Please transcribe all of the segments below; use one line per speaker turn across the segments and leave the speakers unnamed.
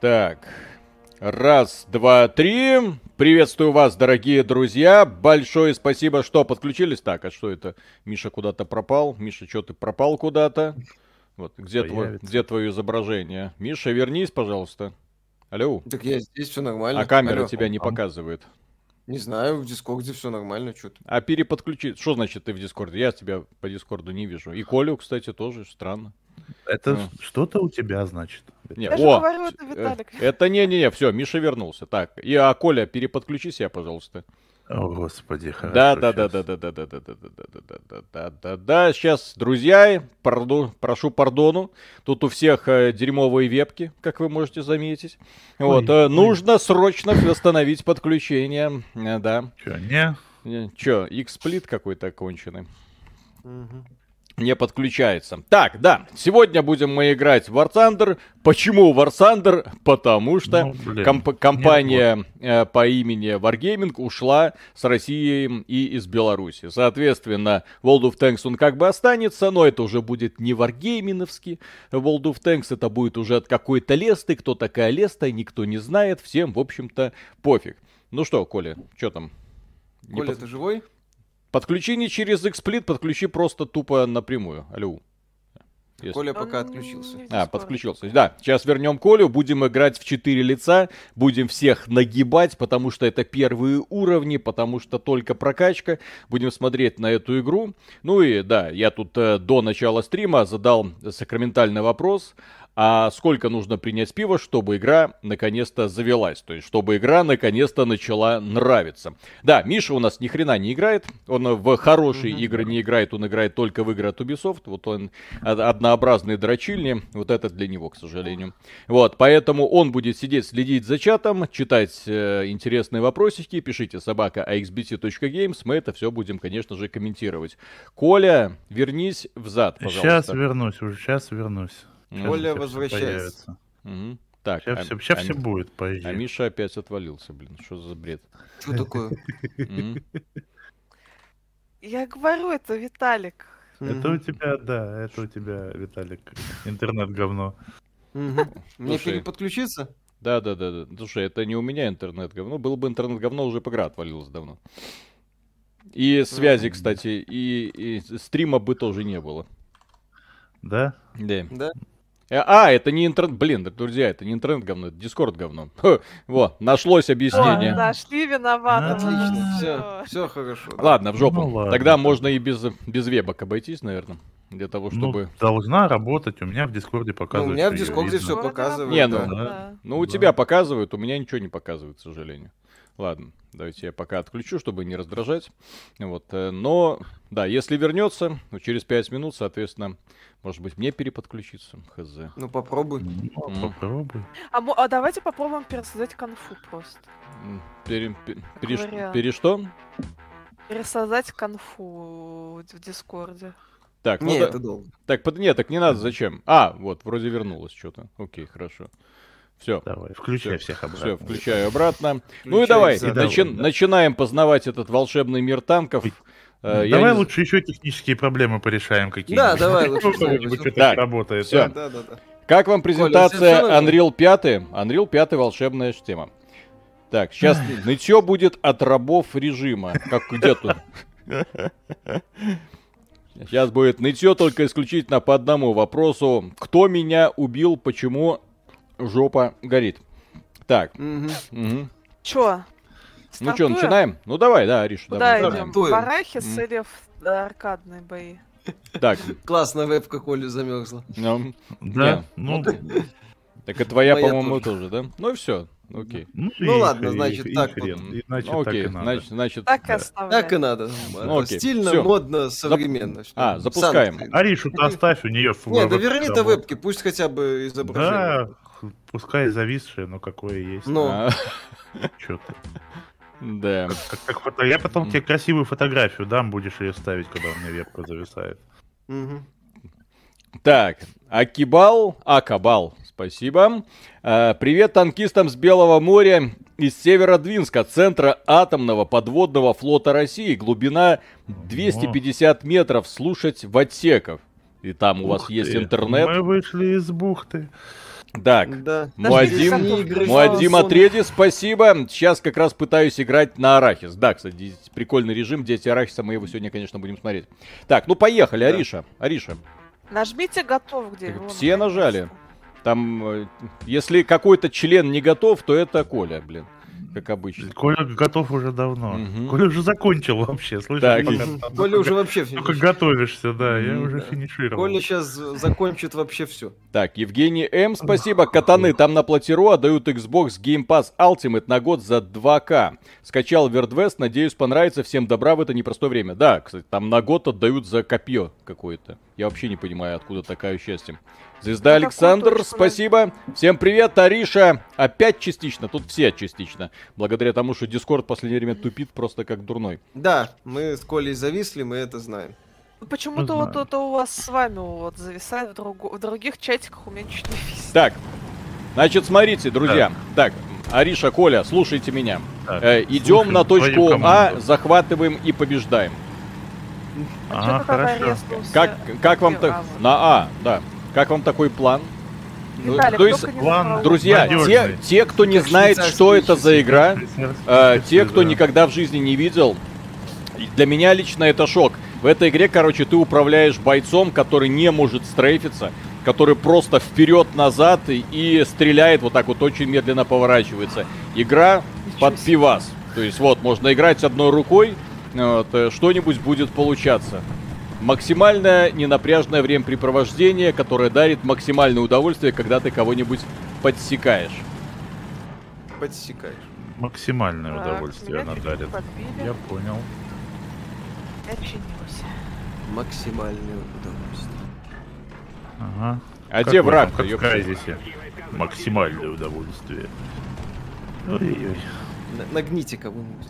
Так, раз, два, три. Приветствую вас, дорогие друзья. Большое спасибо, что подключились. Так, а что это? Миша куда-то пропал. Миша, что ты пропал куда-то? Вот, где, твой,
Появится.
где твое изображение? Миша, вернись, пожалуйста. Алло.
Так я здесь все нормально.
А камера
Алло.
тебя не
Там.
показывает.
Не знаю, в Дискорде все нормально, что-то.
А переподключи... Что значит ты в Дискорде? Я тебя по Дискорду не вижу. И Колю, кстати, тоже странно.
Это
Ну.
ш- что-то у тебя, значит.
Не,
Я же
о,
говорю, это
э,
Виталик.
Это не-не-не, все, Миша вернулся. Так, и а Коля, переподключи себя, пожалуйста.
О, господи, хорошо.
Да, да, да, да,
щас.
да, да, да, да, да, да, да, да, да, да, да. Сейчас, друзья, порду- прошу пардону. Тут у всех э, дерьмовые вебки, как вы можете заметить. Вот,
Ой,
э,
ой.
нужно срочно восстановить подключение. Э, Да.
Чё, не?
Э, Чё, X-сплит какой-то оконченный. не подключается. Так, да, сегодня будем мы играть в War Thunder. Почему War Thunder? Потому что
Ну, блин,
комп- компания э, по имени Wargaming ушла с России и из Беларуси. Соответственно, World of Tanks он как бы останется, но это уже будет не варгейминовский. World of Tanks это будет уже от какой-то лесты. Кто такая леста, никто не знает. Всем, в общем-то, пофиг. Ну что, Коля, что там? Не
Коля,
под-
ты живой?
Подключи не через Xsplit, подключи просто тупо напрямую. Алло. Если-
Коля пока
Он ну, не
отключился.
в
А,
Дискорде.
подключился. Да, сейчас вернем Колю, будем играть в четыре лица, будем всех нагибать, потому что это первые уровни, потому что только прокачка. Будем смотреть на эту игру. Ну и да, я тут э, до начала стрима задал сакраментальный вопрос, а сколько нужно принять пива, чтобы игра наконец-то завелась, то есть чтобы игра наконец-то начала нравиться. Да, Миша у нас ни хрена не играет, он в хорошие
Мгм.
игры не играет, он играет только в игры от Ubisoft, вот он од- однообразные дрочильни, вот это для него, к сожалению. Вот, поэтому он будет сидеть, следить за чатом, читать э, интересные вопросики, пишите собака axbt.games, мы это все будем, конечно же, комментировать. Коля, вернись взад, пожалуйста.
Сейчас вернусь, уже сейчас вернусь.
Мгм.
Коля возвращается.
Мгм. Так,
Сейчас,
а-
все,
а Ми-
будет, по идее.
а Миша опять отвалился, блин, что за бред?
Что такое?
Мгм.
Я говорю, это Виталик.
Это у тебя, да, это у тебя, Виталик, интернет говно.
Мгм. Мне
Слушай.
переподключиться?
Да, да, да, да. Слушай, это не у меня интернет говно. Было бы интернет говно, уже бы игра отвалилась давно. И связи, кстати, и, и стрима бы тоже не было.
Да?
Да.
Да.
Э, А, это не интернет. Блин, да, друзья, это не интернет говно, это дискорд говно. Хо, вот, нашлось
О,
объяснение.
нашли виноватого.
Отлично, все,
Всё.
все хорошо. да.
Ладно, в жопу.
Ну ладно.
Тогда можно и без, без вебок обойтись, наверное. Для того, чтобы.
Ну, должна работать, у меня в Дискорде
Ну,
показывает.
у меня в
что её
Дискорде
видно.
все
Вроде
показывает.
Не,
да.
ну,
Да.
Ну, у
да.
тебя показывают, у меня ничего не показывает, к сожалению. Ладно, давайте я пока отключу, чтобы не раздражать. Вот, э, но, да, если вернется, ну, через 5 минут, соответственно, может быть, мне переподключиться. Хз.
Ну попробуй.
Ну,
Мгм.
попробуй.
А, мо- а давайте попробуем пересоздать конфу просто.
М, Пере, пе- переш-
вариант.
пере что?
Пересоздать конфу в Дискорде.
Так, ну
Не,
да-
это долго.
так, под... нет, так не надо, зачем? А, вот, вроде вернулось что-то. Окей, хорошо. Все,
Давай, включай
Всё,
всех обратно.
все, включаю обратно. Ну и давай,
Включается.
И да.
начи-
давай,
начинаем познавать этот волшебный мир танков. Э, я
Ну, Давай
не-
лучше еще технические проблемы порешаем
Да,
какие-нибудь.
давай лучше.
Ну, что-нибудь
всё.
что-то
Так,
не работает.
всё.
а?
Да, да, да.
Как вам презентация
всё нормально?
Unreal 5? Unreal 5 волшебная тема. Так, сейчас нытье будет от рабов режима. Как где тут? Сейчас будет нытье только исключительно по одному вопросу. Кто меня убил, почему жопа горит? Так,
Мгм.
мгм.
Чё?
ну что,
Стартуем?
начинаем? Ну давай, да, Ариша,
Куда
давай.
Да,
идем?
начинаем.
стартуем.
Барахис
М.
или в- э, аркадные бои?
Так,
Классная вебка Коля замерзла.
ну,
Да,
Не,
ну,
так и твоя,
Моя
по-моему, тоже, да? Ну и все, окей.
ну,
Ну
и
ладно,
хрен,
значит,
и
так
хрен.
М,
Иначе
ну,
так
окей,
и надо.
значит, значит,
Так а и
да.
оставляем.
Так и надо.
Ну, окей,
Стильно,
всё.
модно, современно. всё.
А, запускаем.
Сам ты.
ну
Аришу-то оставь, у нее
Не, да верни-то вебки, пусть хотя бы изображение.
Да, х- пускай зависшее, но какое есть.
Ну.
А,
Чё-то.
Да.
Как- как фото- Я потом
Мгм.
тебе красивую фотографию дам, будешь ее ставить, когда у меня вебка зависает.
Мгм.
Так, Акибал, Акабал, спасибо. Э, Привет танкистам с Белого моря из Северодвинска, центра атомного подводного флота России. Глубина 250 метров. Слушать в отсеках. И там у вас
Ух
есть
ты,
интернет.
Мы вышли из бухты.
Так,
Да.
Муадим,
Подожди, игры
Муадим
Шансона.
Атреди, спасибо. Сейчас как раз пытаюсь играть на Арахис. Да, кстати, здесь прикольный режим. Дети Арахиса, мы его сегодня, конечно, будем смотреть. Так, ну поехали,
Да.
Ариша. Ариша,
Нажмите готов где.
Так,
вон,
все
наконец-то.
нажали. там, э, если какой-то член не готов, то это Коля, блин, как обычно.
Коля готов уже давно.
Мгм.
Коля уже закончил вообще, слышишь?
Так,
Пока
и-
там
Коля
только-
уже вообще
Только
финиш.
готовишься, да, я
Мгм,
уже
да.
финишировал.
Коля сейчас закончит вообще все.
Так, Евгений М, спасибо. Катаны, там на платеру отдают Xbox Game Pass Ultimate на год за 2К. Скачал Вердвест, надеюсь, понравится. Всем добра в это непростое время. Да, кстати, там на год отдают за копье какое-то. Я вообще не понимаю, откуда такая счастье. Звезда
Ну,
Александр,
какую точку, да.
спасибо. Всем привет, Ариша. Опять частично, тут все частично. Благодаря тому, что Дискорд в последнее время тупит просто как дурной.
Да, мы с Колей зависли, мы это знаем.
Ну, Почему-то
Не
вот
знаю.
это у вас с вами вот зависает, в, друг- в других чатиках у меня ничего не висит.
Так, значит, смотрите, друзья. Так, Ариша, Коля, слушайте меня.
Так,
Э, идем
слушаем
на
твою
точку А,
команду.
захватываем и побеждаем.
А,
Чё-то как
хорошо.
арестнулся.
Как, как вам
Первый
так?
раз.
На А, да. Как вам такой план? Ну,
Виталик,
то есть,
только не
ладно,
забывай.
друзья, те,
Надёжный.
те, кто не
Как
знает, что
швейцарский
это за
часы.
игра, э, те, кто
Да.
никогда в жизни не видел, и для меня лично это шок. В этой игре, короче, ты управляешь бойцом, который не может стрейфиться, который просто вперед-назад и, и стреляет вот так вот очень медленно поворачивается. Игра
Ничего
под
себе.
пивас. То есть вот, можно играть одной рукой, вот, э, что-нибудь будет получаться. Максимально ненапряжное времяпрепровождение, которое дарит максимальное удовольствие, когда ты кого-нибудь подсекаешь.
Подсекаешь.
Максимальное
Так,
удовольствие
А, меня
она
чуть
дарит.
подбили,
Я понял.
я чинилась.
Максимальное удовольствие.
Ага.
А
Как
где
вы
враг?
там, как в Крайзисе? Максимальное удовольствие. Ой-ой-ой.
На- Нагните кого-нибудь.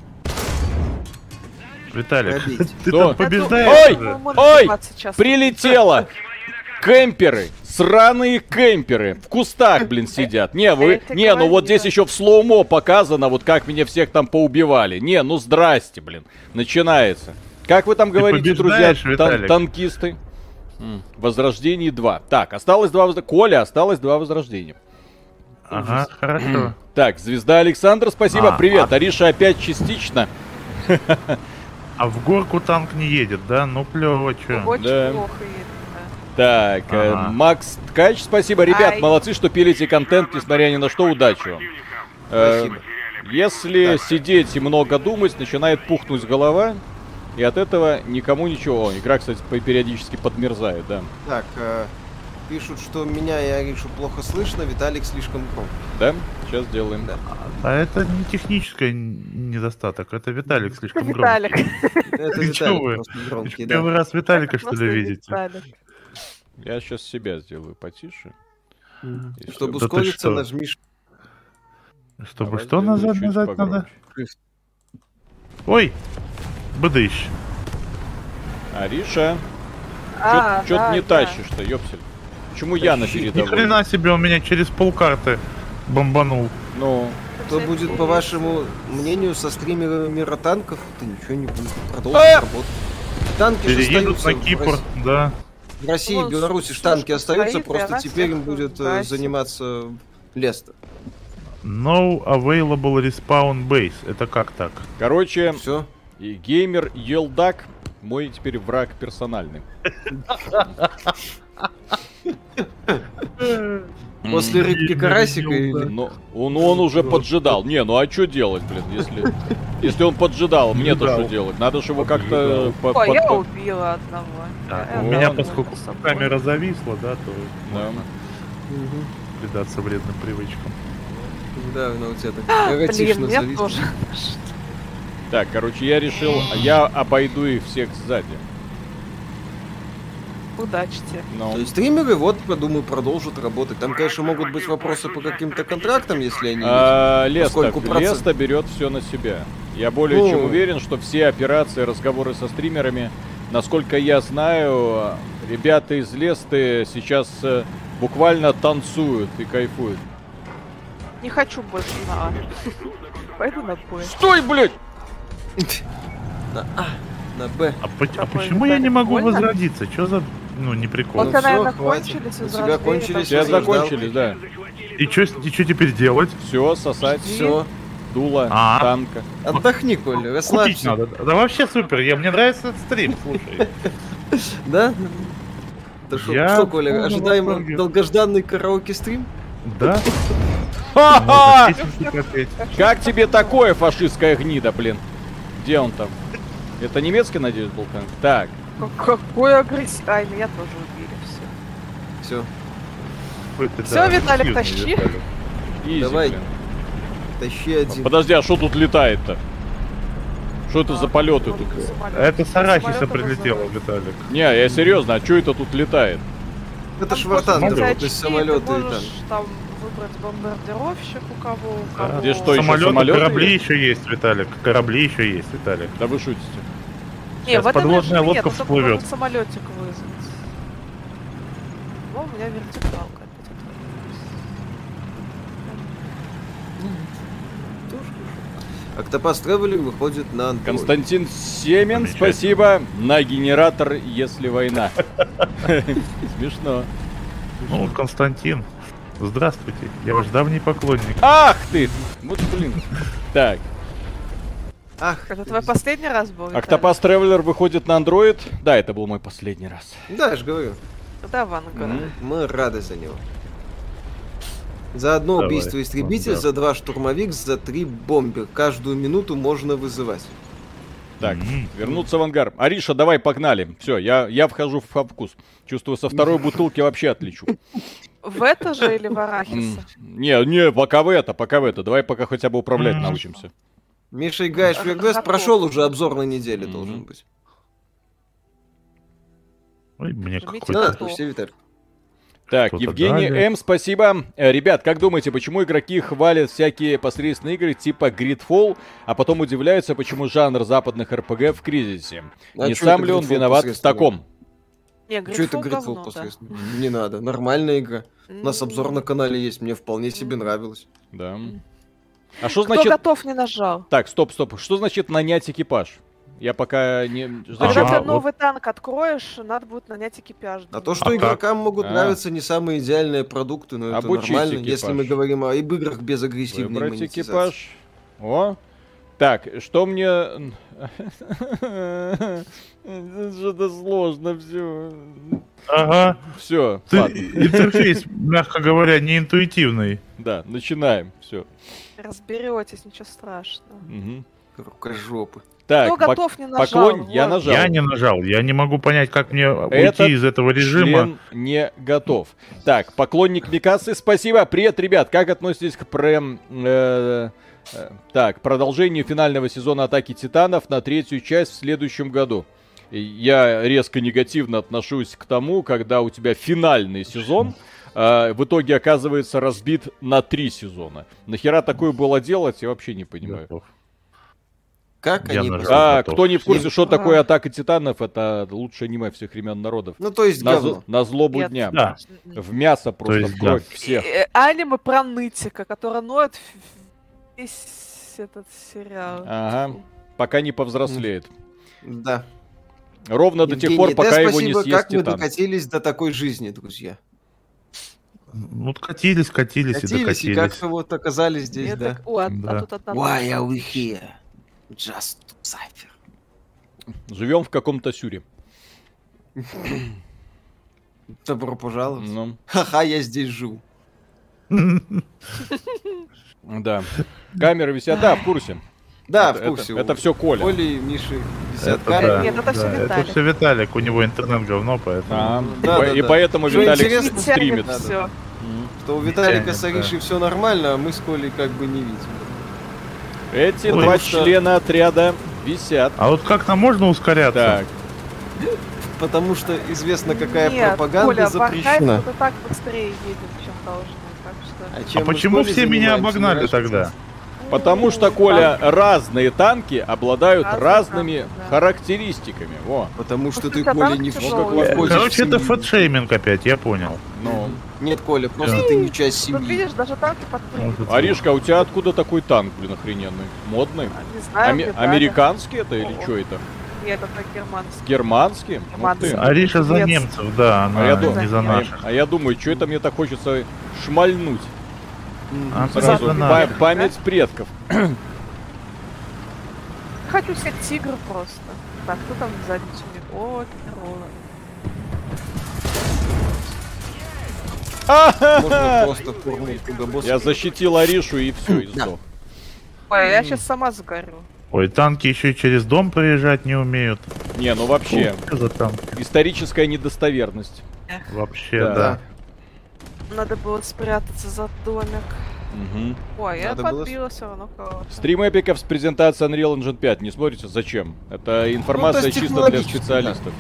Виталик,
Пробейте.
ты
Что?
там
Ой!
побеждаешь уже?
По-моему,
Ой!
20 сейчас.
Прилетело! Кемперы! Сраные кемперы! В кустах, блин, сидят. Не, вы...
Это
Не, ну вот
говорила.
здесь еще в слоумо показано, вот как меня всех там поубивали. Не, ну здрасте, блин. Начинается. Как вы там
Ты
говорите, друзья?
побеждаешь,
тан-
Виталик?
танкисты. М, Возрождение 2. Так, осталось два... воз- Коля, осталось два возрождения.
Ага, хорошо.
Так, звезда Александр, спасибо.
А,
Привет, Ариша опять частично.
А в горку танк не едет, да? Ну плево, чё.
Очень
Да.
плохо едет, да.
Так, э,
Ага.
Макс Ткач, спасибо. Ребят,
Ай.
молодцы, что пилите контент, несмотря ни на что, удачи вам. Э,
Спасибо.
если сидеть и много думать, начинает пухнуть голова, и от этого никому ничего. О, игра, кстати, по- периодически подмерзает, да.
Так, э, пишут, что меня и Аришу плохо слышно, Виталик слишком громко.
Да? Сейчас сделаем.
Да.
А это не технический н- недостаток, это Виталик слишком громко.
Виталик.
Это
Ты чё
Виталик
вы?
просто
Вы чё,
громкий, да.
Первый раз Виталика, что
Просто
ли, видите?
Виталик.
Я сейчас себя сделаю потише.
Мгм.
И
Чтобы
Да ты
ускориться,
что?
нажми ш-
Чтобы
Давай
что
сделаю
назад,
чуть
назад
погромче.
надо? Ой! Бдыщ.
Ариша,
А,
что
да,
ты не
да.
тащишь-то, ёпсель? Почему я на
Тащи.
Ни
передовой?
хрена себе, он меня через полкарты бомбанул.
Ну,
Что будет, по вашему мнению, со стримерами мира танков? Ты ничего не будет. Продолжит
А!
работу. Танки же
Переедут
остаются
на
в
Кипр,
России.
да.
В России,
Вон
в Беларуси ж
слушка
танки остаются,
стоит, и
просто
она
теперь им
всех
будет э,
гасит.
заниматься Лестер.
No available respawn base. Это как так?
короче,
Все.
и геймер Елдак мой теперь враг персональный.
После рыбки
Геймер
карасика
Елдак.
или...
Ну, он, он уже поджидал. Не, ну а что делать, блин, если... Если он поджидал, мне-то
Поджидал.
что делать? Надо же его как-то... по-
Ой, я
под-
убила одного.
Так,
Я
у
ну
меня,
одного
поскольку
собой.
камера зависла, да, то
Да.
можно
Мгм.
предаться вредным привычкам.
Да, ну у тебя так
А, Блин,
эротично
мне
зависло.
тоже.
Так, короче, я решил, я обойду их всех сзади.
Удачи тебе.
Но...
То есть стримеры, вот, я думаю, продолжат работать. Там, конечно, могут быть вопросы по каким-то контрактам, если они... есть.
А, Леста,
Поскольку процесс-
Леста берет все на себя. Я более
Ну.
чем уверен, что все операции, разговоры со стримерами, насколько я знаю, ребята из Лесты сейчас э, буквально танцуют и кайфуют.
Не хочу больше на А. Пойду на Б.
Стой, блядь!
На А, на Б.
А, поч- а
Какой
почему я не
Виталик,
могу
больно?
возродиться? Что за... Ну, не прикол.
Вот
всё,
она, наверное,
хватит.
кончились
У
из
тебя
рождения,
кончились
так
Все
Сейчас
что-
разъезд,
закончили, да.
И что теперь делать?
Все, сосать,
Все.
дуло,
А.
танка.
Отдохни, Коля,
Купить
расслабься.
надо. Да вообще супер, я, мне нравится этот стрим, слушай.
Да? Да что,
Я
что, Коля,
полном
ожидаем
восторге.
долгожданный караоке-стрим?
Да?
Ха-ха!
можно песенки попеть.
Как тебе такое, фашистская гнида, блин? Где он там? Это немецкий, надеюсь, был танк? Так,
Как- Какой агрессив... Ай, меня тоже убили, все.
Все,
Ой, ты,
Всё,
да,
Виталик,
серьезно,
тащи.
Виталик.
изи,
Давай.
блин.
тащи один.
Подожди, а что тут летает-то? Что это за полеты тут?
А Это с Арахиса
Самолётом
прилетело,
разорвали.
Виталик.
Не, я серьезно, а что это тут летает?
Это ж
Там
Вартан,
просто
Вартан,
то
очки,
есть самолеты
ты
и
можешь
танки.
там выбрать бомбардировщик у кого, у
Да.
кого.
Где что ещё,
Самолеты,
самолеты
корабли еще есть, Виталик. Корабли еще есть, Виталик.
Да вы шутите.
Не,
Сейчас
в этом
подводная
режиме
лодка
нет, только
всплывет.
можно самолетик вызвать. Во, у меня вертикалка опять отвалилась.
Октопас Тревелинг выходит на Android.
Константин Семен,
Замечательно.
спасибо. На генератор, если война. Смешно.
Ну, Константин, здравствуйте. Я ваш давний поклонник.
Ах ты! Вот блин. Так,
Ах,
Это твой последний раз был? Виталий?
Октопас Тревелер выходит на Android. Да, это был мой последний раз.
да, я же говорю,
Да, Ванга.
Мгм.
мы рады за него. За одно
Давай.
убийство истребитель,
Да.
за два штурмовик, за три бомбер. Каждую минуту можно вызывать.
Так,
М.
вернуться в ангар. Ариша, давай, погнали. Все, я, я вхожу в вкус. Чувствую, со второй бутылки вообще отличу.
В это же или в
М,
Арахиса?
Не, не, пока в это, пока в это. Давай пока хотя бы управлять
Мгм.
научимся.
Миша и Гай Швергвест
Ага.
прошел уже обзор на неделе,
Мгм.
должен быть.
Ой, мне
Заметил,
Да,
какой-то...
Кто?
все, Виталь.
Так,
Что-то
Евгений
далее.
М, спасибо. Э, Ребят, как думаете, почему игроки хвалят всякие посредственные игры типа Gridfall, а потом удивляются, почему жанр западных РПГ в кризисе?
А
Не
чё
сам
это
ли он
Грифол
виноват в
посредственный?
таком?
Не,
Чё это
Грифон
Грифол
говно, да.
посредственно? Не надо, нормальная игра. У нас
М,
обзор на канале есть, мне вполне себе нравилось.
Да. А что
Кто
значит...
готов, не нажал.
Так, стоп, стоп. Что значит нанять экипаж? Я пока
А
не...
Когда
Зачем?
Ага,
ты
вот.
новый танк откроешь, надо будет нанять экипаж.
А то,
А
что
так?
игрокам могут
А.
нравиться не самые идеальные продукты, но это
Обучить
нормально,
экипаж.
если мы говорим о об играх без агрессивной
Выбрать
монетизации.
экипаж. О. Так, что мне... Что-то сложно все.
Ага.
Все,
Ты- интерфейс, мягко говоря, не интуитивный.
Да, начинаем. Все.
Разберетесь, ничего страшного.
Рукожопы.
Так,
Кто
пок-
готов, не нажал.
поклонь, я
вот.
нажал.
Я не нажал, я не могу понять, как мне
Этот
уйти из этого режима.
член не готов. Так, поклонник Микасы, спасибо. Привет, ребят. Как относитесь к прем... э, э, так, продолжению финального сезона Атаки Титанов на третью часть в следующем году? И Я резко негативно отношусь к тому, когда у тебя финальный сезон э, в итоге оказывается разбит на три сезона. Нахера такое было делать, я вообще не понимаю.
Готов.
Как
Я
они...
нажал.
раз-
А,
готов.
кто не в курсе, что
А.
такое Атака Титанов, это лучшее аниме всех времен народов.
Ну, то есть
На, зл-
говно.
на злобу
Нет.
дня.
Да.
В мясо просто,
есть,
в кровь
да.
всех.
Э, Аниме про нытика, который ноет в- в- весь этот сериал.
Ага. Пока не повзрослеет.
Да.
Ровно до тех
Евгений
пор,
Д,
пока его не
спасибо,
съест
как мы
Титан.
докатились до такой жизни, друзья.
Ну, катились, катились, и
Катились и
докатились.
как-то вот оказались здесь,
Я
да.
так- О, а-
Да.
а тут одна...
Why are we here? Just to suffer.
Живем в каком-то сюре.
Добро пожаловать.
Ну,
Ха-ха, я здесь жил.
да. Камеры висят. Да, в курсе.
Да,
это,
в курсе.
Это, все Коля.
Коля и Миши висят
Это да,
Нет, это всё
да, это
Виталик.
все Виталик, у него интернет говно, поэтому...
А,
Да,
и, по-
да,
и
да.
поэтому
Что
Виталик
Не
интересно,
с-
тянет
стримит.
надо.
все.
Мгм.
что у Виталика
тянет,
с Аришей все нормально, а мы с Колей как бы не видим.
Эти
Ой,
два
ну что?
члена отряда висят.
А вот как нам можно ускоряться?
Так,
Потому что известно, какая
Нет,
пропаганда
Коля,
запрещена.
Вархайз, это так быстрее едет, чем должно. Так что...
А
чем мы с
почему
Колей
все меня
занимаемся,
обогнали
знаешь?
тогда?
потому что,
М,
Коля, разные танки обладают
Разные
разными
танки, да.
характеристиками. Во,
Потому что
Ну,
ты,
ты
Коля,
танк
не
тяжелый.
входишь.
Ходишь
Короче, это
в-
фэтшейминг опять, я понял.
ну.
Нет, Коля, просто
Да.
ты не часть
Тут
семьи.
Ну, видишь, даже танки подпрыгивают.
Может,
Аришка, а у тебя откуда такой танк, блин, охрененный? Модный?
Не знаю,
Аме-
где брали.
американский это или
О.
что это?
Нет, это германский.
Германский? Ух
Германский.
ты. А,
Ариша за
Нет.
немцев, да,
я
она
думаю-
не за
я-
наших.
а я думаю, что это мне так хочется шмальнуть.
А,
Сразу
правда,
па-
надо.
память предков.
Хочу себе тигр просто. Так, кто там сзади сидит? О, Петрова.
Можно просто пырнуть туда босса.
Я защитил Аришу и все, и
Да.
сдох.
Ой, я сейчас сама загорю.
Ой, танки еще и через дом проезжать не умеют.
Не, ну вообще,
Что за танки?
историческая недостоверность.
Вообще,
Да.
да.
Надо было спрятаться за домик.
Мгм.
Ой, я
Надо было
подбила все равно кого-то.
Стрим эпиков с презентацией Unreal Engine 5. Не смотрите, зачем? Это информация
Ну, есть
чисто для
технологически, да.
специалистов.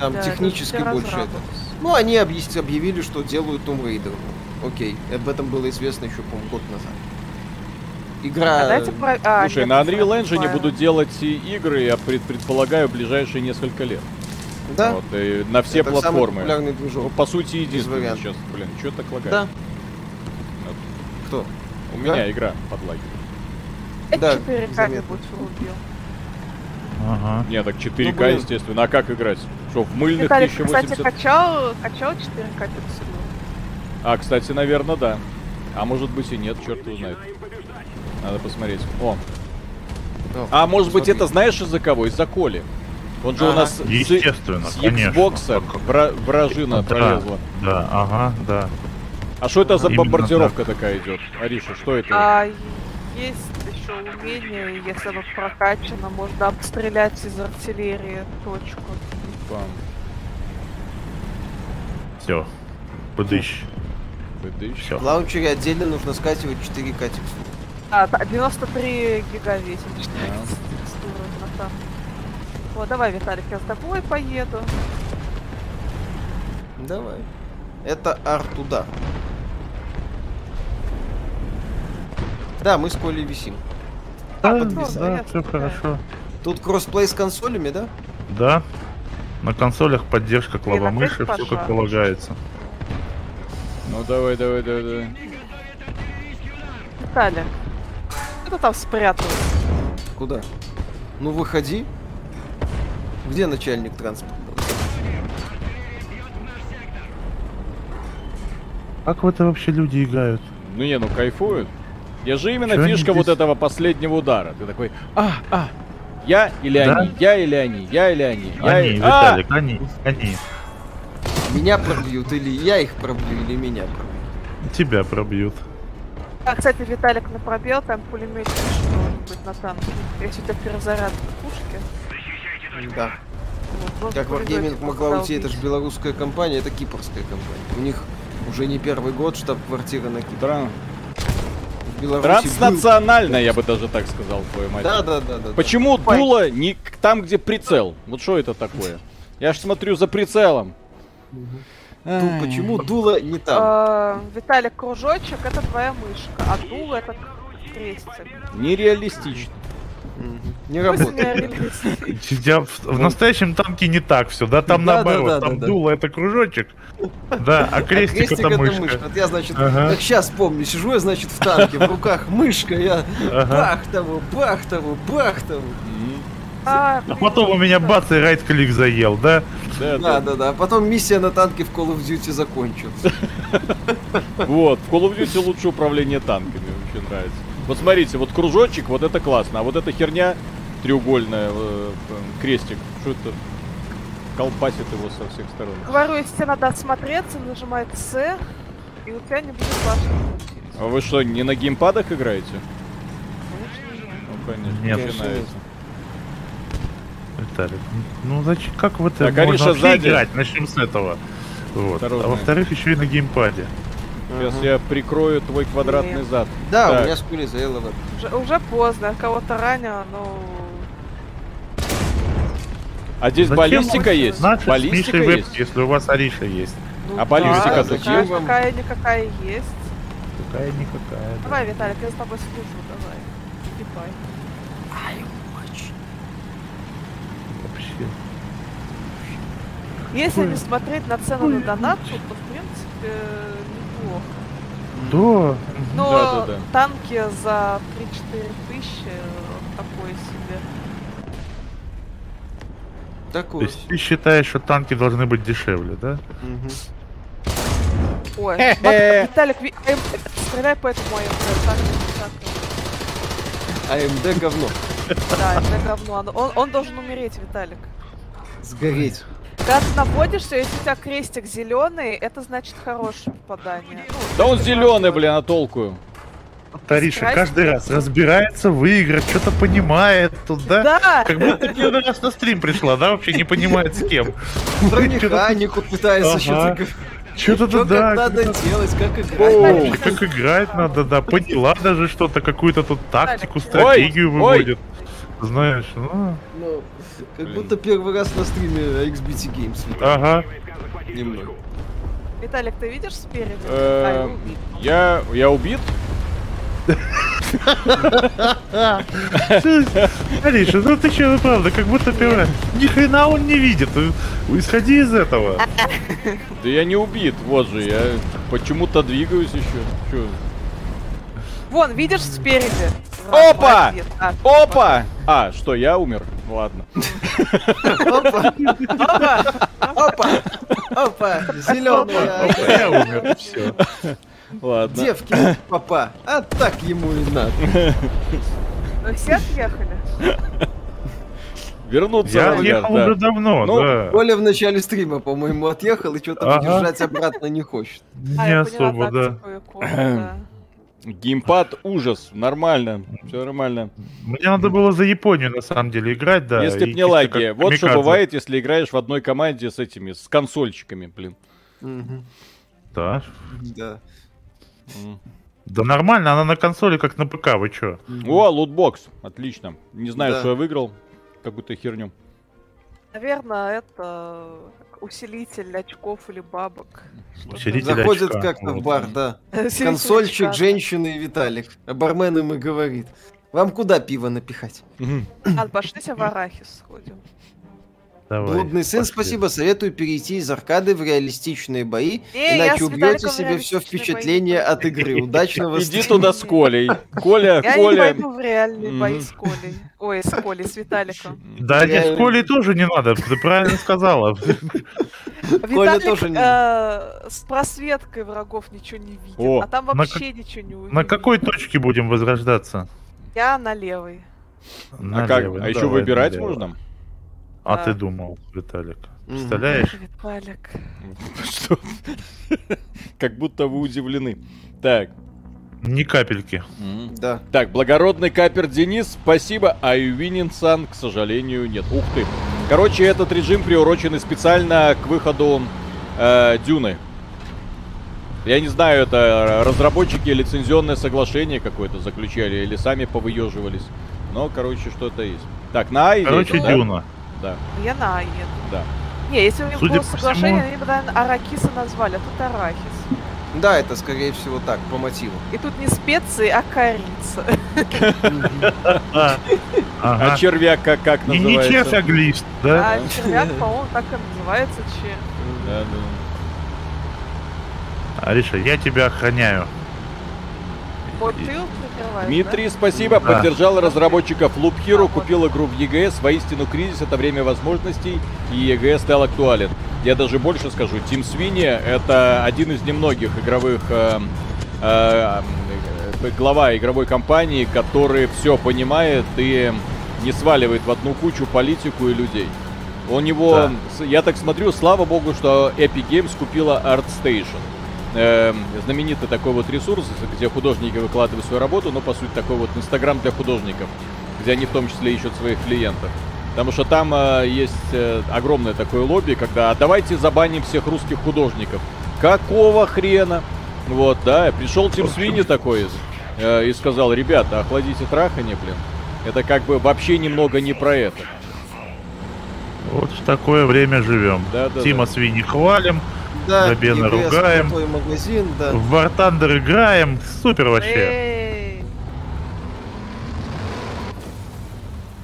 Там
Да, это
технически
все
больше это.
разрабов.
Ну, они объяс- объявили, что делают Tomb Raider. Окей, об этом было известно еще, по-моему, год назад. Игра...
А дайте про... а,
Слушай,
нет,
на
это
Unreal Engine
правильно.
будут делать и игры, я пред- предполагаю, в ближайшие несколько лет.
Да,
Вот, и на все
это самый
платформы.
популярный
Ну,
движок.
по сути, единственное
вариантов.
сейчас. Блин, что так лагает?
Да. Кто?
У
Игра?
меня игра подлагивает.
Да,
Это 4К не
заметно.
будет врубил.
Ага.
Не, так 4К,
Ну, блин.
естественно. А как играть? Что, в мыльных
Виталик, кстати,
1080...
качал, качал 4К пикселю.
А, кстати, наверное, да. А может быть и нет, черт его знает. Надо посмотреть. О.
О,
А может быть
смотри.
это знаешь из-за кого? Из-за Коли. Он же у
Ага.
нас с,
Естественно,
с
конечно.
Xbox'а вра- вражина
Да.
пролезла.
Да, ага, да.
А что это за
Именно
бомбардировка такая идет? Ариша, что это?
А есть еще умение, если оно прокачано, можно обстрелять из артиллерии точку.
Пам,
Все. Подыщ.
пыдыщ.
Все.
В лаунчере отдельно нужно скачивать 4 к
А, та- 93 гигавесит,
Да.
считается текстура, братан. Вот, давай, Виталик, я с тобой поеду.
Давай. Это Артуда. Да, мы с Колей висим.
А,
Да,
подписал,
да,
ясно,
все
да.
хорошо.
Тут кроссплей с консолями, да?
Да. На консолях поддержка
Блин,
клавомыши,
опять
все
пошла.
как полагается.
Ну давай, давай, давай, давай.
Виталик, что ты там спрятал?
Куда? Ну выходи. Где начальник транспорта?
Как в это вообще люди играют?
Ну не, ну кайфуют. Я же именно
Чё они
фишка вот
здесь?
этого последнего удара. Ты такой, а, а, я или
Да?
они, я или они, я или они, я
Они,
или- А!
Виталик, они, они.
Меня пробьют или я их пробью, или меня пробьют.
Тебя пробьют.
А, кстати, Виталик на пробел, там пулемет что-нибудь на танке. Если у тебя перезаряд пушки,
Да.
вот, можно
Как
пулемет
Wargaming могла
туда
уйти, это
убить.
же белорусская компания, это кипрская компания. У них уже не первый год штаб-квартира на Кипре.
Тран-
В Беларуси был-
А, Транснациональная, я бы даже так сказал, твою мать.
Да, да, да, да. да.
Почему дуло не к- там, где прицел? Вот что это такое? Я ж смотрю за прицелом.
Ду- Почему дуло не там?
Э, Виталик, кружочек это твоя мышка, а дул это крестик.
Нереалистично.
Мгм. Не
Пусть
работает. да.
меня
Я в, в настоящем танке не так все, да, там
Да, да,
наоборот,
да,
там
да, да.
дуло это кружочек, да, а
А
крестик, это мышка.
Вот я, значит,
Ага.
как сейчас помню, сижу я, значит, в танке, в руках мышка, я
Ага.
бах того, бах того, бах того.
Мгм.
А потом у меня бац и райт клик заел, да?
Да,
Да,
да.
да, да. А потом миссия на танке в Call of Duty закончилась.
Вот, в Call of Duty лучше управление танками, вообще нравится. Вот смотрите, вот кружочек, вот это классно, а вот эта херня треугольная, э, э, крестик, что это колпасит его со всех сторон.
Говорю, если тебе надо осмотреться, нажимай С, и у тебя не будет башни.
А вы что, не на геймпадах играете? Ну, конечно,
Нет.
вообще
Конечно,
нравится.
Виталик, ну зачем, как в это
Так,
можно
Ариша
вообще
сзади.
играть? Начнем с этого. Вот.
Осторожно.
А во-вторых, еще и на геймпаде.
Сейчас я прикрою твой квадратный
Блин.
зад.
Да,
Так.
у меня с пули заело в это.
Уже, уже поздно, я кого-то ранила, но...
А здесь
Зачем
баллистика
он-
есть?
Значит, с
баллистика
Мишей веб,
есть?
если у вас Ариша есть.
ну
А баллистика
да,
зачем
такая,
вам?
Какая-никакая есть.
Какая-никакая. да.
Давай, Виталик, я за тобой слежу, давай. Кипай.
Вообще.
Если
Ой.
не смотреть на цену на донатку, то, в принципе, неплохо.
Да.
Но
Да-да-да.
танки за 3-4 тысячи э, такое себе.
То
Такое.
есть ты считаешь, что танки должны быть дешевле, да?
Мгм.
Ой, Мат- Виталик, ви- эм, стреляй по этому АМД, так, так,
А АМД говно.
да, это говно, оно- он, он должен умереть, Виталик.
Сгореть.
Когда ты наводишься, если у тебя крестик зеленый, это значит хорошее попадание. Ну,
Да он
это
зеленый,
хорошо.
блин, а толку?
Тариша
Страсть
каждый раз разбирается в играх, что-то понимает тут, да?
Да,
Как будто первый раз на стрим пришла, да, вообще не понимает с кем.
Про механику пытается
Ага. Ну,
что-то говорить.
Что-то
Что
тут,
как
да,
надо делать, как
Оу.
играть.
вообще, как играть надо, да, поняла даже что-то, какую-то тут тактику,
Ой,
стратегию
ой.
выводит. Знаешь, ну,
Ну, Как будто первый раз на стриме XBT Games. Виталий.
ага.
Немного.
Виталик, ты видишь спереди?
Э,
А, его видно.
Я, я убит?
Ариша, ну ты че, ну правда, как будто первый раз. Ни хрена он не видит, э, исходи из этого.
Да я не убит, вот же, я почему-то двигаюсь еще. Чё?
Вон, видишь спереди?
Опа!
Молодец. А,
Опа! А, что, я умер? Ладно.
Опа,
Опа!
опа, опа, зеленая.
Опа, А я умер, все.
Ладно.
Девки, папа, а так ему и надо.
Вы все отъехали?
Вернуться
Я
надо,
отъехал
да.
уже давно,
Ну,
да.
Коля в начале стрима, по-моему, отъехал и что-то
Ага.
удержать обратно не хочет.
А,
Не
я поняла
особо, да.
тактику Якова, да.
Геймпад ужас, нормально, все нормально.
Мне надо было за Японию на самом деле играть, да.
если б
и
не
чисто
лаги.
как
Вот что
камикадзе.
бывает, если играешь в одной команде с этими, с консольчиками, блин.
Мгм.
Да.
Да.
М.
Да нормально, она на консоли как на ПК, вы чё?
О, лутбокс, отлично. Не знаю,
Да.
что я выиграл, какую-то херню.
Наверное, это усилитель очков или бабок. Что-то-
Усилитель. Зритель
Заходит
очка,
как-то в
вот.
бар, да.
Усилитель
Консольщик,
очка.
женщины и Виталик. А бармен им и говорит. Вам куда пиво напихать?
Мгм.
А, пошлите в арахис сходим.
Давай.
Блудный сын,
пошли.
спасибо, советую перейти из аркады в реалистичные бои,
Не, Э, я с
иначе убьете
Виталиком в
себе все
реалистичные
впечатление
бои не
от игры. Удачного
Иди
стрима.
туда с Колей. Коля,
Я не
Коля.
пойду в реальные бои
Мгм.
с Колей. Ой, с Колей, с Виталиком.
Да,
Я-
нет, с Колей тоже не надо, ты правильно сказала.
Коля
Виталик
тоже не-
э, с просветкой врагов ничего не видит,
О,
а там
на
вообще ничего не увидит.
На какой точке будем возрождаться?
Я на левой.
А,
На
как?
левой,
а еще
давай,
выбирать
налево.
можно?
А
Да.
ты думал, Виталик.
Мгм.
Представляешь?
Виталик.
Что? Как будто вы удивлены. Так.
Ни капельки.
М.
Да.
Так, благородный капер Денис, спасибо, а Сан, к сожалению, нет. Ух ты. Короче, этот режим приурочен специально к выходу э, Дюны. Я не знаю, это разработчики лицензионное соглашение какое-то заключали или сами повыеживались. Но, короче, что-то есть. Так, на А или
Короче,
да?
Дюна.
Да,
Я на А еду.
да.
Не, если у них
Судя
было
по
соглашение,
всему-
они бы, наверное, Аракиса назвали, а тут Арахис.
Да, это скорее всего так, по мотиву.
И тут не специи, а корица.
А,
А
Ага.
червяк как, как
И не
называется?
чеф, а глист, да?
А червяк, по-моему, так и называется червь.
Да, да.
Ариша, я тебя охраняю.
Вот ты его прикрываешь,
Дмитрий, спасибо,
Да.
поддержал разработчиков Loop Hero, купил игру в EGS, воистину кризис это время возможностей, и EGS стал актуален. Я даже больше скажу, Тим Свини это один из немногих игровых эм, э, э, глава игровой компании, который все понимает и не сваливает в одну кучу политику и людей. У него,
Да.
с- я так смотрю, слава богу, что Epic Games купила ArtStation. Эм, знаменитый такой вот ресурс, где художники выкладывают свою работу, но по сути такой вот Инстаграм для художников, где они в том числе ищут своих клиентов. Потому что там э, есть э, огромное такое лобби, когда «А давайте забаним всех русских художников. Какого хрена? Вот, да, и пришел Тим Свини такой э, и сказал, ребята, охладите трахание, блин. Это как бы вообще немного не про это.
Вот в такое время живем.
Да, да,
Тима
да.
Свини хвалим,
Да,
Бабена
EGS
ругаем.
крутой магазин, да.
в War Thunder играем. Супер
да?
вообще.
Эй,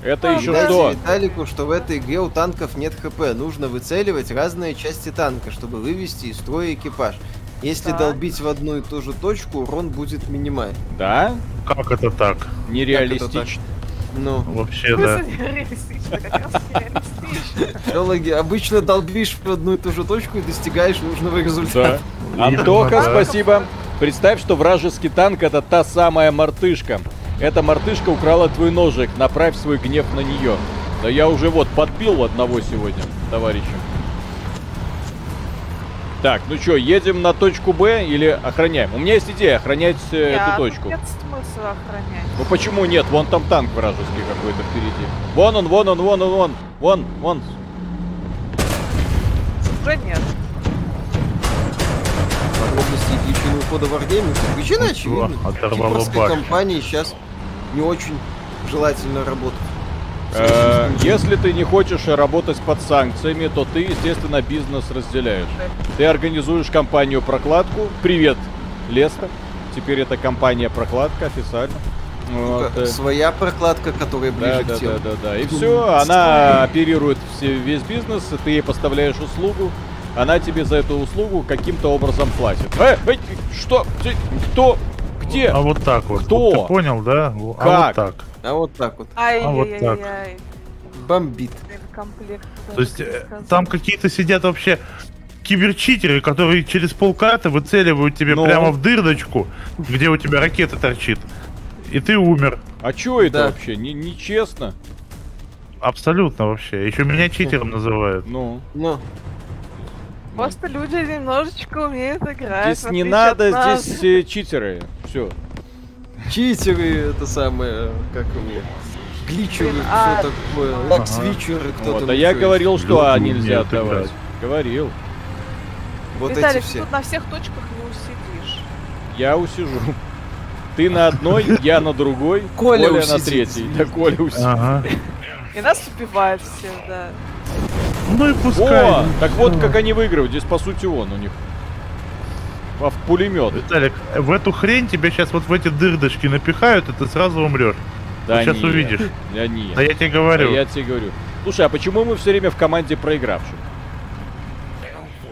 Это
Да,
еще
да.
Дайте
что?
Виталику, что в этой игре у танков нет хп. Нужно выцеливать разные части танка, чтобы вывести из строя экипаж. Если
Так.
долбить в одну и ту же точку, урон будет минимальный.
Да?
Как это так?
Нереалистично.
Ну,
Вообще, да.
Мысль реалистична, как раз реалистична.
Всё логи- Обычно долбишь в одну и ту же точку и достигаешь нужного результата.
Да. Антоха,
Да.
спасибо. Представь, что вражеский танк это та самая мартышка. Эта мартышка украла твой ножик. Направь свой гнев на нее. Да я уже вот подбил одного сегодня, товарищи. Так, ну что, едем на точку Б или охраняем? У меня есть идея охранять э,
Я-
эту точку.
Нет смысла охранять.
Ну почему нет? Вон там танк вражеский какой-то впереди. Вон он, вон он, вон он, вон. Вон, вон.
Уже нет.
Подробности и причины ухода Wargaming. Причина очевидна.
оторвало
Кипрской
башню.
компании сейчас не очень желательно работать.
Э, Если ты не хочешь работать под санкциями, то ты, естественно, бизнес разделяешь. Ты организуешь компанию прокладку. Привет, Леста. Теперь это компания прокладка официально. Вот, э,
Своя прокладка, которая
да,
ближе
да,
к
да,
телу.
да, да. И все, она оперирует все, весь бизнес, и ты ей поставляешь услугу, она тебе за эту услугу каким-то образом платит. Э, эй, что? Ты- Кто? Где?
А вот так вот.
Кто?
Вот ты понял, да? Во- А
Как?
вот так.
А вот так вот.
Ай-яй-яй-яй.
Бомбит.
Комплект.
То есть э, там какие-то сидят вообще киберчитеры, которые через полкарты выцеливают тебе
Ну?
прямо в дырочку, где у тебя ракета торчит. И ты умер.
А чё это
Да.
вообще? Не- Нечестно.
Абсолютно вообще. Еще меня читером называют.
Ну.
Ну,
Просто люди немножечко умеют играть. в
Здесь не
отличие
надо,
от нас.
здесь э, читеры. Все.
читеры, это самое, как у меня. Гличеры,
Блин, а-
все такое. Лаксвичеры, кто-то.
Вот, а
ну,
я
чё
говорил, что
Люди
А нельзя
умеют
отдавать.
играть.
Говорил.
есть. Вот эти
Виталик,
все.
тут на всех точках не усидишь.
Я усижу. Ты на одной, я на другой,
Коля
на
усидит,
третьей. Да, Коля усидит.
Ага.
И нас убивают все, да.
Ну и пускай.
О, так вот как они выигрывают. Здесь, по сути, он у них. А в пулемет.
Виталик, в эту хрень тебя сейчас вот в эти дырдочки напихают, и ты сразу умрешь.
Да
сейчас
нет,
увидишь.
Да нет.
Да я тебе
Да
говорю.
я тебе говорю. Слушай, а почему мы все время в команде проигравших?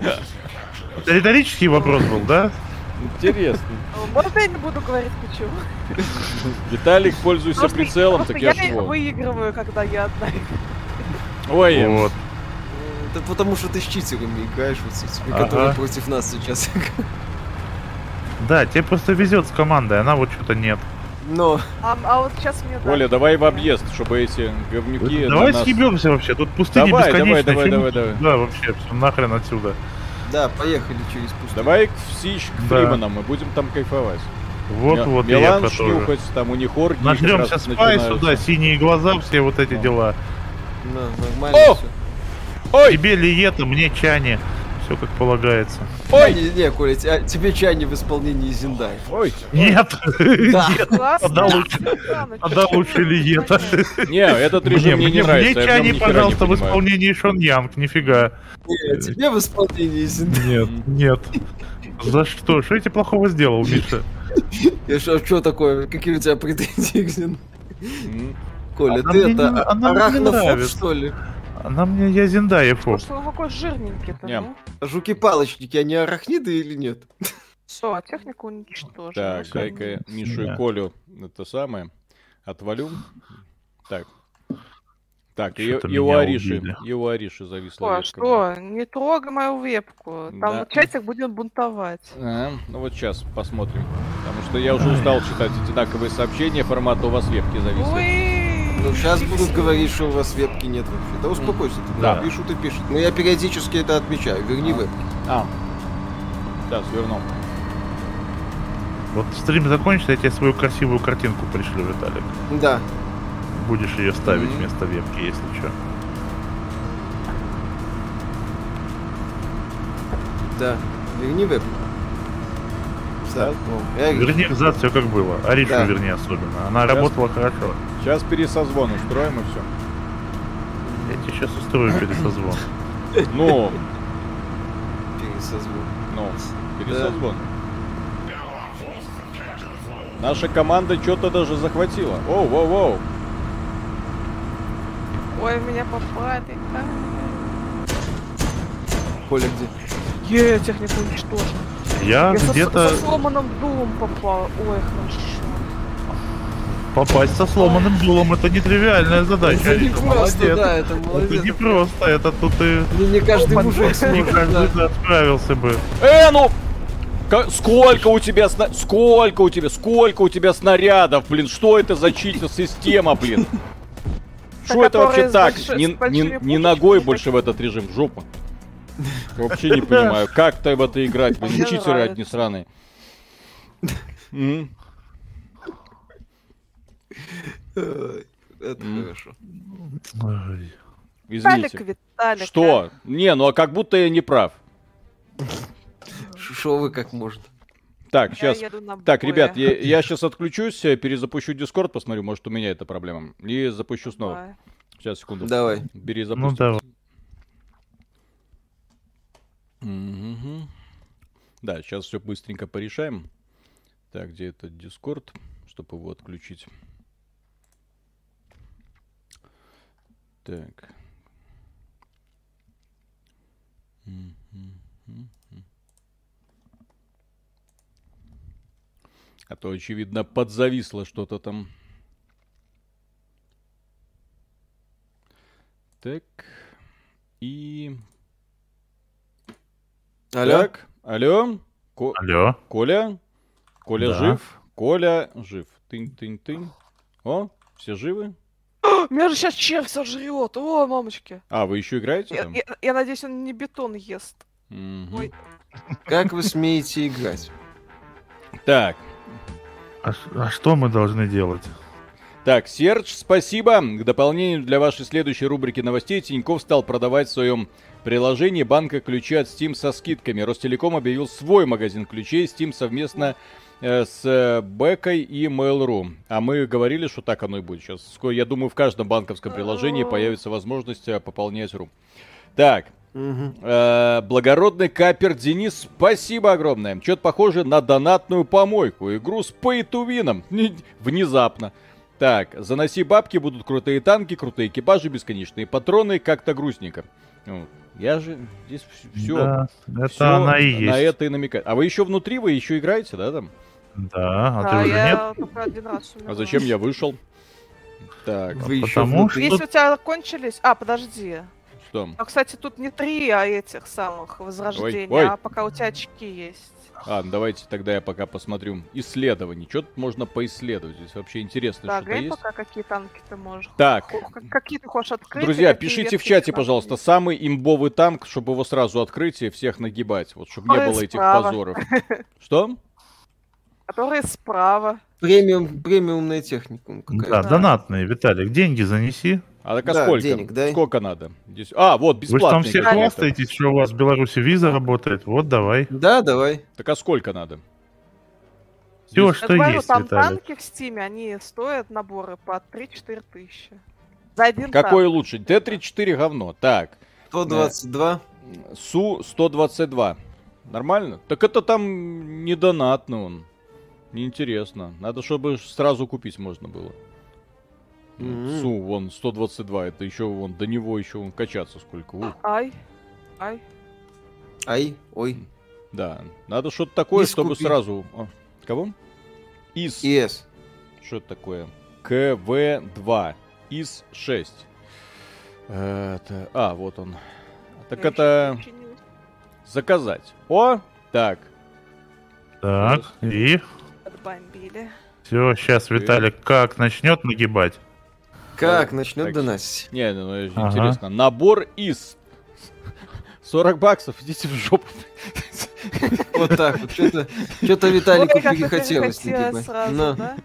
Это Риторический вопрос был, да?
Интересно.
Ну, Можно я не буду говорить почему?
Виталик, пользуйся
Просто-
прицелом,
просто
так я
я
ж вон.
выигрываю, когда я одна.
Ой, эм,
Вот.
Это потому что ты с читерами играешь, вот с этими,
Ага.
которые против нас сейчас.
Да, тебе просто везет с командой, она вот что-то нет.
Но
А, а вот сейчас мне... да.
Коля, давай в объезд, чтобы эти говнюки на
давай
нас-
съебемся вообще, тут пустыня
Давай,
бесконечная.
давай,
чё
давай,
мы тут?
давай.
Да, вообще, все, нахрен отсюда.
да, поехали через пустыню.
Давай к Сич, к
Да.
Фриманам, и будем там кайфовать.
Вот,
Мя-
вот, и я
Милан
про то же.
шлюхать, там у них оргии как
Нажремся
раз
спай
начинаются.
сюда, синие глаза, все вот эти
Да.
дела.
Ну, нормально
О!
всё.
Ой,
Тебе лиета, мне чане. Все как полагается.
ой!
Не, не, Коля, те- тебе чайни в исполнении Зиндай.
Ой,
Нет!
Да.
Нет,
Классно.
Тогда лучше-
Да, ну
тогда
чё ты
лучше лиета.
понимаешь?
не, этот
Мне,
режим мне не
мне,
нравится.
мне
я в нём
чане,
ни хера
пожалуйста,
не
в
понимаю.
исполнении Шон Янг, нифига.
Не, э, тебе в исполнении Зиндай.
Нет, нет. За что? Что я тебе плохого сделал, Миша?
Я ж- а что такое? Какие у тебя претензии к Зин-
М.
Коля,
Она
ты
мне не-
это а-
она мне не
арахнофоб,
нравится.
что ли?
Она мне, я Зиндаеву.
Что он какой жирненький-то,
Не.
ну?
Жуки-палочники, они арахниды или нет?
Все, а технику уничтожили.
Так,
Ну,
дай-ка я Мишу и
Да.
Колю это самое отвалю. Так. Так, и,
Что-то
и у
меня
Ариши,
убили.
и у Ариши зависла
Что,
вебка.
что? Не трогай мою вебку. Там
Да.
вот чатик будем бунтовать.
Ага, ну вот сейчас посмотрим. Потому что я уже устал читать одинаковые сообщения формата у вас вебки зависли.
Ой.
Ну, сейчас будут говорить, что у вас вебки нет вообще. Да успокойся ты,
Да.
да. пишут и пишут. Но я периодически это отмечаю. Верни веб.
А. Сейчас верну.
Вот стрим закончится, я тебе свою красивую картинку пришлю, Виталик.
Да.
Будешь ее ставить
Мгм.
вместо вебки, если что.
Да. Верни веб. Да. О, я-
Верни назад все как было. Аришу
Да.
верни особенно. Она
Сейчас.
работала хорошо.
Сейчас пересозвон устроим и все.
Я тебе сейчас устрою пересозвон.
Ну,
пересозвон.
ну, пересозвон. Наша команда что-то даже захватила. Оу, воу, воу.
Ой, меня а. попали.
Коля где?
Е, технику уничтожена.
Я
я со-
где-то...
со сломанным дулом попал. Ой, хорошо.
Попасть со сломанным дулом это нетривиальная задача.
Это не
Алиса,
просто,
молодец.
да, это
Это не
молодец.
просто, это тут и...
Ну, Не, не каждый мужик
Не
сможет,
каждый да,
да.
справился бы.
Э, ну! ка- Сколько у тебя сна... Сколько у тебя? Сколько у тебя снарядов, блин? Что это за читер-система, блин? Что это вообще
которые с
так?
большой-
Не,
с большими
не- не
пушечками
ногой
такие.
больше в этот режим, жопа. Вообще не понимаю, как ты в это играть, блин,
Мне
читеры
нравится.
одни сраные. М,
Ой, Это
М.
хорошо.
Ой.
Извините.
Виталик, Виталик. а.
Что? Не, ну а как будто я не прав.
Ш- шо вы как можно.
Так,
Я
сейчас.
еду на
Так,
Б.
ребят, я, я сейчас отключусь, э, перезапущу Дискорд, посмотрю, может у меня это проблема. И запущу снова.
Давай.
Сейчас, секунду.
Давай.
Перезапустим.
Ну давай.
Мгм. Да, сейчас все быстренько порешаем. Так, где этот Discord, чтобы его отключить? Так. Мгм. А то, очевидно, подзависло что-то там. Так. И
Алло?
так, алло, Ко-
Алло.
Коля, Коля
А. Да.
жив, Коля жив, тынь-тынь-тынь. О, все живы?
О, Меня же сейчас червь сожрет. О, мамочки.
А, вы еще играете
Я,
там?
я- я надеюсь, он не бетон ест.
Мгм.
Ой.
Как вы смеете играть?
Так,
А, ш- а что мы должны делать?
так, Серж, спасибо. К дополнению для вашей следующей рубрики новостей Тиньков стал продавать в своем приложении банка ключи от Steam со скидками. Ростелеком объявил свой магазин ключей Steam совместно э, с э, Бэкой и Mail.ru. А мы говорили, что так оно и будет сейчас. Ско- Я думаю, в каждом банковском приложении
О.
появится возможность э, пополнять ру. Так,
Мгм.
Э, Благородный капер Денис, спасибо огромное. Что-то похоже на донатную помойку. Игру с пейтувином. Внезапно. Так, заноси бабки, будут крутые танки, крутые экипажи, бесконечные патроны, как-то грустненько. Ну, Я же здесь все.
Да, это она и есть.
На это и намекает. А вы еще внутри, вы еще играете, да, там?
Да, а
да,
ты уже
я
нет?
только один раз умерла.
А зачем я вышел? Так,
Ну.
Вы еще
Потому
внутри.
Если у тебя кончились... А, подожди.
что?
А, кстати, тут не три, а этих самых возрождений,
ой.
а пока у тебя очки есть.
А, ну давайте тогда я пока посмотрю исследование. Что тут можно поисследовать? Здесь вообще интересно,
да,
что-то
говори
есть.
пока, какие танки ты можешь.
Так.
Хо- как- Какие ты хочешь открыть. и
Друзья,
какие
пишите в
ветки типа.
чате,
тебе
пожалуйста, самый имбовый танк, чтобы его сразу открыть и всех нагибать. Вот, чтобы не
Ой,
было этих
справа.
позоров. Что?
надо, Которые справа.
Премиум, премиумная техника. ну, какая-то.
Да,
Да.
донатные, Виталик, деньги занеси.
А так а
Да,
сколько?
денег дай.
Сколько надо? Здесь- А, вот,
Вы же
бесплатно.
там все
какие-то.
хвастаетесь, что у вас в Беларуси виза работает. Вот давай.
Да, давай.
Так а сколько надо?
Все,
Здесь-
Я
что
говорю,
есть,
там
Виталик.
танки в стиме, они стоят наборы по 3-4 тысячи. За один
Какой
танк.
лучше? Т-34 говно. Так,
122.
Су-122. Нормально? Так это там не донатно он. Неинтересно. Надо, чтобы сразу купить можно было. Ну,
Мгм.
Су, вон, 122. Это еще вон, до него еще вон качаться сколько. Ух.
Ай. Ай.
Ай, ой.
Да, надо что-то такое,
Иск
чтобы
купи.
сразу... О, кого? ИС.
ИС.
Что это такое? КВ-2. ИС-6. Это... А, вот он. Так
Я
это
ещё не починила.
заказать. О, так.
Так, и
Отбомбили.
все, сейчас Виталик как начнет нагибать.
Как
Так,
начнет
так.
доносить?
Не, ну это же
Ага.
интересно. Набор ИС. 40 баксов, идите в жопу.
Вот так вот. Что-то Виталику
Ой, как это
перехотелось
перехотелось
нагибать.
сразу,
На.
да?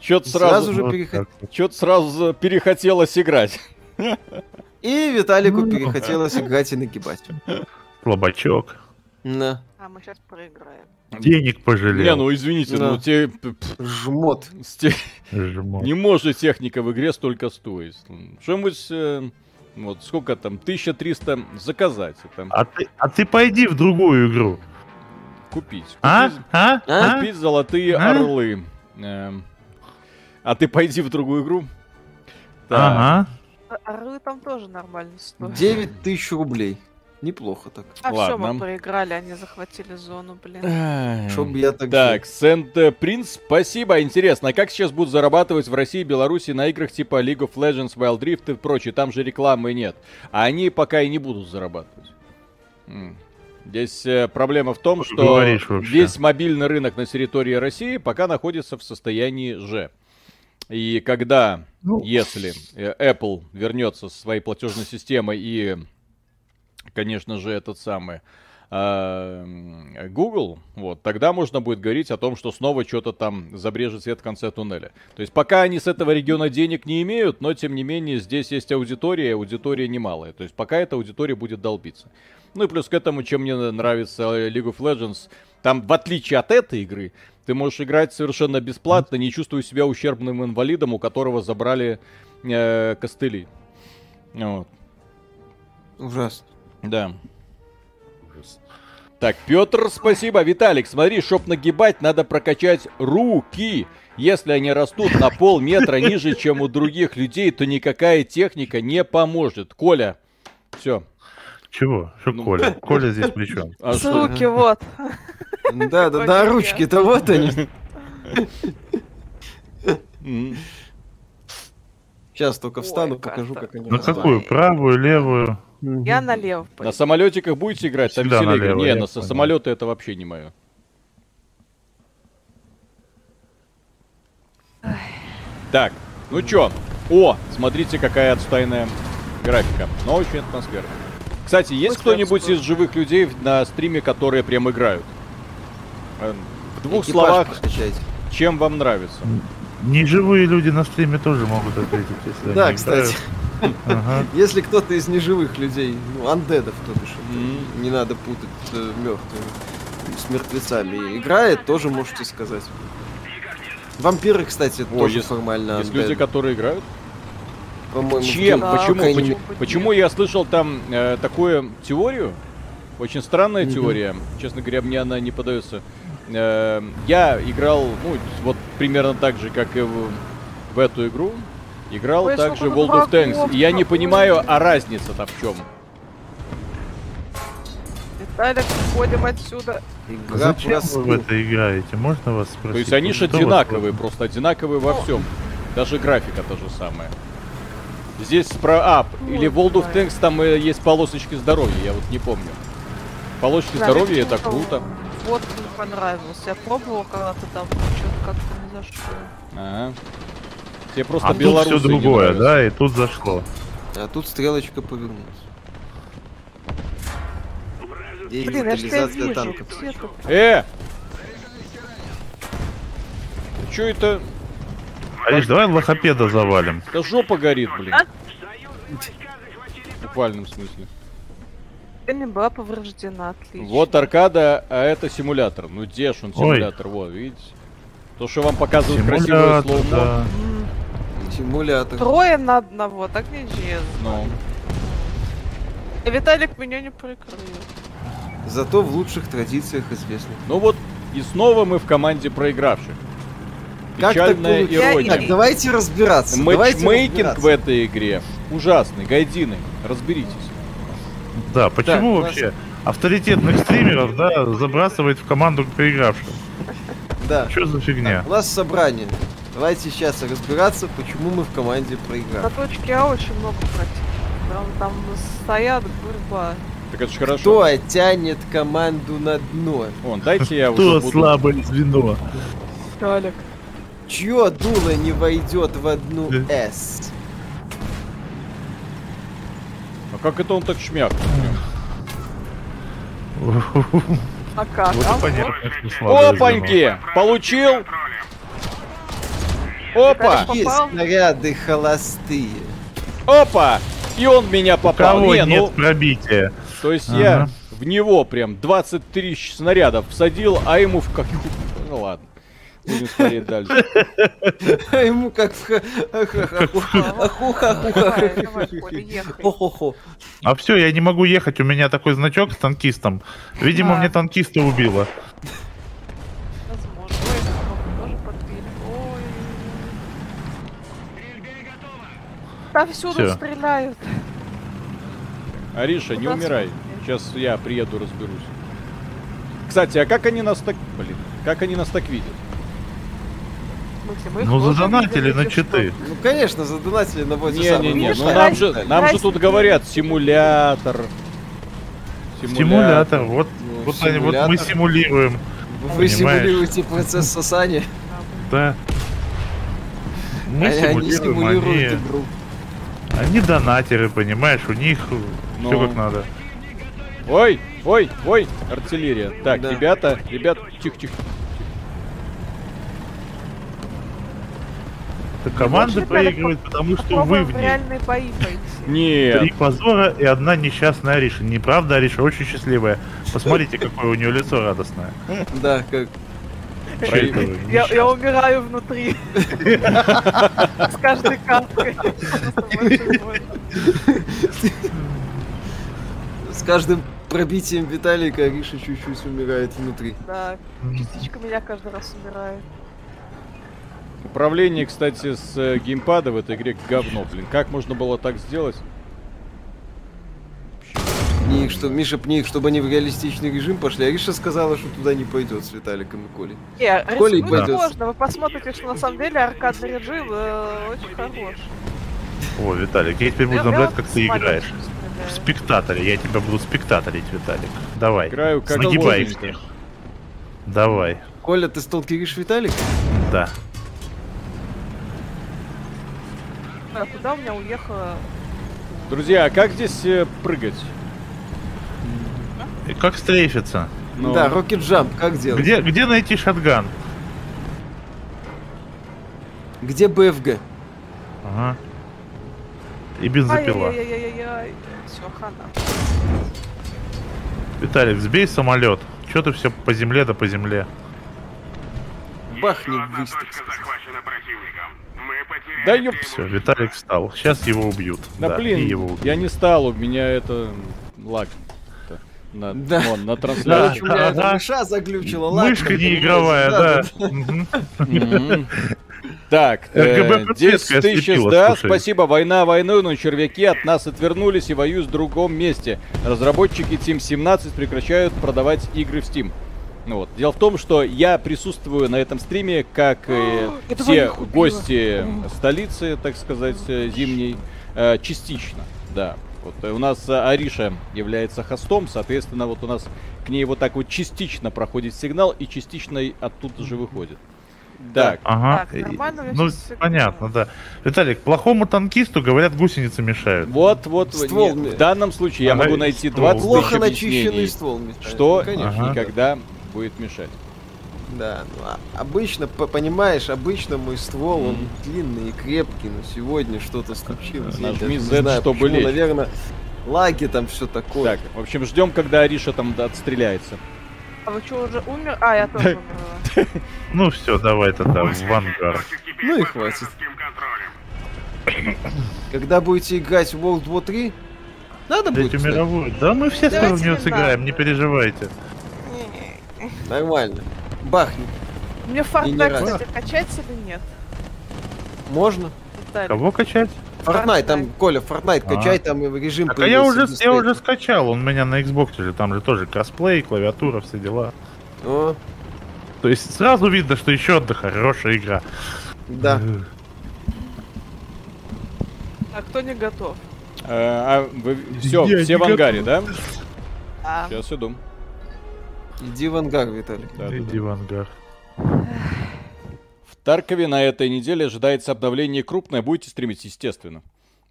Чё-то
Сразу
сразу,
же
Вот
переход-
так вот.
чё-то сразу перехотелось играть.
И Виталику
Ну.
перехотелось играть и нагибать.
Слабачок.
На.
А мы сейчас проиграем.
Денег
Не,
пожалел.
ну извините,
Да.
ну те, п- п-
Жмот.
с те-
Жмот.
Не может техника в игре столько стоить. М, Что-нибудь, э, вот сколько там, 1300 заказать, это,
А ты, а ты пойди в другую игру.
купить.
А?
Купить,
А?
А?
А?
купить золотые
А?
орлы. Эм, а ты пойди в другую игру. Так,
Ага.
А- Орлы там тоже нормально стоят.
9 тысяч рублей. Неплохо так.
А все,
Ладно.
мы проиграли, они захватили зону, блин.
Ай.
Чтоб я так
Так, Сент Принц, спасибо. Интересно, а как сейчас будут зарабатывать в России и Беларуси на играх типа League of Legends, Wild Rift и прочее? Там же рекламы нет. А они пока и не будут зарабатывать. М. Здесь э, проблема в том,
Что ты
что
говоришь вообще?
весь мобильный рынок на территории России пока находится в состоянии же. И когда,
Ну.
если э, Apple вернется со своей платежной системой и, конечно же, этот самый а, м, Google, вот, тогда можно будет говорить о том, что снова что-то там забрежет свет в конце туннеля. То есть пока они с этого региона денег не имеют, но тем не менее здесь есть аудитория, и аудитория немалая. То есть пока эта аудитория будет долбиться. Ну и плюс к этому, чем мне нравится э, League of Legends, там в отличие от этой игры, ты можешь играть совершенно бесплатно, не чувствуя себя ущербным инвалидом, у которого забрали э, костыли. Вот.
Ужасно.
Да. Так, Петр, спасибо. Виталик, смотри, чтоб нагибать, надо прокачать руки. Если они растут на полметра ниже, чем у других людей, то никакая техника не поможет. Коля, все.
Чего? Что
Ну.
Коля? Коля здесь при чем?
А
С
что?
руки, вот.
Да, да, да,
Вообще.
ручки-то вот они.
М.
Сейчас только
Ой,
встану,
как
покажу,
так.
как они.
На
растут.
какую? Правую, левую?
Мгм.
Я налево
На
пойду.
самолетиках будете играть? Там
Всегда
веселее. играть.
налево,
Не,
я
на
понял.
самолеты это вообще не мое. Так, ну чё? О, смотрите, какая отстойная графика. Но очень атмосферная. Кстати, есть
Очень
кто-нибудь
атмосферно.
из живых людей в- на стриме, которые прям играют? Эм, В двух
Экипаж
словах,
подкачайте.
чем вам нравится?
Неживые люди на стриме тоже могут ответить, если
Да,
они
кстати.
играют. Ага.
Если кто-то из неживых людей, ну, андедов, то бишь,
М.
не надо путать э, мертвыми с мертвецами, играет, тоже можете сказать. Вампиры, кстати, тоже
если-
формально
Есть люди,
андеды.
которые играют?
По-моему, в
Чем? почему?
Doom
Да,
поч-
какая-нибудь-
Почему,
какой-нибудь
я слышал там э, такую теорию? Очень странная
Мгм.
теория. Честно говоря, мне она не подается. Э, я играл, ну, вот примерно так же, как и в, в эту игру. Играл
Ой,
также в
сколько
World of Tanks.
врагов,
И я не
какой.
понимаю, а разница-то в чем?
Виталик, уходим отсюда.
Игра
А Зачем
про
вы в
скул.
это играете? Можно вас спросить?
То есть они же
Что вас
одинаковые, просто одинаковые во
Ну.
всем. Даже графика та же самая. Здесь про... А,
Ну,
или в World of
давай.
Tanks там э, есть полосочки здоровья, я вот не помню. Полосочки
Да,
здоровья
мне
это
почему-то
круто.
Вот мне понравился. Я пробовала когда-то там, что-то как-то не зашло.
Ага. Тебе просто
А тут
белорусы
все
не
другое,
нравятся.
да, и тут зашло.
А тут стрелочка повернулась. Где
Блин, я же тебя
детализация
вижу.
танков?
Все тут
Э! Че это?
Ариш, давай лохопеда завалим.
Да жопа горит, блин.
А?
В буквальном смысле.
Я не была повреждена, отлично.
Вот аркада, а это симулятор. Ну где ж он
Ой.
симулятор? Вот, видите? То, что вам показывают красивое
Симулятор,
слово.
да.
М,
Симулятор.
Трое на одного, так нечестно.
Ну,
А Виталик меня не прикрыл.
Зато в лучших традициях известных.
ну вот, и снова мы в команде проигравших.
Как так
Печальная
получилось?
ирония.
Так, давайте разбираться. давайте
Мэтчмейкинг в
разбираться.
этой игре ужасный. Гайдины, разберитесь.
Да, почему
у нас-
вообще авторитетных стримеров, да, забрасывает в команду проигравших?
Да.
Что за фигня?
У нас собрание. Давайте сейчас разбираться, почему мы в команде проиграли.
На точке А очень много против. Прям там стоят гурба.
Так это же хорошо.
Кто тянет команду на дно?
Вон, дайте я уже
Кто
буду-
слабое звено?
Виталик.
Чье дуло не войдет в одну С?
А как это он так шмяк?
А как?
Вот
а
и понятно,
вот.
кто слабое звено.
Опаньки!
ну.
Получил! Опа!
Попал?
Какие снаряды холостые?
Опа! И он в меня
У
попал.
кого
Не,
нет
ну,
пробития?
то есть
Ага.
я в него прям 23 щ- снарядов всадил, а ему в какую... Ну ладно. Будем смотреть дальше.
А Ему как в ха- ахахаху-
Давай,
ахухаху-
давай, Коля, ехай.
Хо-хо-хо.
А все, я не могу ехать, у меня такой значок с танкистом. Видимо,
Да.
мне танкиста убило.
Возможно. Ой, это тоже подбили. Ой. Там всюду
Всё.
стреляют.
Ариша, не
Куда
умирай.
смотреть?
Сейчас я приеду, разберусь. Кстати, а как они нас так... Блин, как они нас так видят?
В смысле, мы их
Ну,
тоже
задонатили
видели,
на
если
читы.
что.
Ну, конечно, задонатили на боте
Не-не-не,
Видишь,
ну нам
разница-
же, нам же тут
разница.
говорят симулятор.
Симулятор, вот,
Ну,
вот, они- вот мы
симулятор.
симулируем,
Вы
Понимаешь.
симулируете процесс сосания,
да. Мы
а они
симулируем, они,
симулируют игру.
они донатеры, понимаешь, у них
Ну.
все как надо.
Ой, ой, ой, артиллерия. Так,
Да.
ребята, ребят, тихо-тихо.
Это команды
вообще,
проигрывают,
Ну, надо
потому Ну, что вы
Попробуем
в
в
ней.
реальные бои пойти.
Три
Нет,
позора и одна несчастная Ариша. Неправда, Ариша очень счастливая. Посмотрите, какое у нее лицо радостное.
Да, как...
Чё
Проигрываю.
это вы,
Я, я
несчастная?
умираю внутри. С каждой каткой. Просто больше и больше.
С каждым пробитием Виталика Ариша чуть-чуть умирает внутри.
Да, частичка меня каждый раз умирает.
управление, кстати, с э, геймпада в этой игре говно, блин. Как можно было так сделать?
Пни их, что, Миша, пни их, чтобы они в реалистичный режим пошли. Ариша сказала, что туда не пойдет с Виталиком и Колей.
Не,
Коля и
рискнуть
пойдет.
можно. Вы посмотрите, что на самом деле аркадный режим э, очень хорош.
О, Виталик, я теперь буду
Я- я
наблюдать,
вот
как ты
смотрю,
играешь.
что стреляю.
В спектаторе. Я тебя буду спектаторить, Виталик. Давай.
Играю как
Нагибай
лодочник.
всех. Давай.
Коля, ты сталкеришь Виталика?
Да.
А Куда у меня уехала?
Друзья, а как здесь э, прыгать?
И как стрейфиться?
Ну,
Да, Rocket Jump, как делать?
Где, где найти шатган?
Где БФГ?
Ага. И бензопила.
Ай-яй-яй-яй-яй. Все, хана.
Виталик, сбей самолет. Че ты все по земле да по земле?
Бахни
Одна
выстрел.
точка захвачена противником. Мы потеряли...
Да ёп,
прямую
Все, Виталик встал. Сейчас его убьют.
Да,
и
блин,
его убьют.
я не стал, у меня это лаг на,
Да.
вон, на
Да,
трансляции.
Короче, у меня
да, да.
мыша заглючила. ладно,
Мышка не
понимаешь,
игровая, да. Мгм.
Мгм. Так, э,
RGB
10
подсветка
тысяч,
ослепила,
да,
слушай.
спасибо, война войной, но червяки от нас отвернулись и воюют в другом месте. Разработчики Team 17 прекращают продавать игры в Steam. Ну вот. Дело в том, что я присутствую на этом стриме, как э,
Это
все
Ваня купила.
гости столицы, так сказать, э, зимней, э, частично, да. Вот э, у нас э, Ариша является хостом, соответственно, вот у нас к ней вот так вот частично проходит сигнал и частично и оттуда же выходит. Так,
Ага.
Так, нормально у меня
Ну,
сейчас всё
понятно, да. Виталик, плохому танкисту, говорят, гусеницы мешают.
Вот, вот, вот,
Ствол.
нет, в данном случае я
Она
могу
и
найти
ствол.
20 тысяч
Плохо начищенный
объяснений,
ствол. Миша.
что
Ну, конечно.
Ага.
никогда будет мешать.
Да, ну, а- обычно, по- понимаешь, обычно мой ствол, он длинный и крепкий, но сегодня что-то случилось. я
Нажми
даже не
Z,
знаю,
чтобы
почему,
лечь.
Наверное, лаги там все такое.
Так, в общем, ждем, когда Ариша там да, отстреляется.
А вы что, уже умер? А, я тоже умерла.
Ну все, давай тогда в ангар.
точку теперь
Ну и
под
хватит.
вражеским контролем.
Когда будете играть в World War 3, надо будет,
Третью
кстати,
мировую. Да мы все скоро в
Давайте
нее
не
сыграем,
надо.
не переживайте.
нормально. Бахни.
Мне
И не
фортнайт,
раз.
кстати, качается или нет?
Можно?
Виталик?
Кого качать?
Fortnite, там,
Fortnite.
Коля, Fortnite
А.
качай, там и режим
Так, а я
появился
уже, я
быстрее.
уже скачал, он у меня на Xbox, или там же тоже косплей, клавиатура, все дела.
О,
То есть сразу видно, что еще одна хорошая игра.
да.
Эх.
А кто не готов?
Э, а вы- все,
Я
все
не
в ангаре, да?
А,
Сейчас иду.
Иди в ангар, Виталик.
Да, да, да.
Иди в ангар.
В Таркове на этой неделе ожидается обновление крупное, будете стримить, естественно.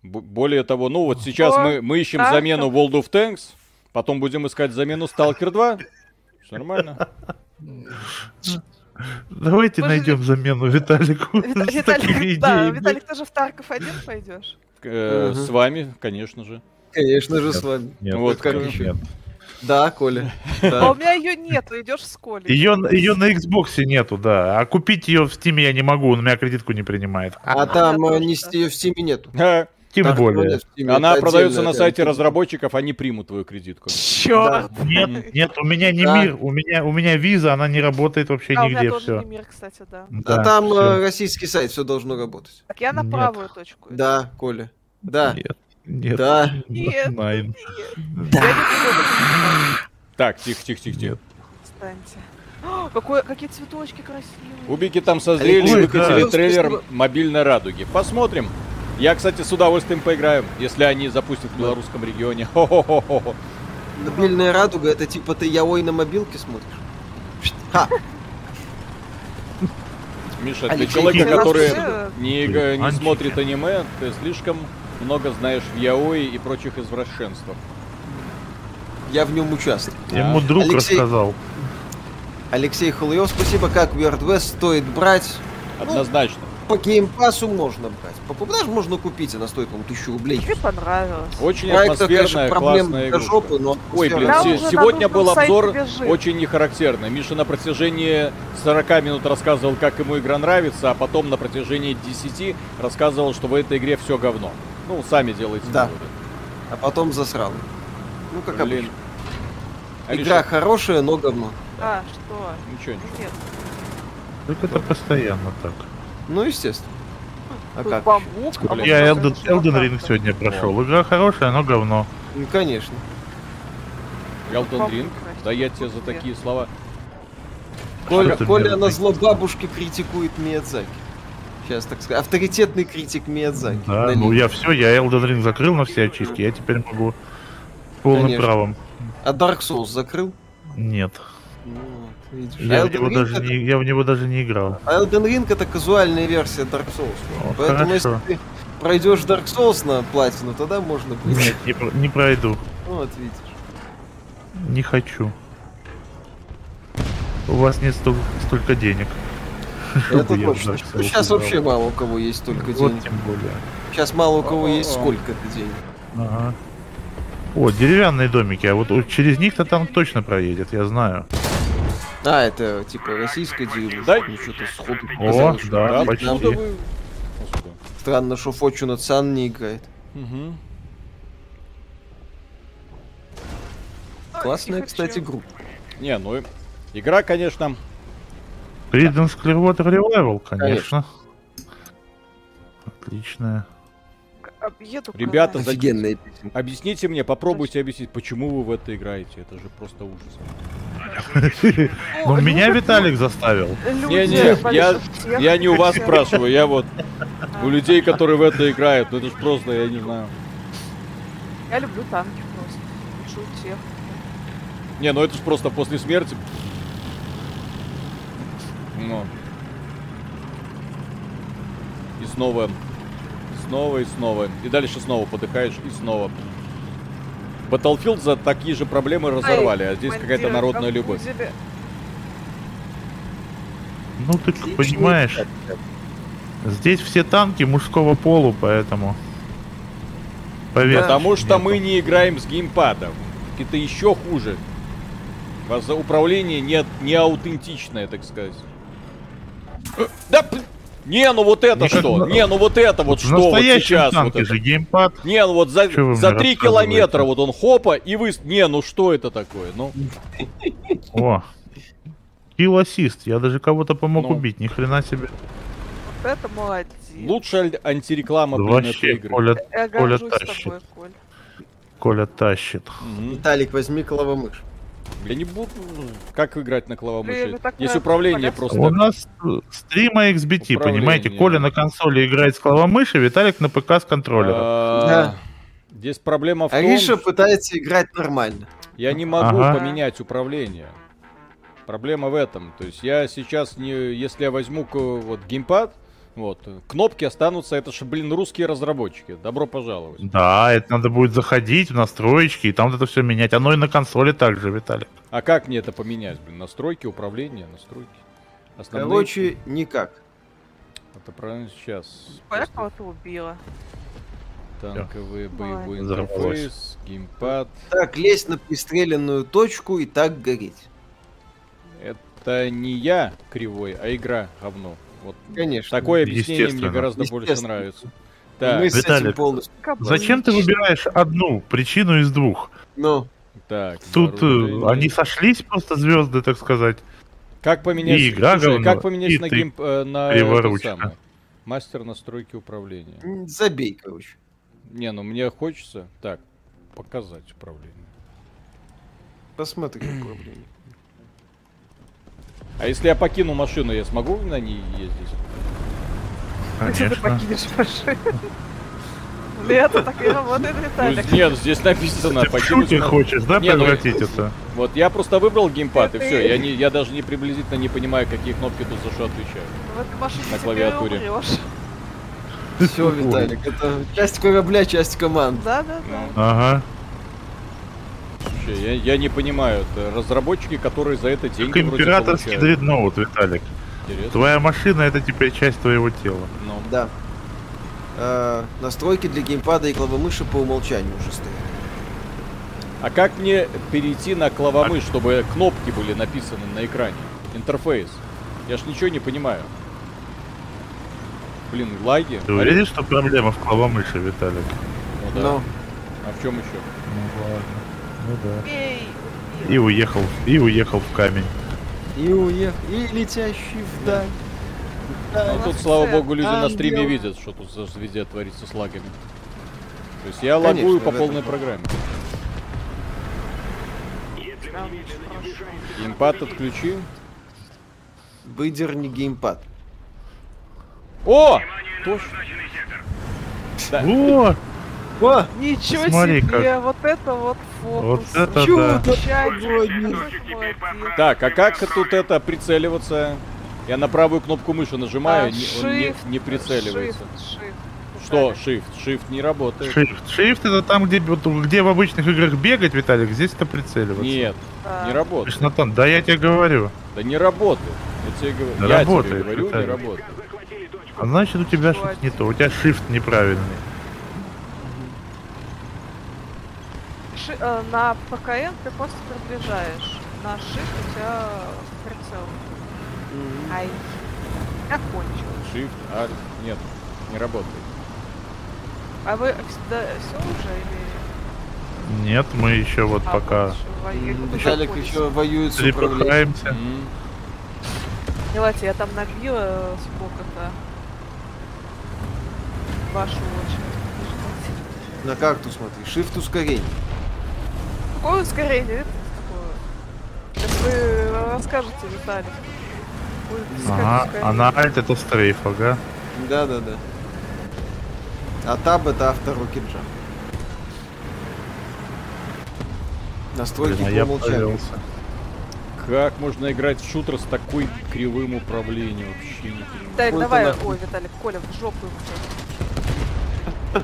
Б- более того, ну вот сейчас
О,
мы, мы ищем
Тарков.
замену World of Tanks, потом будем искать замену Stalker 2. Всё нормально.
Давайте
Может,
найдем замену Виталику.
Вита-
с такими
Виталик, да,
идеями.
Виталик, ты же в Тарков один пойдешь?
Э,
Мгм.
С вами, конечно же.
Конечно же, с вами.
Нет,
Вот
как
как
еще.
нет.
Да, Коля.
А у
Да.
меня ее нет, идешь с Колей.
Ее, ее на Xbox нету, да. А купить ее в Steam я не могу, он у меня кредитку не принимает.
А там
Я
э,
тоже
не
так.
с- её в Стиме нету.
Ха.
Тем
Так,
более.
Коля, в Стиме
Она
это
продается на
отдельная
сайте
тема.
разработчиков, они примут твою кредитку.
Черт!
Нет, нет, у меня не
Да.
мир, у меня, у меня виза, она не работает вообще
А у меня
нигде,
тоже
все.
не мир, кстати, да.
А там э, российский сайт, все должно работать.
Так, я на
Нет.
правую точку. иду.
Да, Коля. Да.
Нет.
э, Да.
Нет.
Найн.
Я не буду.
Так, тихо, тихо, тихо, тихо.
Встаньте. О, А, какое- какие цветочки красивые.
Кубики там созрели,
Ой,
выкатили
да.
трейлер мобильной радуги. Посмотрим. Я, кстати, с удовольствием поиграю, если они запустят в белорусском регионе. Хо-хо-хо-хо.
Мобильная радуга, это типа ты яой на мобилке смотришь. Ха,
Миша, для
Алексей,
человека,
ты
который
э,
вообще-
не,
Блин,
га- не
Анчи.
смотрит аниме, ты слишком много знаешь в Яои и прочих извращенствах.
Ну, я в нем участвую.
Ему друг
Алексей-
рассказал.
Алексей Хулиев, спасибо. Как Weird West стоит брать?
Однозначно.
По геймпасу можно брать. По PUBG можно купить, она стоит, по-моему, тысячу рублей.
Мне понравилось.
Очень
Проекта,
атмосферная,
конечно, проблем
классная
до
игрушка.
жопы, но
Ой, блин,
Да,
се-
уже на
сегодня
нужном
был
сайте
обзор
бежит.
очень нехарактерный. Миша на протяжении 40 минут рассказывал, как ему игра нравится, а потом на протяжении 10 рассказывал, что в этой игре все говно. Ну, сами делайте
Да,
выводы.
а потом засрал. Ну, как
Блин. а
обычно. Игра
Алиша,
хорошая, но говно.
А, что?
Ничего, ничего.
Нет,
Так это постоянно так.
Ну, естественно. А
тут
как?
бамбук. а
Блин.
вот
Я
это
Элден,
очень
Элден
богато.
Ринг сегодня прошел. Игра хорошая, но говно.
Ну, конечно.
Elden
Бабушка,
Ring?
прости,
Да я тебе за
господи.
такие слова.
Коля,
ты
Коля
мне
на
вот
зло бабушки критикует Миядзаки. Сейчас так сказать. Авторитетный критик Миядзаки.
Да,
На
ну
линии.
я все, я Элден Ринг закрыл на все очистки. Я теперь могу полным
Конечно.
правом.
А Dark Souls закрыл?
Нет.
Ну, вот, видишь.
Я
а
в, него
Elden Ring
даже
это-
не, я в него даже не играл.
а Elden Ring это казуальная версия Dark Souls.
О,
Поэтому
хорошо.
если ты пройдешь Dark Souls на платину, тогда можно будет.
Нет, не, про- не пройду.
Ну, вот видишь.
Не хочу. У вас нет стол- столько денег.
Это
чтобы я в
точно. Ну,
Dark Souls
сейчас
играл.
вообще мало у кого есть столько
Вот
денег.
тем более.
Сейчас мало у кого есть
О-о-о.
сколько-то денег.
Ага. О, деревянные домики, а вот у- через них-то танк точно проедет, я знаю.
А, это типа российская деревня.
Да?
Ну, что-то сходу
О,
показалось, что
да,
откуда
Вьетнам.
почти.
вы? Господи.
Странно, что Фочуна Цан не играет.
Мгм.
Ой,
Классная,
не
кстати,
хочу.
группа.
Не, ну и- игра, конечно,
Creedence Clearwater Revival, конечно. Отличная.
Объеду
Ребята,
когда-нибудь.
Офигенная песенка.
Объясните мне, попробуйте объяснить, почему вы в это играете. Это же просто ужас.
О,
Ну, меня
люди-
Виталик заставил.
люди
Не-не, я,
болеют всех,
я не у вас
всех.
спрашиваю, я вот у людей, которые в это играют. Ну это же просто, я не знаю.
Я люблю танки просто. Лучше у всех.
Не, ну это же просто после смерти. Ну. И снова. Снова и снова. И дальше снова подыхаешь и снова. Battlefield за такие же проблемы разорвали, а здесь какая-то
Командиры
народная любовь.
конфузили.
Ну ты ж понимаешь, здесь все танки мужского полу, поэтому... Поверь.
Потому что мы не играем с геймпадом. Это еще хуже. У вас за- управление нет не аутентичное, так сказать. Э, Да, п- не, ну вот это
Не, как
что?
на-
Не, ну вот это вот
В
что вот
настоящем
сейчас вот
танке
это.
же геймпад.
Не, ну вот за,
Чё вы
за
мне
три
рассказываете?
километра вот он хопа и вы... с- Не, ну что это такое? Ну,
О. Килл ассист. Я даже кого-то помог
Ну.
убить, ни хрена себе.
Вот это молодец.
лучше аль- антиреклама, блин, этой
Вообще,
игры.
Коля,
Я
Коля
горжусь тобой,
тащит.
Коль.
Коля тащит.
Мгм.
Виталик, возьми клавомышь.
Я не буду... ну, Как играть на
Блин,
клавомыши?
ну так
Есть
надо
управление
понять.
просто...
У нас э, стрима XBT,
Управление.
понимаете? Коля на консоли играет с клавомыши, Виталик на ПК с контроллера.
А,
Да.
Здесь проблема в
А
том,
Риша пытается играть нормально.
Я не могу
Ага.
поменять управление. Проблема в этом. То есть я сейчас не, если я возьму к- вот геймпад, вот э, кнопки останутся. Это же, блин, русские разработчики. Добро пожаловать.
Да, это надо будет заходить в настроечки и там вот это все менять. Оно и на консоли также, Виталик.
А как мне это поменять, блин? Настройки, управление, настройки. Основные.
Короче, никак.
Это правильно сейчас.
Я кого-то убила.
Танковый боевой
Взорвалось.
интерфейс, геймпад.
Так лезть на пристреленную точку и так гореть.
Это не я кривой, а игра говно. Вот
Конечно.
такое объяснение мне
Естественно.
гораздо больше
Естественно.
нравится. Так,
Мы с этим
Виталик.
полностью.
Кабан.
Зачем ты выбираешь одну причину из двух?
Ну,
так.
Тут э,
вооружение.
они сошлись просто звезды, так сказать.
Как поменять,
И игра
слушай,
говно,
как поменять
и
на
ты
гейм э, на
криворучка.
это самое? Мастер настройки управления.
м, забей, короче.
Не, ну мне хочется. Так, показать управление.
Посмотри управление.
А если я покину машину, я смогу на ней ездить?
Если ты
Конечно.
покинешь машину. Лето так и работает,
Ну,
Виталик.
нет, здесь написано
Ты в шутер
покинуть. ма-
хочешь, да,
Не, ну-
превратить это?
Вот я просто выбрал геймпад и
Это
все.
и-
Я не, я даже не приблизительно не понимаю, какие кнопки тут за что отвечают.
В этой машине
На
ты
клавиатуре.
переумрёшь.
Все, Виталик, это часть корабля, часть команд.
Да, да, да.
Ну,
Ага.
вообще, я, я не понимаю. Это разработчики, которые за это деньги
Как
вроде
императорский
получают.
дредноут, Виталик.
Интересно.
Твоя машина это теперь часть твоего тела.
Ну,
Да. Э, настройки для геймпада и клавомыши по умолчанию уже стоят.
А как мне перейти на
А-
клавомышь, чтобы кнопки были написаны на экране? Интерфейс. Я ж ничего не понимаю. Блин, лаги.
Ты уверен, что проблема в клавомыше, Виталик?
Ну да.
Но
А в чем еще?
Ну ладно. Ну да.
Эй,
И уехал, и уехал в камень.
и уехал, и летящий вдаль.
Ну
вдаль.
тут, слава богу, люди на
Ангел.
стриме видят, что тут за- везде творится с лагами. То есть я
Конечно,
лагую по
в этом
полной
плане.
программе. Геймпад отключи.
Выдерни геймпад.
О! Точно. Да.
О,
О,
ничего
Смотри,
себе,
как.
вот это вот
вот
фокус.
это да.
чудо!
Чай,
Сегодня.
молодец.
Так, а как тут это прицеливаться? Я на правую кнопку мыши нажимаю,
А,
не- он не,
shift,
не прицеливается.
shift, shift.
Что,
Виталик.
shift? Shift не работает.
Шрифт. Шрифт это там, где, вот где в обычных играх бегать, Виталик, здесь это прицеливаться.
Нет,
Да.
не работает.
Слышь, Натан, да я тебе говорю.
Да не работает. Я тебе говорю,
Да
я тебе
работает,
говорю, не
Виталий.
работает.
А значит у тебя
Хватит.
что-то не то, у тебя шрифт неправильный.
Ши- э, на ПКМ ты просто приближаешь. На shift у тебя прицел. Ай. Я кончил.
Shift, alt, нет, не работает.
А вы все уже или...
Нет, мы еще вот
а,
пока
вот ещё во- я
М,
говорю,
Виталик
заходите.
еще воюет с управлением.
трепыхаемся.
М.
Давайте, я там набила э, сколько-то. Вашу очередь.
На карту смотри. Shift ускорение.
Какое ускорение? Это такое? Сейчас вы расскажете, Виталик. Будет искать
Ага,
ускорение.
а на альт это стрейф, ага.
Да-да-да. А таб это автор Рокетджа. Настройки
Блин, а
по
я
умолчанию.
повелся.
Как можно играть в шутер с такой кривым управлением? Вообще не понимаю.
Виталик,
Ой,
давай,
ты нахуй.
ой, Виталик, Коля, в жопу его сейчас.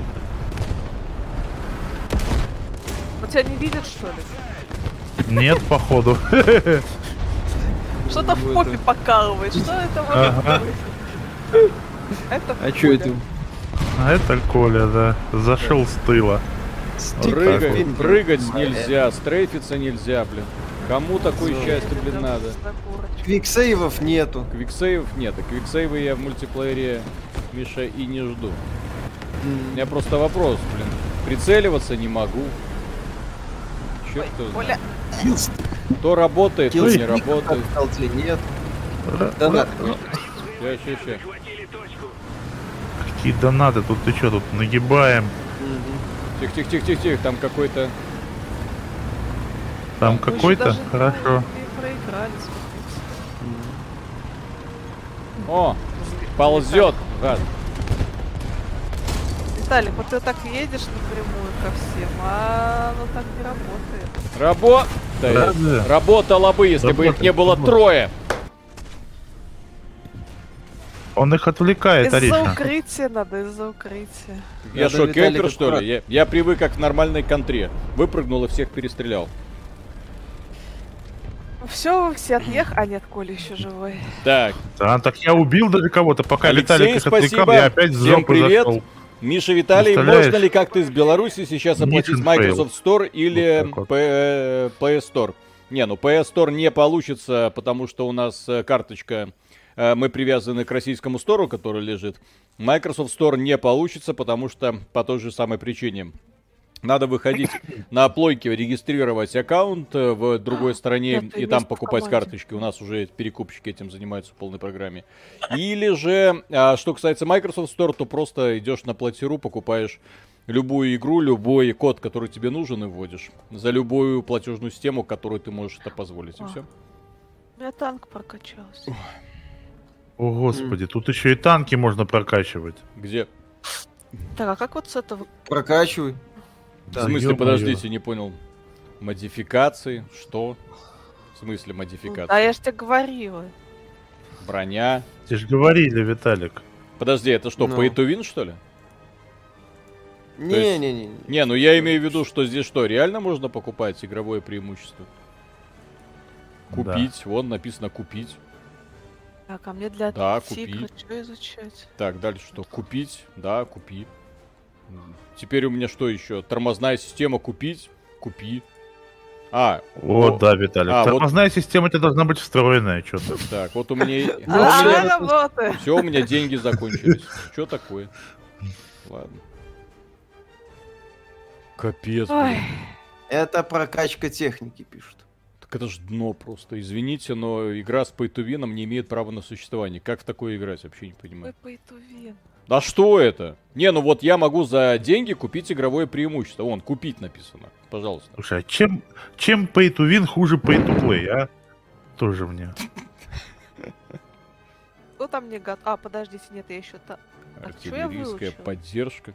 Он тебя не видит, что ли?
Нет, походу.
Что-то в
Ну,
попе
это-
покалывает, что это может
Ага.
быть? Это
А чё
Коля.
Типа
это?
А это Коля, да. Зашел с тыла. Типа
Стик
Прыгать,
фингер.
прыгать нельзя, стрейфиться нельзя, блин. Кому такое
Всё.
счастье, блин,
Да,
надо?
да, курочка.
Квиксейвов нету.
Квиксейвов нет, а квиксейвы я в мультиплеере, Миша, и не жду. У
М,
меня просто вопрос, блин. Прицеливаться не могу. Черт кто знает.
Коля,
Киллс-
То работает, то не
киллстика
работает.
в колде нет.
Ра-
Да
ра-
надо.
Ща, ща, ща.
Какие донаты, тут ты что, тут нагибаем.
Мгм.
Тихо, тихо, тихо, тихо, тихо, там какой-то...
Там
мы ещё
какой-то?
даже не-
Хорошо.
не проиграли, смотрите.
О, ползет, гад.
Виталик, вот ты так едешь напрямую ко всем, а оно так не работает.
Работает.
Разве?
Работала бы, если бы их не
Работает,
было трое.
работает. Он их отвлекает,
Из-за
Ариша.
укрытия надо, из-за укрытия.
Я
Надо,
что,
Виталик,
кемпер, что ли?
аккуратно.
Я, я привык как в нормальной контре. Выпрыгнул и всех перестрелял.
Все, Ну, все отъехали. А нет, Коля еще живой.
Так,
Да, так я убил даже кого-то, пока Виталик
Алексей,
их отвлекал,
спасибо.
я опять в
Всем
жопу
привет.
зашел.
Миша Виталий,
Представляешь?
можно ли как-то из Беларуси сейчас
Mission
оплатить Microsoft Store или
Вот так вот.
P- PS Store? Не, ну PS Store не получится, потому что у нас э, карточка, э, мы привязаны к российскому стору, который лежит. Microsoft Store не получится, потому что по той же самой причине. Надо выходить на плойке, регистрировать аккаунт э, в другой стране
нет,
и
есть
там
в
покупать
команде.
карточки. У нас уже перекупщики этим занимаются в полной программе. Или же, а, что касается Microsoft Store, то просто идешь на платеру, покупаешь любую игру, любой код, который тебе нужен, и вводишь. За любую платежную систему, которую ты можешь это позволить. И
А.
все.
Я танк прокачался.
О, господи, тут еще и танки можно прокачивать.
Где?
Так, а как вот с этого
Прокачивай.
В
Да,
смысле,
ё-моё.
подождите, не понял. Модификации? Что? В смысле модификации?
Да, я же тебе говорила.
Броня.
Тебе же говорили, Виталик.
Подожди, это что,
Ну.
pay to win, что ли? есть-
Не-не-не.
Не, ну я имею в виду, что здесь что, реально можно покупать игровое преимущество? Купить, вон написано купить.
Так, а мне для
Да,
фиг,
купи.
что изучать?
Так, дальше что? Купить, да, купи. М, Теперь у меня что еще? Тормозная система купить, купи. А,
О,
О.
да, Виталик.
А, вот-
Тормозная система у тебя должна быть встроенная, что-то.
так, вот у меня...
Ну,
А,
вообще,
она
это-
работает.
Все, у меня деньги закончились. Что такое? Ладно. Капец,
Ой,
блин.
Это прокачка техники пишут.
Так это ж дно просто. Извините, но игра с пейтувином не имеет права на существование. Как в такое играть, вообще не
вы
понимаю.
поэтувин.
А что это? Не, ну вот я могу за деньги купить игровое преимущество. Вон, купить написано. Пожалуйста.
Слушай, а чем, чем pay to win хуже pay to play, а? Тоже мне.
Кто там не готов? А, подождите, нет, я еще та... А чё я
Артиллерийская
выучила?
поддержка.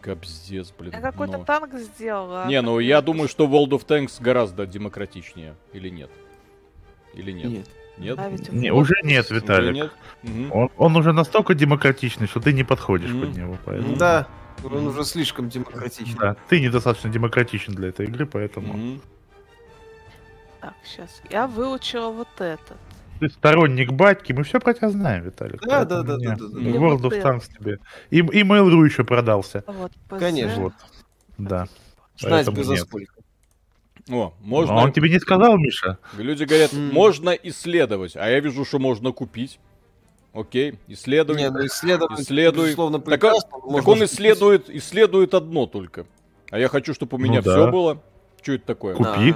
Капздец, блин.
Я какой-то
дно.
танк сделала. а
Не, ну
как
я
это
думаю, что World of Tanks гораздо демократичнее. Или нет? Или нет? Нет?
ставить в
Не,
лоб?
уже нет,
Уже
Виталик.
нет? Мгм.
Он, он уже настолько демократичный, что ты не подходишь
Мгм.
под него, поэтому...
Да, он уже слишком демократичный.
Да, ты недостаточно демократичен для этой игры, поэтому...
Мгм.
Так, сейчас. Я выучила вот это.
Ты сторонник батьки, мы все про тебя знаем, Виталик.
Да, да,
поэтому
да,
не-
да, да, да.
Или
World
вот
of
это.
Tanks тебе. И, и Mail.ru еще продался.
Вот, PZ.
Конечно.
Вот, да.
Знать
Поэтому
бы за
нет.
сколько.
О,
А
можно.
он тебе не сказал, Миша?
Люди говорят,
М.
можно исследовать, а я вижу, что можно купить. Окей, исследуй.
Не, ну исследовать,
Исследуй.
безусловно,
Так, а
прекрасно.
так
можно
он
же-
исследует, исследует одно только. А я хочу, чтобы у
Ну
меня
да.
все было. Что это такое?
Куп- Купи.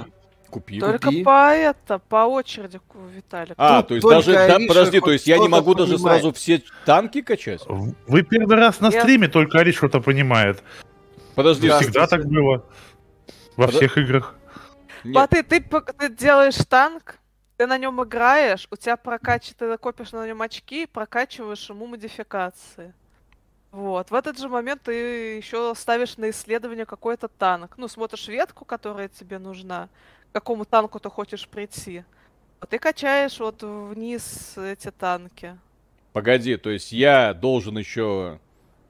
Купи.
Только
купи.
по это, по очереди, ку- Виталик.
А,
Тут
то есть
только
даже, да,
Ариша
подожди, то
хоть
есть я не
что-то
могу даже
понимает.
сразу все танки качать?
В- Вы первый раз на
Я-
стриме, только Ариш что-то понимает.
Подожди,
Да. А
всегда-
Всегда так было. Во
Подо-
всех играх.
нет.
Баты, А ты, пок- ты делаешь танк, ты на нем играешь, у тебя прокачивает, ты копишь на нем очки и прокачиваешь ему модификации. Вот. В этот же момент ты еще ставишь на исследование какой-то танк. Ну, смотришь ветку, которая тебе нужна, к какому танку ты хочешь прийти. А Ты качаешь вот вниз эти танки.
Погоди, то есть я должен еще,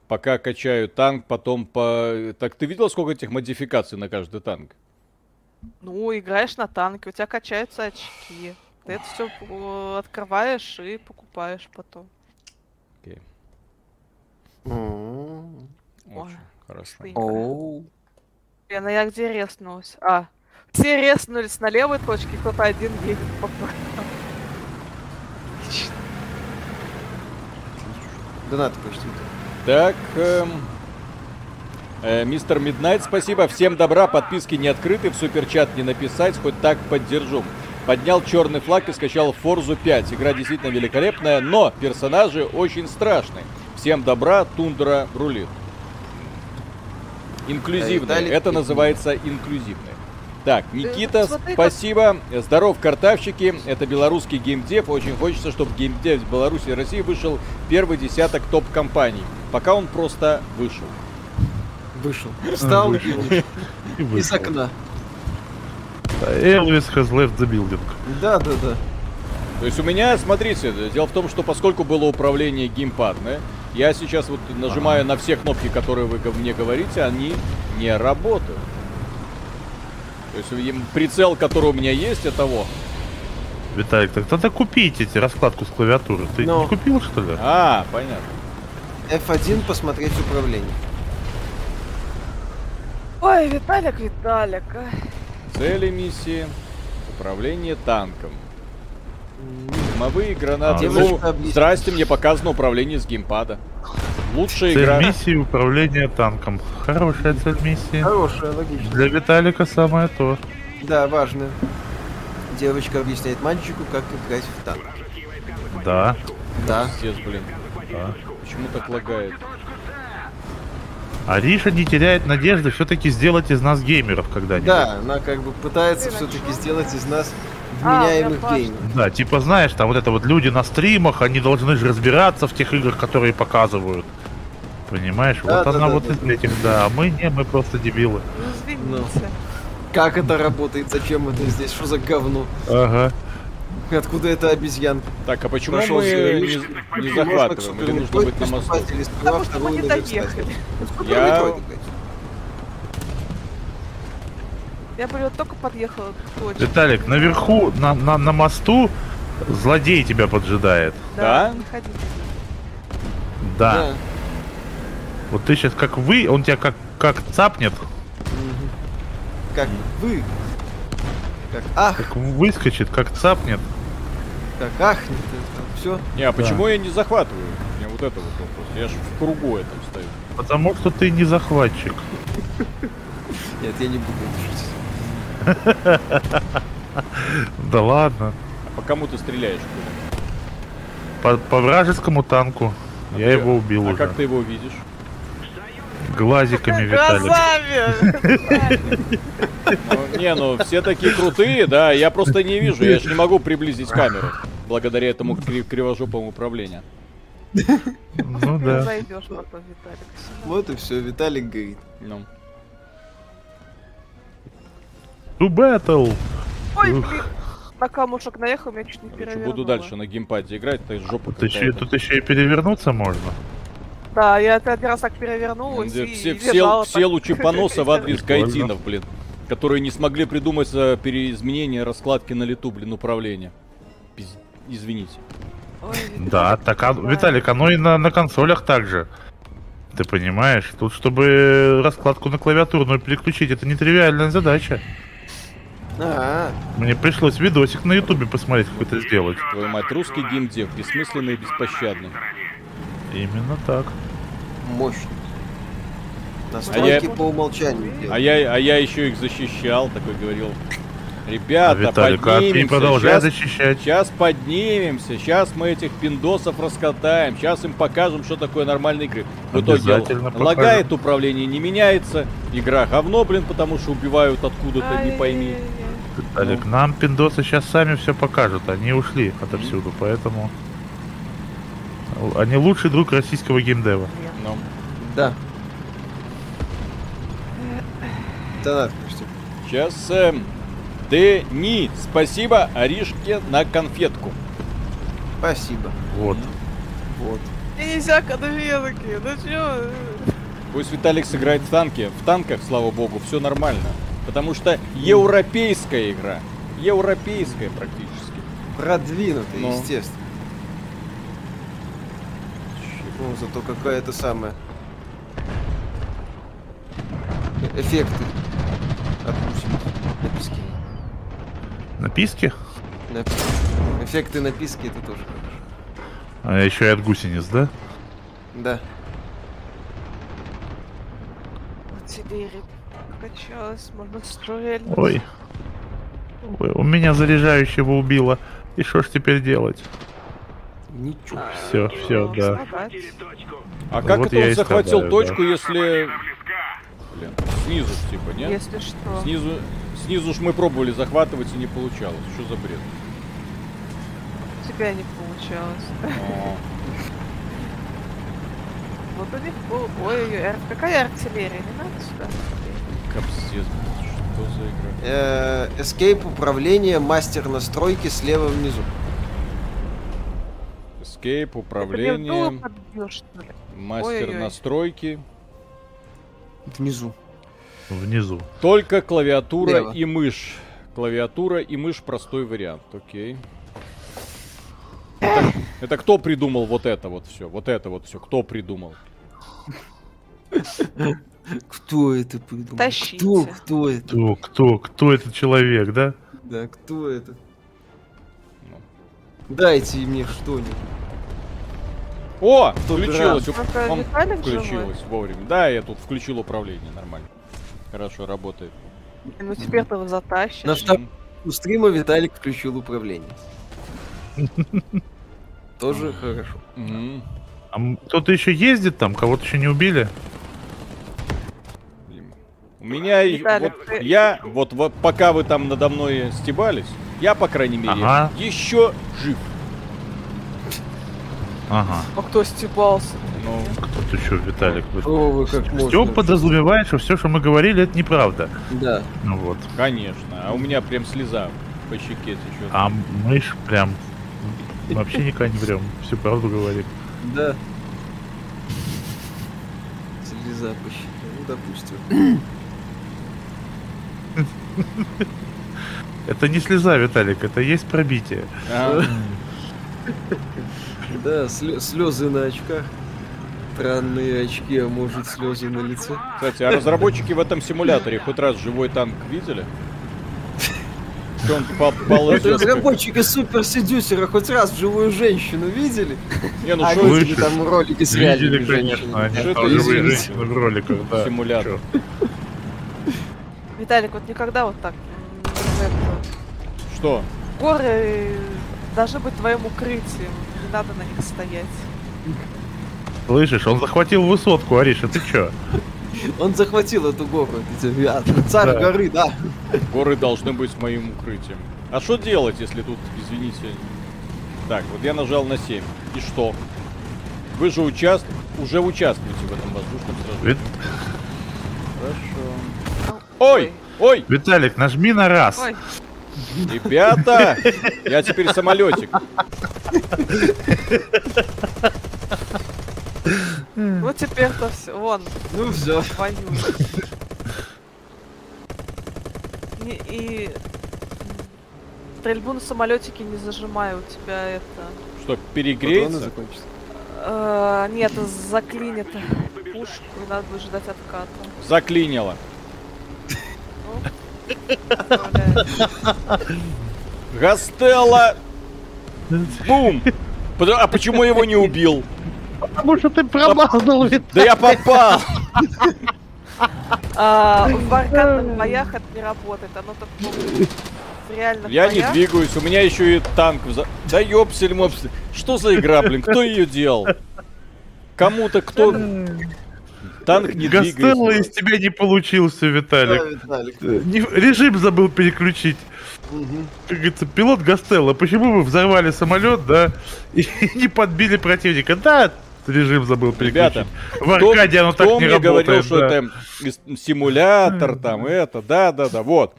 пока качаю танк, потом по... Так ты видел, сколько этих модификаций на каждый танк?
Ну, играешь на танке, у тебя качаются очки. Ты это все открываешь и покупаешь потом.
М.
Ой,
Очень хорошо.
господи.
Оу.
Блин, а я где резнулась? А, все резнулись на левой точке, кто-то один едет по правой. Отлично.
Донат почти.
Так, эм, э, мистер Миднайт, спасибо. Всем добра, подписки не открыты, в суперчат не написать, хоть так поддержу. Поднял черный флаг и скачал Forza 5. Игра действительно великолепная, но персонажи очень страшные. Всем добра, тундра рулит. Инклюзивные.
Э, Виталик,
Это
ты-
называется инклюзивные. Так, Никита,
смотри, как-
спасибо. Здоров, картавщики. Это белорусский геймдев. Очень хочется, чтобы геймдев в Беларуси и России вышел первый десяток топ-компаний. Пока он просто вышел.
Вышел. Встал и
А, Вышел.
вышел.
И
из
вышел.
окна.
Элвис has left the building.
Да, да, да.
То есть у меня, смотрите, дело в том, что поскольку было управление геймпадное, я сейчас вот нажимаю на все кнопки, которые вы гов- мне говорите, они не работают. То есть им- прицел, который у меня есть, это вот.
Виталик, так тогда купите эти раскладку с клавиатуры. Ты
Но.
не купил, что ли?
А, понятно.
F1 посмотреть управление.
Ой, Виталик, Виталик. а, ай.
Цели миссии. Управление танком.
М.
Дымовые гранаты.
А,
Ну,
девушка объяснила.
здрасте, мне показано управление с геймпада. Лучшая
Цель
игра.
миссии управление танком. Хорошая цель миссии.
Хорошая, логично.
Для Виталика самое то.
Да, важно. Девочка объясняет мальчику, как играть в танк.
Да.
Да.
А?
Пиздец, блин.
да.
Почему так лагает?
Ариша А не теряет надежды все-таки сделать из нас геймеров когда-нибудь.
Да, она как бы пытается все-таки сделать из нас
А,
вменяемых
я
геймеров.
Да, типа, знаешь, там вот это вот люди на стримах, они должны же разбираться в тех играх, которые показывают. Понимаешь?
Да,
вот
да,
она
да,
вот
да,
из этих, да. А мы не, мы просто дебилы.
Ну, извините.
Как это работает? Зачем это здесь? Что за говно?
Ага.
Откуда это обезьянка?
Так, а почему
Прошел
мы
свою
не,
линию,
не
Можно к
захватываем?
супер-
Или нужно
Ой,
быть на мосту?
поступатель из права
Потому что мы
второго
не
наверстателя.
доехали.
Сколько
Я-
метро это, блядь?
Я, блин, вот только подъехала к точке.
Виталик, наверху, на, на, на мосту, злодей тебя поджидает.
Да?
не ходи.
А.
Да. Вот ты сейчас как вы, он тебя как, как цапнет,
Мгм. Как вы? Как ах,
как выскочит, как цапнет.
как ах, все.
Не, а почему я не захватываю? У меня вот это вот вопрос. Я же в кругу этом стою.
Потому что ты не захватчик.
Нет, я не буду это шутить.
Да ладно.
А по кому ты стреляешь? Коля?
По, по вражескому танку.
А
Я
ты-
его убил
А
уже.
как ты его видишь?
Глазиками, Виталик.
Глазами!
Ну, не, ну все такие крутые, да, а я просто не вижу, я же не могу приблизить камеру. Благодаря этому кри- кривожопому управлению.
Ну
Ты
да.
зайдешь потом, Виталик. всё нормально.
Вот и все, Виталик говорит.
Ну.
To battle!
Ой,
Ух.
блин. На камушек наехал, меня чуть не
Короче,
перевернуло.
буду дальше на геймпаде играть, то есть жопа
Тут еще,
какая-то.
тут еще и перевернуться можно.
Да, я это один раз так перевернулась
Где
и
Все, все,
лежала
все
так.
лучи поноса в адрес
Прикольно.
гайтинов, блин. Которые не смогли придумать э, переизменение раскладки на лету, блин, управления. Пиз- Извините.
Ой, Виталик,
Да, так, а,
да.
Виталик, оно и на, на консолях также. Ты понимаешь, тут чтобы раскладку на клавиатурную переключить, это нетривиальная задача.
А,
Мне пришлось видосик на ютубе посмотреть, как это сделать.
Твою мать, русский геймдев, бессмысленный и беспощадный.
Именно так.
мощно.
А я-
Настройки по умолчанию
А
делают.
я, а я еще их защищал, такой говорил. Ребята,
Виталик, а ты продолжай
сейчас
защищать.
Сейчас поднимемся, сейчас мы этих пиндосов раскатаем, сейчас им покажем, что такое нормальные игры. В итоге
Обязательно покажем.
лагает, управление не меняется, игра говно, блин, потому что убивают откуда-то, не пойми.
Ай-яй-яй.
Виталик,
Ну.
нам пиндосы сейчас сами все покажут, они ушли отовсюду, поэтому... Они лучший друг российского геймдева.
Ну,
Да. Донат, почти.
сейчас... эм, Дени, спасибо Аришке на конфетку.
Спасибо.
Вот.
Вот.
Мне нельзя, когда такие, а ну чё?
Пусть Виталик сыграет в танке. В танках, слава богу, все нормально. Потому что европейская игра. Европейская практически.
Продвинутый,
Ну.
естественно. Ну, зато какая-то самая. э- Эффекты. Отпустим. Написки.
На писке?
Напи- Эффекты на писке это тоже.
А еще и от гусениц, да?
Да.
Вот тебе и реп- Качалась, можно стрельнуть.
Ой. Ой, у меня заряжающего убило. И что ж теперь делать?
Ничего.
Все, все,
Ну,
да.
помогать.
А как
Вот
это
я
он
и
захватил
страдаю, да.
точку, если... Блин, снизу ж типа, нет?
Если что.
Снизу, снизу ж мы пробовали захватывать и не получалось. Что за бред?
У тебя не получалось. Вот у них был... Ой, ой, какая артиллерия? Не надо сюда.
Капсис, что за игра?
Э, Escape управление, мастер настройки слева внизу.
Escape,
Блин, дуло
управление,
подбьешь, что ли?
мастер
Ой-ой-ой.
настройки.
Внизу.
Внизу.
Только клавиатура
Слева.
и мышь. Клавиатура и мышь простой вариант. Окей. Это, это кто придумал вот это вот все? Вот это вот все. Кто придумал?
Кто это придумал?
Тащите.
Кто, кто это?
Кто, кто, кто этот человек, да?
Да, кто это?
Ну.
Дайте мне что-нибудь.
О!
Тут
Включилось.
раз.
уп-
Это
он
Виталик
включилось вовремя. Да, я тут включил управление нормально. Хорошо работает.
Ну теперь ты его затащишь.
На втором у стрима Виталик включил управление. Тоже хорошо.
Мгм.
А м- кто-то еще ездит там, кого-то еще не убили?
У меня... и-
Виталик,
вот
ты-
Я... Вот, вот пока вы там надо мной стебались, я, по крайней мере,
Ага.
еще жив.
Ага.
А кто стебался?
Ну,
А Кто ты еще, Виталик?
О, вы как
Все подразумевает, что все, что мы говорили, это неправда.
Да.
Ну вот.
конечно. А у меня прям слеза по щеке течет.
А мы ж прям вообще никогда не врем. Всю правду говорим.
Да. Слеза по щеке, ну допустим.
Это не слеза, Виталик, это есть пробитие.
А,
Да, слё- слезы на очках. Странные очки, а может слезы на лице.
Кстати, а разработчики в этом симуляторе хоть раз живой танк видели? Что он по-
Ну,
ползет?
Разработчики супер седюсера хоть раз живую женщину видели?
Не, ну
А
что
вы
это
видели там ролики с реальными
Видели,
женщинами.
конечно, они
Что
там
это,
живые
извините?
женщины в роликах, да.
Симулятор.
Чё?
Виталик, вот никогда вот так. м, это,
Что?
Горы должны быть твоим укрытием. Не надо на них стоять.
Слышишь, он захватил высотку, Ариша, ты чё?
Он захватил эту гору. эти ребята. Царь
Да.
горы, да.
Горы должны быть моим укрытием. А что делать, если тут, извините... Так, вот я нажал на 7. И что? Вы же участ... уже участвуете в этом воздушном сражении.
Вит-
Ой! Ой!
Виталик, нажми на раз.
Ой,
Ребята! Я теперь самолетик.
ну теперь-то все. Вон,
Ну все.
твою. Не- И, стрельбу на самолетике не зажимай, у тебя это...
Что, перегреется?
Э, нет, заклинит пушку, и надо будет ждать отката.
Заклинило.
Представляю.
Гастелло! Бум! Подо- А почему я его не убил?
Потому что ты промазал,
Да я попал!
А, В барканных боях это не работает, оно так ну, в реальных
А Я не
боях.
двигаюсь, у меня еще и танк. вза- Да ёпсель мопсель. Что за игра, блин? Кто ее делал? Кому-то кто... Танк не
Гастелло из
двигается.
тебя не получился, Виталик. Э, Не- Режим забыл переключить. Как говорится, пилот Гастелло, почему вы взорвали самолет, да, и не подбили противника? Да, режим забыл переключить.
Ребята,
В Аркаде оно
кто
так не
мне говорил,
работает.
что
да.
это ис- симулятор, там это, да, да, да, вот.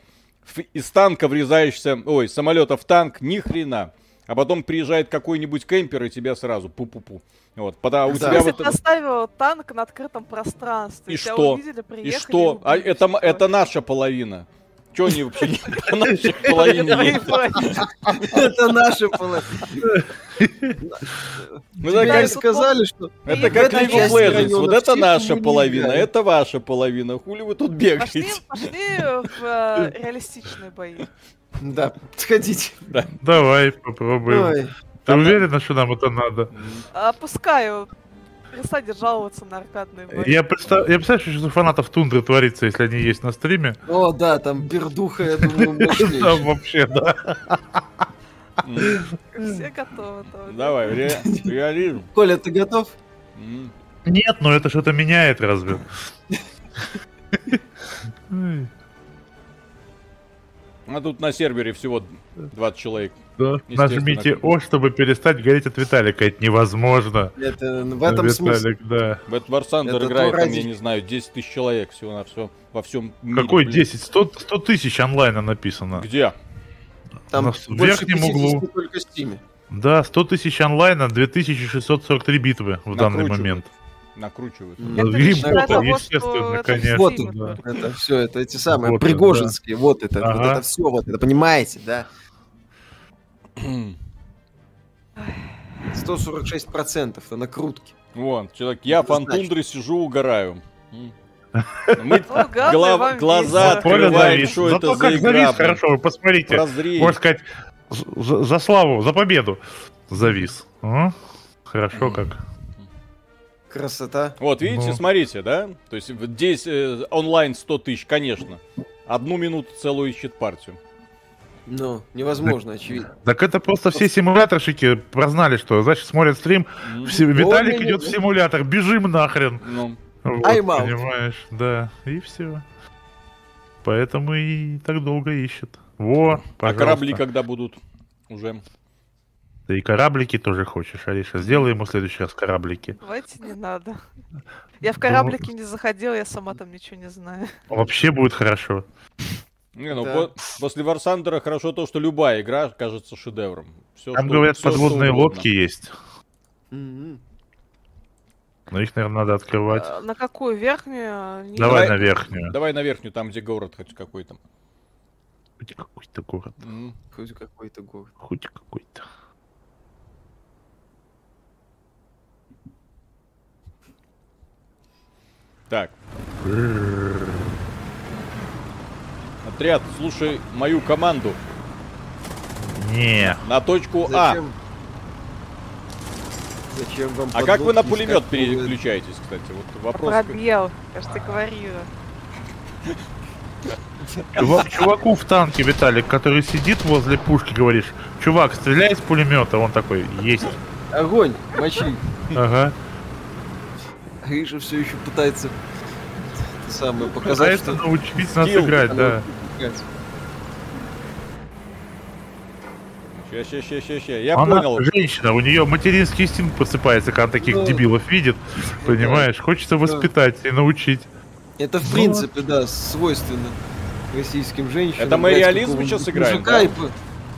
Ф- Из танка врезаешься, ой, из самолета в танк, ни хрена. А потом приезжает какой-нибудь кемпер и тебя сразу пу-пу-пу. Вот, потому у
Да.
тебя
Если
вот
ты оставил танк на открытом пространстве,
И
тебя
что?
увидели, приехали
И что? А
убили,
это, м-
всё.
это наша половина. Че они вообще не по нашей половине? едут?
Это наша половина.
Мы
Тебе
такая-
и сказали, что
Ну, Это
в
как
этой
League of
части
Legends.
районов
Вот это
всех
наша
мы
половина,
играем.
это ваша половина. Хули вы тут
Пошли,
бегаете?
пошли в э, реалистичные бои.
Да, сходите.
Давай попробуем.
Ой,
Ты уверена, что нам это надо?
Опускаю. Перестаньте жаловаться на аркадные бои.
Я, представ... я представляю, что у фанатов Тундры творится, если они есть на стриме.
О, да, там бердуха, я думаю, мощнее.
Там вообще, да.
М,
Все готовы. да.
Давай, ре- реализм.
Коля, ты готов?
М.
Нет, но это что-то меняет, разве? Ой,
А тут на сервере всего 20 человек.
да.
Естественно.
Нажмите О, чтобы перестать гореть от Виталика. Это невозможно.
Это в этом смысле.
Виталик, да.
В этот War Thunder
Это то
играет, там,
ради-
я не знаю, 10 тысяч человек всего на все во всем мире.
Какой
блин.
10? 100, 100 тысяч онлайна написано.
Где?
Там
нас в
больше
верхнем
50
углу.
только в Steam.
Да, 100 тысяч онлайна, 2643 битвы в данный
Накручивают.
момент.
Накручивают.
М.
Это
Ну,
не
грибота,
считая того, что
естественно,
это
конечно,
в
Вот
Steam
да.
только.
Это все, это эти самые
Вот это,
пригожинские, вот это, вот
Ага.
это все, вот это, понимаете, да? 146% на накрутке.
Вон, человек, я
Это
фан
значит.
тундры сижу, угораю. М. Мы
Ну, главное,
Глав-
вам
глаза
весело.
Коля
Открываем,
завис.
что это
Зато
за
как
игра,
завис,
блин.
хорошо, вы посмотрите.
прозреем.
Можно сказать, з- за, за славу, за победу. Завис. А? Хорошо как.
Красота.
Вот, видите,
Ну.
смотрите, да? То есть в- здесь э, онлайн 100 тысяч, конечно. Одну минуту целую ищет партию.
Ну, невозможно, очевидно.
Так это просто все симуляторщики прознали, что, значит, смотрят стрим,
М.
все- Виталик
не-
идет в симулятор, бежим нахрен.
Ну,
Вот,
I'm out.
понимаешь, да. И все. Поэтому и так долго ищет. Во,
А
пожалуйста.
корабли когда будут? Уже.
Да и кораблики тоже хочешь, Ариша. Сделай ему в следующий раз кораблики.
Давайте не надо. Я в
Ну-
кораблике не заходила, я сама там ничего не знаю.
Вообще будет хорошо.
Не, ну
Да.
по- после Варсандера хорошо то, что любая игра кажется шедевром. Все,
Там, говорят, подводные лодки есть.
Мгм.
Но их, наверное, надо открывать.
Э, На какую верхнюю? а, Нижнюю?
Давай
Давай.
на верхнюю.
Давай на верхнюю, там, где город хоть какой-то.
Хоть какой-то город,
М.
Хоть какой-то город.
хоть какой-то.
Так. Отряд, слушай мою команду.
Не,
На точку А.
Зачем? Зачем вам
А как вы на
подлодки
пулемет
искать новые-
переключаетесь, кстати? Вот вопрос.
Пробел, я же тебе говорила.
Чувак- чуваку в танке, Виталик, который сидит возле пушки, говоришь, чувак, стреляй из пулемета. Он такой, есть.
Огонь, мочи.
Ага.
Гриша все еще пытается это самое
А
показать,
Пытается
что
научить нас
скилл,
играть,
оно-
да.
Ща, ща, ща, ща, ща. Я
Она
понял.
женщина, у нее материнский инстинкт просыпается, когда таких
Ну.
дебилов видит. Понимаешь, хочется воспитать и научить.
это
Ну
в принципе, да, свойственно российским женщинам.
Это мы
брать
реализм
какого-нибудь
сейчас играем,
мужика
да?
и, по-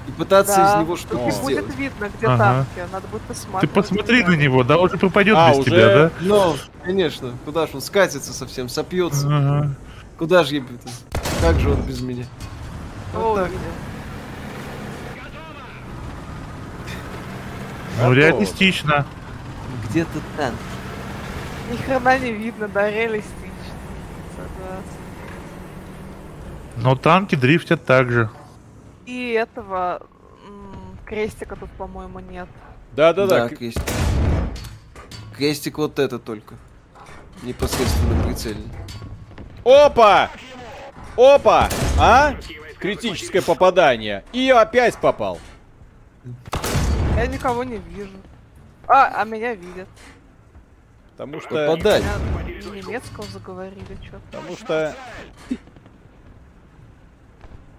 и пытаться
Да.
из него что-то
О.
сделать.
Будет видно, где
Ага.
танки, а надо будет
Ты
посмотреть.
посмотри на него, да он же пропадет
А,
без
уже-
тебя, да?
Но, конечно, куда же он скатится совсем, сопьется.
Ага.
Куда же я б- Как же он без меня?
О,
Вот так.
видел.
Ну,
Готово.
реалистично.
Где-то танк.
Ни хрена не видно, да, реалистично. Согласна.
Но танки дрифтят так же.
И этого м, крестика тут, по-моему, нет.
Да, да, да.
крестик. Крестик вот это только. Непосредственно прицельно.
Опа! Опа! А? Критическое попадание. И опять попал.
Я никого не вижу. А, а меня видят.
Потому что...
Попадай.
Меня на немецком заговорили, что
Потому что...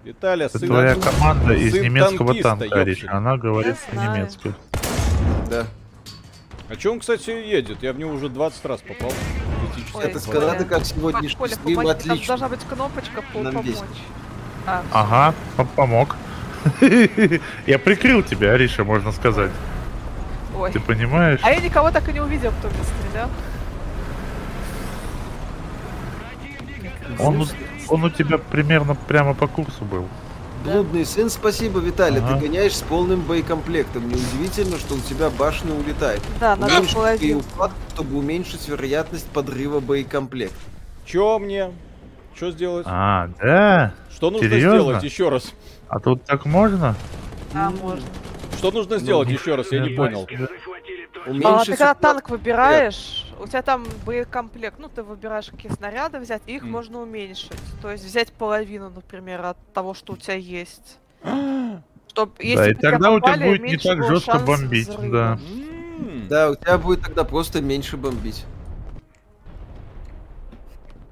Виталя,
Это
сын...
твоя
отца-
команда из
ну, сын
немецкого
танкиста,
танка,
ёпсель.
Ариша. Она говорит
Я знаю.
по-немецки.
Да.
А чё он, кстати, едет? Я в него уже 20 раз попал. Критическое
Ой,
Это с
попадание.
Канады, как сегодняшний
А, Коля,
стрим,
помоги, там
ну отлично.
должна быть кнопочка по
Нам
помочь.
весело.
А, всё.
Ага, пом- помог. Я прикрыл тебя, Ариша, можно сказать.
Ой.
Ты понимаешь?
А я никого так и не увидел, кто мне стрелял. А,
Он, у- он у тебя примерно прямо по курсу был.
Блудный сын, спасибо, Виталий.
Ага.
Ты гоняешь с полным боекомплектом. Неудивительно, что у тебя башня улетает.
Да, надо
Уменьши
было один.
боеукладку, чтобы уменьшить вероятность подрыва боекомплекта.
Чё мне? Что сделать?
А, да?
Что нужно
серьёзно?
сделать еще раз?
А тут так можно?
А, можно.
Что нужно сделать
ну,
еще раз? Я не
э,
понял.
Захватили точку.
А,
Уменьшить
ты когда
уклад-
танк выбираешь, у тебя там боекомплект, ну ты выбираешь какие снаряды взять, и их
М.
можно уменьшить. То есть взять половину, например, от того, что у тебя есть. Чтоб, если
и
бы тебя
тогда у тебя
попали,
будет не
меньше
так
было
жестко
шансов
бомбить,
взрыва.
М.
Да, у тебя будет тогда просто меньше бомбить.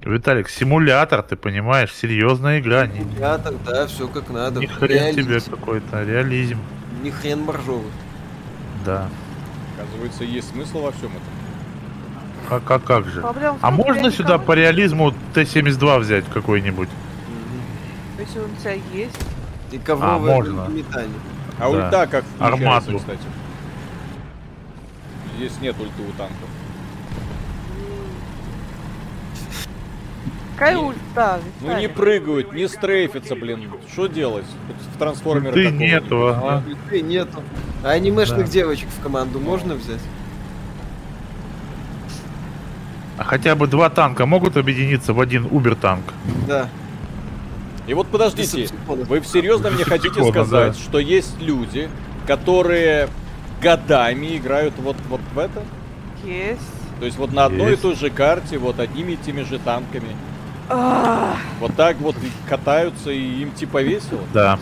Виталик, симулятор, ты понимаешь, серьезная игра. Не,
Я тогда все как надо.
не хрен
Реализм.
тебе какой-то, реализм.
Ни хрен моржовый.
Да.
Оказывается, есть смысл во всем этом.
А как, как же?
Проблема в
А
том, что я
можно сюда
никого-
по реализму Т-72 взять какой-нибудь?
Если он у тебя есть.
И ковровое
А, можно.
метание.
А
Да.
ульта как включается,
Армату.
кстати? Здесь нет ульты у танков.
Какая
Не-
ульта,
Ну не
Виталий?
прыгают, не стрейфятся, блин. Что делать? Хоть В трансформерах
Ты
какого-нибудь.
нету, а ага.
Ульты нету. А анимешных
Да.
девочек в команду можно взять?
А хотя бы два танка могут объединиться в один Убер-танк?
Да.
И вот подождите,
Десептиконов.
вы всерьезно мне хотите
Десептикона,
сказать,
да.
что есть люди, которые годами играют вот, вот в это?
ну,
Есть.
То есть вот на одной
Есть.
и той же карте, вот одними и теми же танками.
Ах,
Вот так вот и катаются, и им типа весело.
Да,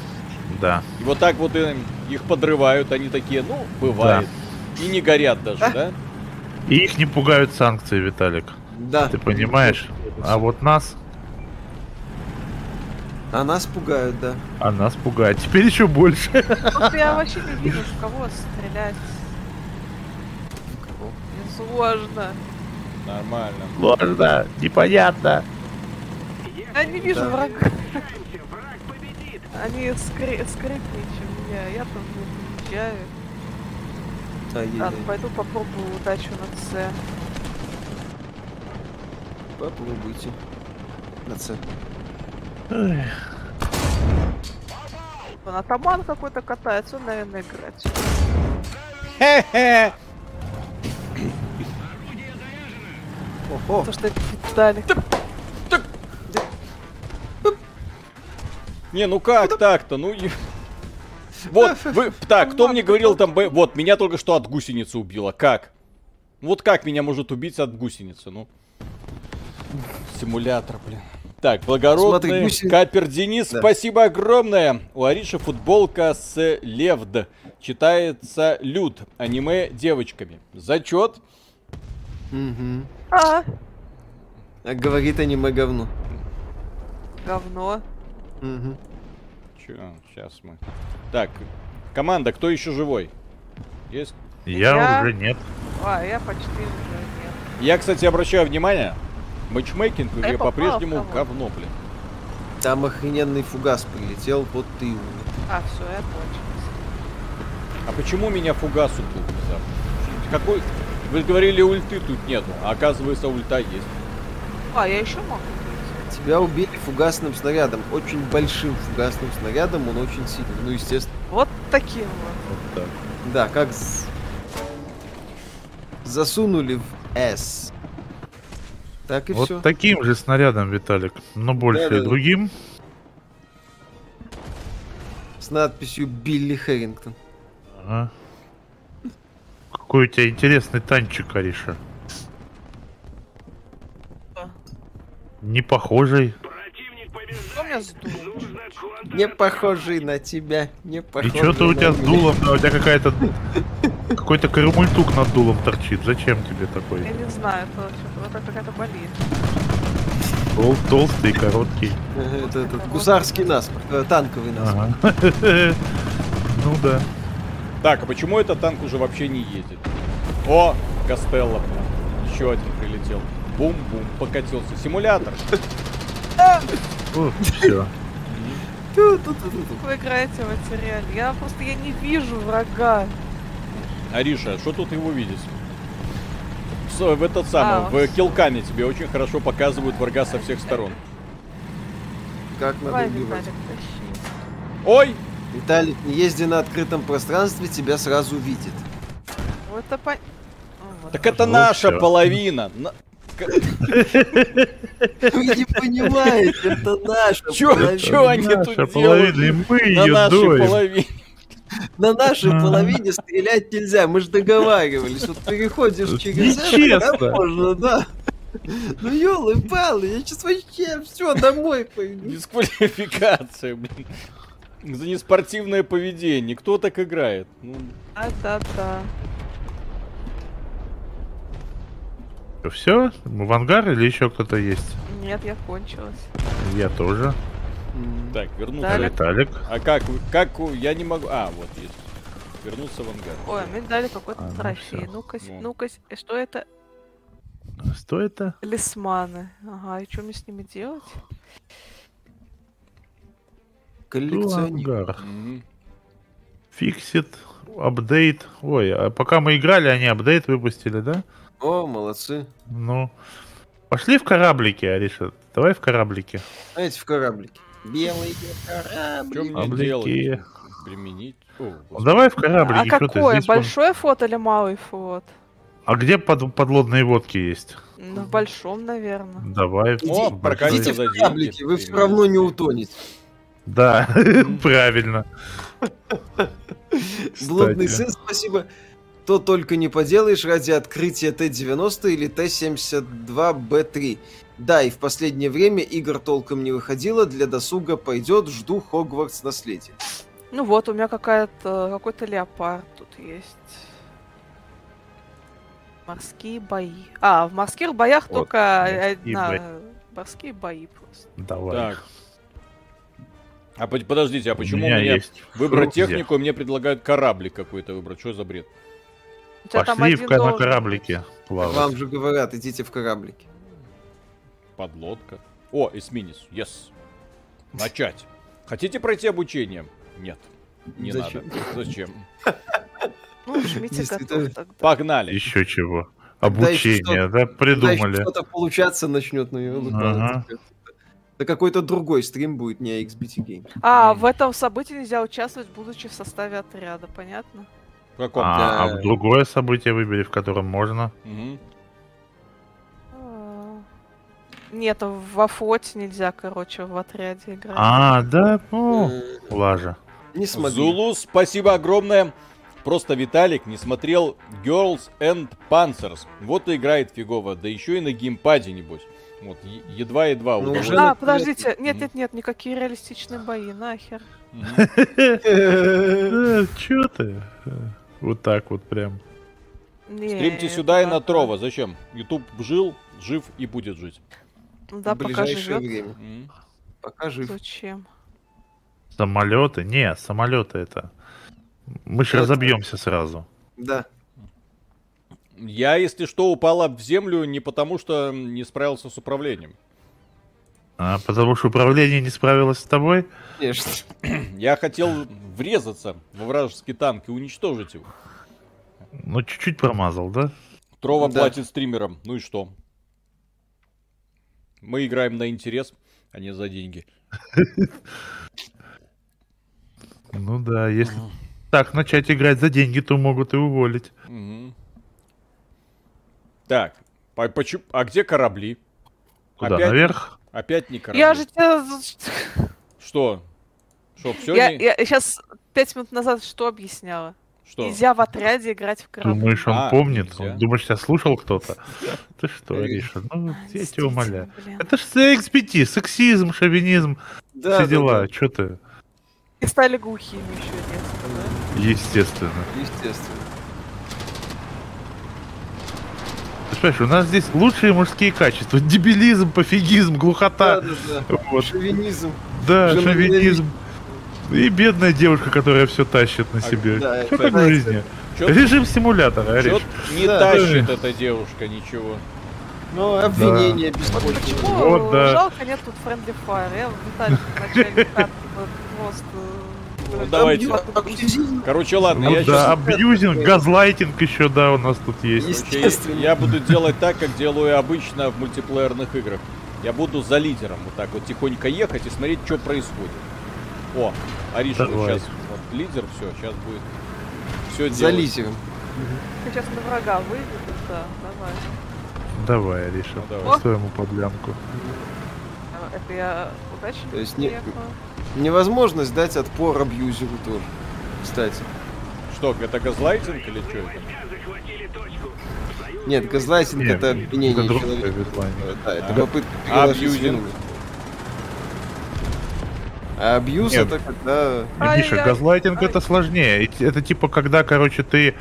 да.
И вот так вот им- их подрывают, они такие, ну, бывает. И не горят даже, да?
И их не пугают санкции, Виталик.
Да.
Ты понимаешь? А вот нас...
А нас пугают, да.
А нас пугает. Теперь еще больше.
Тут я вообще не вижу, в кого стрелять. Мне сложно.
Нормально.
Сложно, непонятно.
Я не вижу
Да.
врага.
Всё, Враг победит!
Они скры- скрытнее, чем я. Я там не приезжаю.
А,
Ладно,
Ай-яй-яй.
пойду попробую удачу на С.
Попробуйте. На С.
Вон атаман какой-то катается, он, наверное, играть.
О,
То, что это детали.
Не, ну как так-то? Ну и- Вот, вы, так, кто мне говорил там, б- вот, меня только что от гусеницы убило, как? Вот как меня может убить от гусеницы, ну? Симулятор, блин. Так, благородный
Смотри, гусени-
Капер Денис,
Да.
спасибо огромное. У Ариша футболка с Левд. Читается Люд, аниме девочками. Зачет.
Мгм.
А,
А говорит аниме говно.
говно.
Мгм.
Че, сейчас мы. Так, команда, кто еще живой? Есть?
Я
Я-
уже нет.
А, я почти уже нет.
Я, кстати, обращаю внимание, матчмейкинг в
Я
игре
попала
по-прежнему
в кого?
говно, блин.
Там охрененный фугас прилетел, вот ты и умер.
А, все, я кончилась.
А почему меня фугас убил внезапно? Какой... Вы говорили, ульты тут нету, а оказывается, ульта есть.
А, я еще могу быть.
Тебя убили фугасным снарядом, очень большим фугасным снарядом, он очень сильный. Ну, естественно,
Вот таким вот.
да, как с- засунули в С. Так и
вот
все.
таким же снарядом, Виталик, но больше
Да-да-да.
другим.
С надписью Билли Хэрингтон.
Ага. Какой у тебя интересный танчик, Ариша.
Да.
Не похожий.
Противник побеждает!
Кто меня сдул?
Нужно контр...
Не похожий на тебя, не
И
похожий
что-то у
на
тебя с
меня.
дулом, да, у тебя какая-то... Какой-то кармультук над дулом торчит. Зачем тебе такой?
Я не знаю, это что-то вот это какая-то болит.
Дол- толстый, короткий.
Ага, Это Э, этот гусарский насморк, э, танковый насморк.
Ага. Ну да.
Так, а почему этот танк уже вообще не едет? О, Костелло, блин. Еще один прилетел. Бум-бум, покатился. Симулятор.
Все.
Ту-ту-ту-ту-ту.
Вы играете в эти реалии. Я просто я не вижу врага.
Ариша, что тут его видеть? С- В этот самый,
А,
в килкане тебе очень хорошо показывают врага со всех сторон.
Как надо
Давай,
убивать.
Виталик, тащи.
Ой,
Виталик, не езди на открытом пространстве, тебя сразу видит.
Вот это по... Вот.
так это
Ну,
наша
всё.
половина. На-
Вы не понимаете, это наша
Чё-
половина.
чё они тут
Наша
делают?
половина, и мы
На
ее
нашей
доим.
половине.
На нашей
А.
половине стрелять нельзя, мы же договаривались. Вот переходишь через это,
Нечестно.
там можно, да. Ну елы-палы, я сейчас вообще все домой пойду.
Дисквалификация, блин. За неспортивное поведение. Кто так играет? Ну,
А, да, да.
Все? В ангар или еще кто-то есть?
Нет, я кончилась.
Я тоже.
так, вернуться.
Далее.
Виталик.
А как, вы- как вы- я не могу... А, вот есть. Вернуться в ангар.
Ой, мне дали какой-то
А, ну
трофей.
всё.
Ну-ка, с-
Ну.
ну-ка, с- э, что это?
Что это?
Талисманы. Ага, и что мне с ними делать?
Коллекционер.
Ангар.
Мгм.
Фиксит, апдейт. Ой, а пока мы играли, они апдейт выпустили, да?
О, молодцы.
Ну. Пошли в кораблики, Ариша. Давай в кораблики.
Знаете, в кораблике. Белый
Чё
кораблик.
мне
Облики.
делать? Применить? О, господи.
Давай в кораблики.
а
что ты,
какое?
здесь вон-
Большой флот или малый флот?
А где под- подводные лодки есть?
Ну, в большом, наверное.
Давай.
О,
в-
прокатись.
Идите
за
в
деньги.
кораблике, вы все равно не утонете.
Да, правильно.
Блудный
Кстати.
сын, спасибо. То только не поделаешь ради открытия Т-90 или Т-72Б3. Да, и в последнее время игр толком не выходило, для досуга пойдет, жду Хогвартс наследие.
Ну вот, у меня какая-то какой-то леопард тут есть. Морские бои. А, в морских боях
Вот,
только
морские
одна.
бои.
Морские бои просто.
Давай.
Так. А под- подождите, а почему
У меня
мне
есть
выбрать
фрукты.
технику, и мне предлагают кораблик какой-то выбрать? Что за бред?
У тебя там
Пошли
один
в ка- на
должен
кораблике плавать.
Вам же говорят, идите в кораблике.
Подлодка. О, эсминец. Yes. Начать. Хотите пройти обучение? Нет. Не
Зачем?
надо. Зачем?
Ну, жмите
Если
готов
это-
тогда.
Погнали.
Еще чего?
Тогда еще
Обучение, да,
Когда ещё
придумали.
Что-то получаться начнет, ну и ну, ладно,
Ага.
так это- Да какой-то другой стрим будет, не XBT Game.
А, в этом событии нельзя участвовать, будучи в составе отряда, понятно?
В каком?
А,
Да.
а другое событие выбери, в котором можно.
Мгм.
А. Нет, во флоте нельзя, короче, в отряде играть.
А, да, ну,
М,
лажа.
Не смогли.
Зулу, спасибо огромное. Просто Виталик не смотрел Girls and Panthers. Вот и играет фигово, да еще и на геймпаде, небось. Вот, е- едва-едва.
Ну,
удалось.
уже
А,
на-
подождите, нет,
Мгм.
нет, нет, никакие реалистичные бои, нахер.
Мгм.
Э, Чё ты? Э, Вот так вот прям.
Нет,
Стримьте сюда и на
пока-
Трова. Зачем? Ютуб жил, жив и будет жить.
Ну Да,
В
пока
ближайшее
живет.
время.
Мгм.
Пока жив.
Зачем?
Самолеты? Не, самолеты это. Мы же
Это-
разобьемся сразу.
Да.
Я, если что, упала в землю не потому, что м, не справился с управлением.
А, потому что управление не справилось с тобой.
Конечно.
Я хотел врезаться во вражеский танк и уничтожить его.
Ну, чуть-чуть промазал, да?
Трова
Да.
платит стримерам. Ну и что? Мы играем на интерес, а не за деньги.
Ну да, если так начать играть за деньги, то могут и уволить.
Мгм. Так, а, почему- а где корабли?
Куда,
Опять?
наверх?
Опять не корабли.
Я же тебя...
Что? Что, все
Я, сейчас пять минут назад что объясняла?
Что?
Нельзя в отряде играть в корабль.
Думаешь, он
А,
помнит?
нельзя.
Думаешь, тебя слушал кто-то? Ты что,
Э,
Ариша? Ну, я тебя
А, Действительно,
умоляю.
блин.
Это ж XPT, сексизм, шовинизм,
Да,
все
да,
дела.
да,
Чё ты?
И стали глухими еще нет.
Естественно.
Естественно.
Ты ж понимаешь, у нас здесь лучшие мужские качества. Дебилизм, пофигизм, глухота.
да, да.
Вот.
Шовинизм.
Да,
Женоненависть.
шовинизм. И бедная девушка, которая все тащит на
А,
себе.
да,
Что
это-
так в жизни?
Чё-
Режим симулятора,
чё
Ариш.
не
Да.
тащит эта девушка ничего.
Ну, обвинение без Ну,
Вот почему
Вот, да.
жалко нет тут Friendly Fire. Я Виталий вначале так вот просто...
Ну, давайте. Короче, ладно,
Ну
я щас-
да, абьюзинг, газлайтинг еще, да, у нас тут есть.
Есть.
Короче,
Естественно.
я буду делать так, как делаю обычно в мультиплеерных играх. Я буду за лидером вот так вот тихонько ехать и смотреть, что происходит. О, Ариша
Давай.
сейчас лидер, все, сейчас будет все
За
делать.
лидером.
Сейчас на врага выведут, да, давай.
Давай, Ариша,
Ну, давай.
по своему подлянку.
А, Это я удачно
То есть не-
приехала.
Невозможно сдать отпор абьюзеру тоже. Кстати.
Что, это газлайтинг или что это?
Захватили точку.
Нет, газлайтинг
Нет,
это
это
обвинение
другое
человека.
визвание.
Да, это
А.
попытка переложить
Абьюзинг.
вину. А абьюз
Нет.
это когда...
Ай-яй.
Миша, газлайтинг
Ай.
это сложнее. И Это типа когда, короче, ты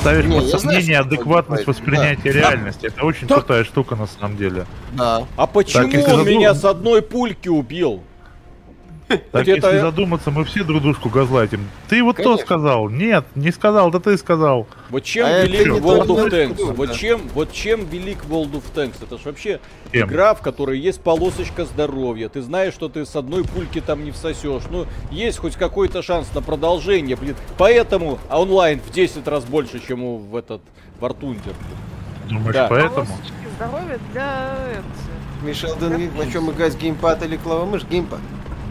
ставишь
Не,
под
я знаю,
сомнение
что такое
адекватность
газлайтинг,
воспринятия реальности. Это очень
Да.
крутая штука на самом деле.
Да.
А почему
если
он
ну,
задумал-
меня с одной пульки убил?
Так
Вот это-
если задуматься, мы все друг дружку газлайтим. Ты вот то
Конечно.
сказал. Нет, не сказал, да ты сказал.
Вот чем
А это
велик
не
World
только
of Tanks?
друг,
Вот
да.
чем, вот чем велик World of Tanks? Это ж вообще
Тем.
игра, в которой есть полосочка здоровья. Ты знаешь, что ты с одной пульки там не всосешь. Ну, есть хоть какой-то шанс на продолжение, блин. Поэтому онлайн в 10 раз больше, чем у- в этот Вартундер.
Думаешь,
Да.
поэтому?
Полосочки здоровья для Энси.
Мишел Денвик, на чем играть геймпад или клавомыш? Геймпад.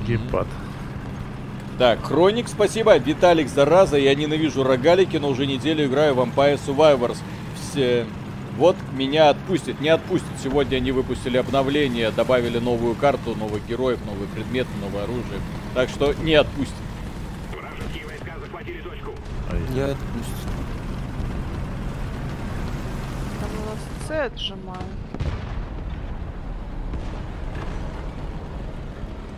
Геймпад.
Так, Хроник, спасибо. Виталик, зараза, я ненавижу рогалики, но уже неделю играю в Vampire Survivors. Все... Вот меня отпустит, не отпустит. Сегодня они выпустили обновление, добавили новую карту, новых героев, новые предметы, новое оружие. Так что не отпустит.
Вражеские войска захватили точку.
Я отпустил.
Там у нас С отжимают.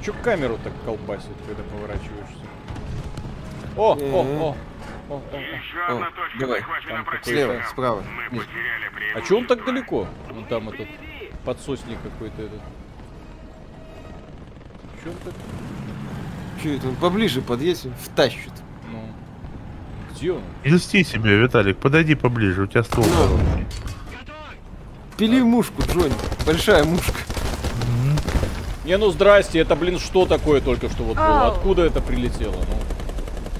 Чё камеру так колбасит, когда поворачиваешься? О, о, о, о, о, о.
Еще
О,
одна точка
давай.
захвачена
Там
противником.
Слева, справа.
Мы
Низ.
потеряли
А
преимущество.
чё он так далеко? Вон там этот подсосник какой-то этот. Чё он так...
Че это, он поближе подъедет, втащит.
Ну. Где он?
Не льсти себе, Виталик, подойди поближе, у тебя ствол короткий.
Пили мушку, Джонни. Большая мушка.
Не, ну здрасте, это, блин, что такое только что вот было?
Ау.
Откуда это прилетело? Ну,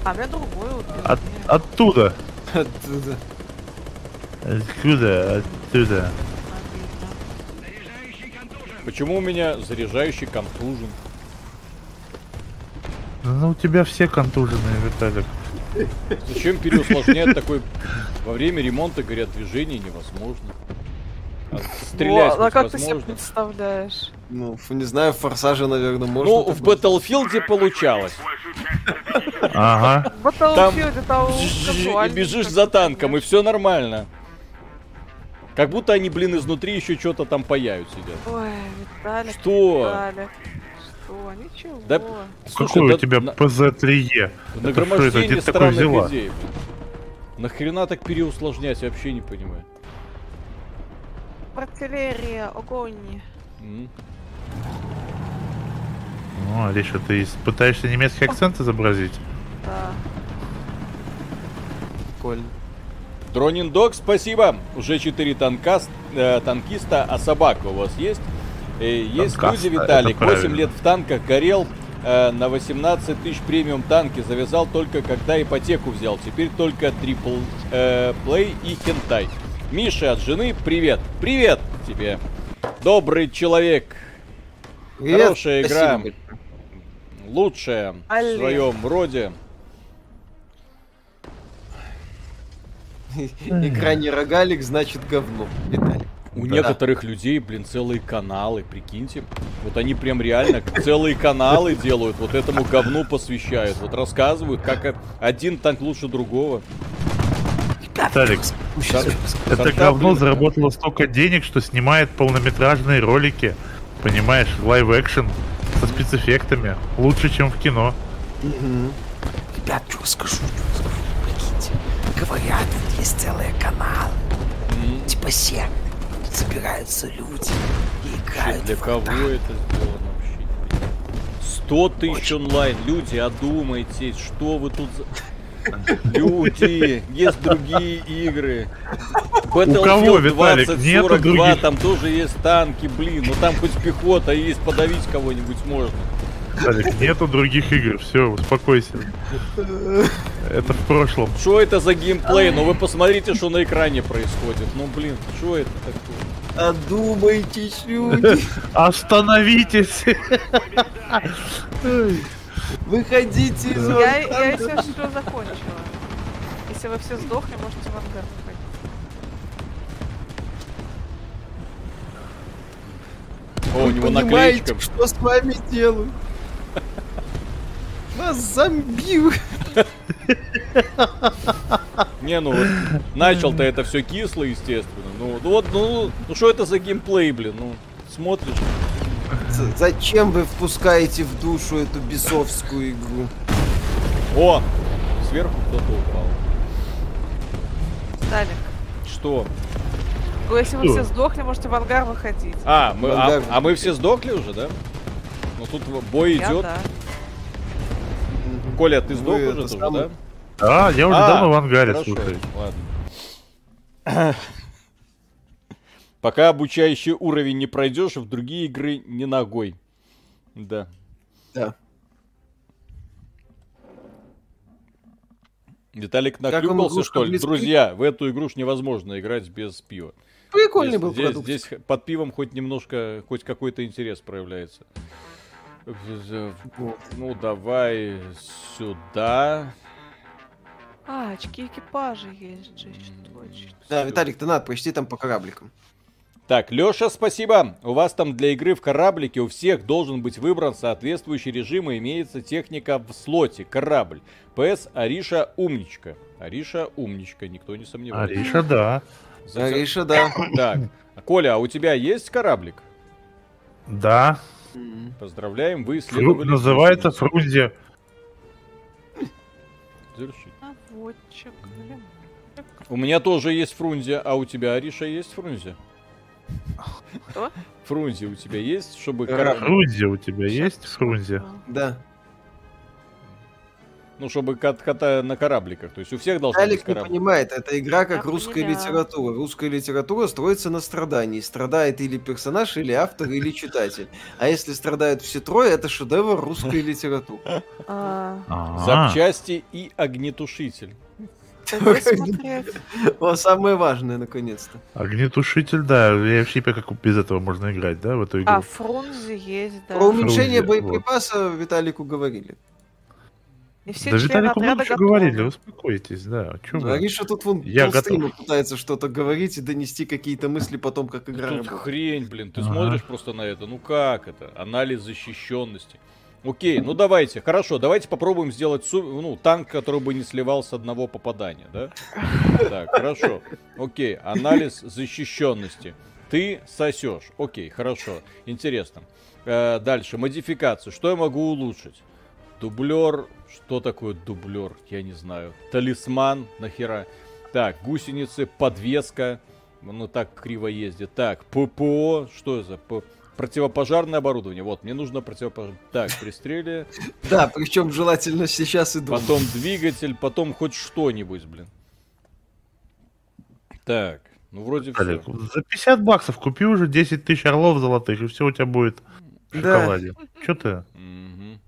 А у меня другой вот.
От- оттуда.
Оттуда.
Откуда? Оттуда.
Заряжающий контужен.
почему у меня заряжающий контужен?
Ну, у тебя все контуженные, Виталик.
Зачем переусложнять такой... Во время ремонта, говорят, движение невозможно. А стрелять
Во, а
хоть
как ты себе
возможно.
представляешь?
Ну, ф- не знаю, форсажа, наверное, можно.
Ну, в
такое.
Battlefield получалось.
Большую часть победили.
Ага.
В Battlefield там
И бежишь за танком, и все нормально. Как будто они, блин, изнутри еще что-то там паяют сидят.
Ой, Виталик,
Что?
Виталик. Что? Ничего.
Да,
Какой
да
у тебя
на-
ПЗ-3Е? что это?
Нагромождение
Где ты такое
странных
взяла?
идей. блин. Нахрена так переусложнять, я вообще не понимаю.
Артиллерия, огонь.
М.
Ну, Алиша, ты из- пытаешься немецкий акцент изобразить?
Да.
Прикольно.
Дронин Док, спасибо. Уже 4 танкаст, э, танкиста, а собака у вас есть? Э, есть
Танкаста,
люди,
это
Виталик. 8
правильно.
лет в танках горел э, на 18 тысяч премиум танки. Завязал только когда ипотеку взял. Теперь только трипл э, плей и хентай. Миша от жены, привет. Привет тебе. Добрый человек.
Привет,
Хорошая игра.
спасибо.
Лучшая в
Олег.
своем роде.
Игра не рогалик, значит говно. Виталий.
У
Да.
некоторых людей, блин, целые каналы, прикиньте. Вот они прям реально целые каналы делают, вот этому говну посвящают. Вот рассказывают, как э, один танк лучше другого.
Виталик,
Сор-
это
сорта,
говно
блин,
заработало столько денег, что снимает полнометражные ролики. Понимаешь, лайв-экшен со спецэффектами. Лучше, чем в кино.
Ребят, что скажу, что скажу, прикиньте. Говорят, тут есть целые каналы,
м,
типа семь. Собираются люди и
вообще,
играют
Для
в
кого это
«Ворда».
сделано вообще? не понимаю. 100 тысяч онлайн, люди, одумайтесь, что вы тут за... Люди, есть другие игры. Battlefield
кого, Виталик? Нету
2042,
других.
там тоже есть танки, блин, ну там хоть пехота есть, подавить кого-нибудь можно.
Виталик, нету других игр. Все, успокойся. Это в прошлом.
Что это за геймплей? Ну вы посмотрите, что на экране происходит. Ну блин, что это такое?
Одумайтесь, люди.
Остановитесь!
Выходите из
Я, я если что закончила. Если вы все сдохли, можете в ангар выходить.
О, у него
Вы
наклеечка.
понимаете, что с вами делают? Вас зомбил.
Не, ну вот, начал-то это все кисло, естественно. Ну ну вот, ну, ну что это за геймплей, блин? Ну, смотришь.
З- Зачем вы впускаете в душу эту бесовскую игру?
О! Сверху кто-то упал.
Далик.
Что?
Ну, если вы
Что?
все сдохли, можете в ангар выходить.
А, мы, а,
Бандаж.
а мы все сдохли уже, да? Ну тут в- бой
Я
идет.
да.
Коля, ты сдох
Вы
уже
это
тоже,
самое-
да?
А, я уже
А,
давно в ангаре,
Хорошо,
слушай.
ладно. Пока обучающий уровень не пройдешь, в другие игры не ногой. Да.
Да.
Виталик
вам
наклюкался,
игрушка
что ли?
близка?
Друзья, в эту игру ж невозможно играть без пива.
Прикольный был
здесь, здесь,
продукт.
здесь х- под пивом хоть немножко, хоть какой-то интерес проявляется. В- з-
Вот.
Ну, давай сюда.
А, очки экипажа есть же, еще точно.
Да,
Всё.
Виталик, ты надо, почти там по корабликам.
Так, Леша, спасибо. У вас там для игры в кораблике у всех должен быть выбран соответствующий режим и имеется техника в слоте, корабль. ПС Ариша умничка. Ариша умничка, никто не сомневается.
Ариша, да.
За- за-
Ариша, да.
Так, Коля, а у тебя есть кораблик?
Да.
М.
Поздравляем, вы
Фру-
исследовали...
Называется Фрунзе.
Завершить.
Наводчик.
У меня тоже есть Фрунзе, а у тебя, Ариша, есть Фрунзе?
Что?
Фрунзе у тебя есть, чтобы... корабль-
Корабль.
Фрунзе у тебя есть? Фрунзе.
Да.
Ну, чтобы кат кота на корабликах. То есть у всех должны быть
Алик не
корабли.
понимает, это игра как
Я
русская
поняла.
литература. Русская литература строится на страдании. Страдает или персонаж, или автор, или читатель. А если страдают все трое, это шедевр русской литературы.
А,
А,
Запчасти и огнетушитель.
дай посмотреть.
Вот самое важное, наконец-то.
Огнетушитель, да. Я вообще не понимаю, как без этого можно играть, да, в эту игру.
А, Фрунзе есть,
Про
да.
уменьшение
Оружие, вот.
боеприпаса Виталику говорили.
И все
Да
члены
Виталику мы
отряда
уже
готовы.
говорили, успокойтесь, да. А Чё вы?
Ариша тут вон
Я
полстрима пытается что-то говорить и донести какие-то мысли потом, как игра
Тут
работает.
хрень, блин, ты
Ага.
смотришь просто на это. Ну как это? Анализ защищенности. Окей, ну давайте, хорошо, давайте попробуем сделать су- ну, танк, который бы не сливал с одного попадания, да? Так, хорошо. Окей, анализ защищенности. Ты сосешь. Окей, хорошо. Интересно. Э, дальше, модификации. Что я могу улучшить? Дублер. Что такое дублер? Я не знаю. Талисман, нахера. Так, гусеницы, подвеска. Ну так криво ездит. Так, ППО, что за П- противопожарное оборудование? Вот, мне нужно противопожарное. Так, пристрели,
Да, причем желательно сейчас и дома.
потом двигатель, потом хоть что-нибудь, блин. Так, ну вроде все.
Виталик, за 50 баксов купи уже 10 тысяч орлов золотых, и все у тебя будет в
Да.
шоколаде. Че ты?
Мгм.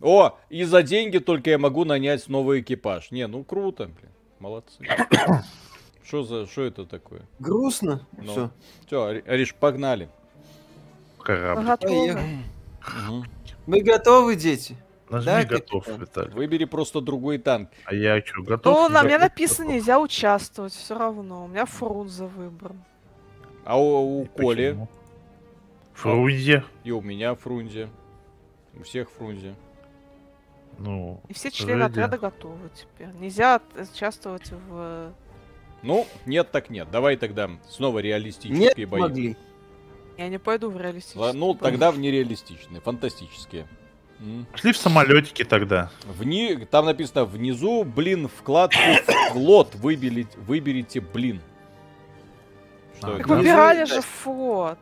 О, и за деньги только я могу нанять новый экипаж. Не, ну круто, блин, молодцы. Что за, что это такое?
Грустно.
Ну.
Все.
Все, Ариш, погнали.
Корабль.
Готовы. Ну,
Мгм.
Мы готовы, дети.
Нажми
да,
готов,
капитан.
Виталик.
Выбери просто другой танк.
А я что, готов?
Ну, на
Я
мне
готов.
написано, нельзя участвовать, все равно. У меня Фрунзе выбран.
А у, у Коли?
Почему? Фрунзе.
И у меня Фрунзе. У всех Фрунзе.
Ну,
И все члены
Жди.
отряда готовы теперь. Нельзя от- участвовать в...
Ну, нет так нет. Давай тогда снова реалистические
Нет,
бои.
могли.
Я не пойду в реалистический.
Ла- Ну, тогда в нереалистичные, фантастические. М.
шли в самолетике тогда.
Вни... Там написано внизу, блин, вкладку в лот выбили... выберите, блин. Что
А,
это?
Так
Да.
выбирали же флот.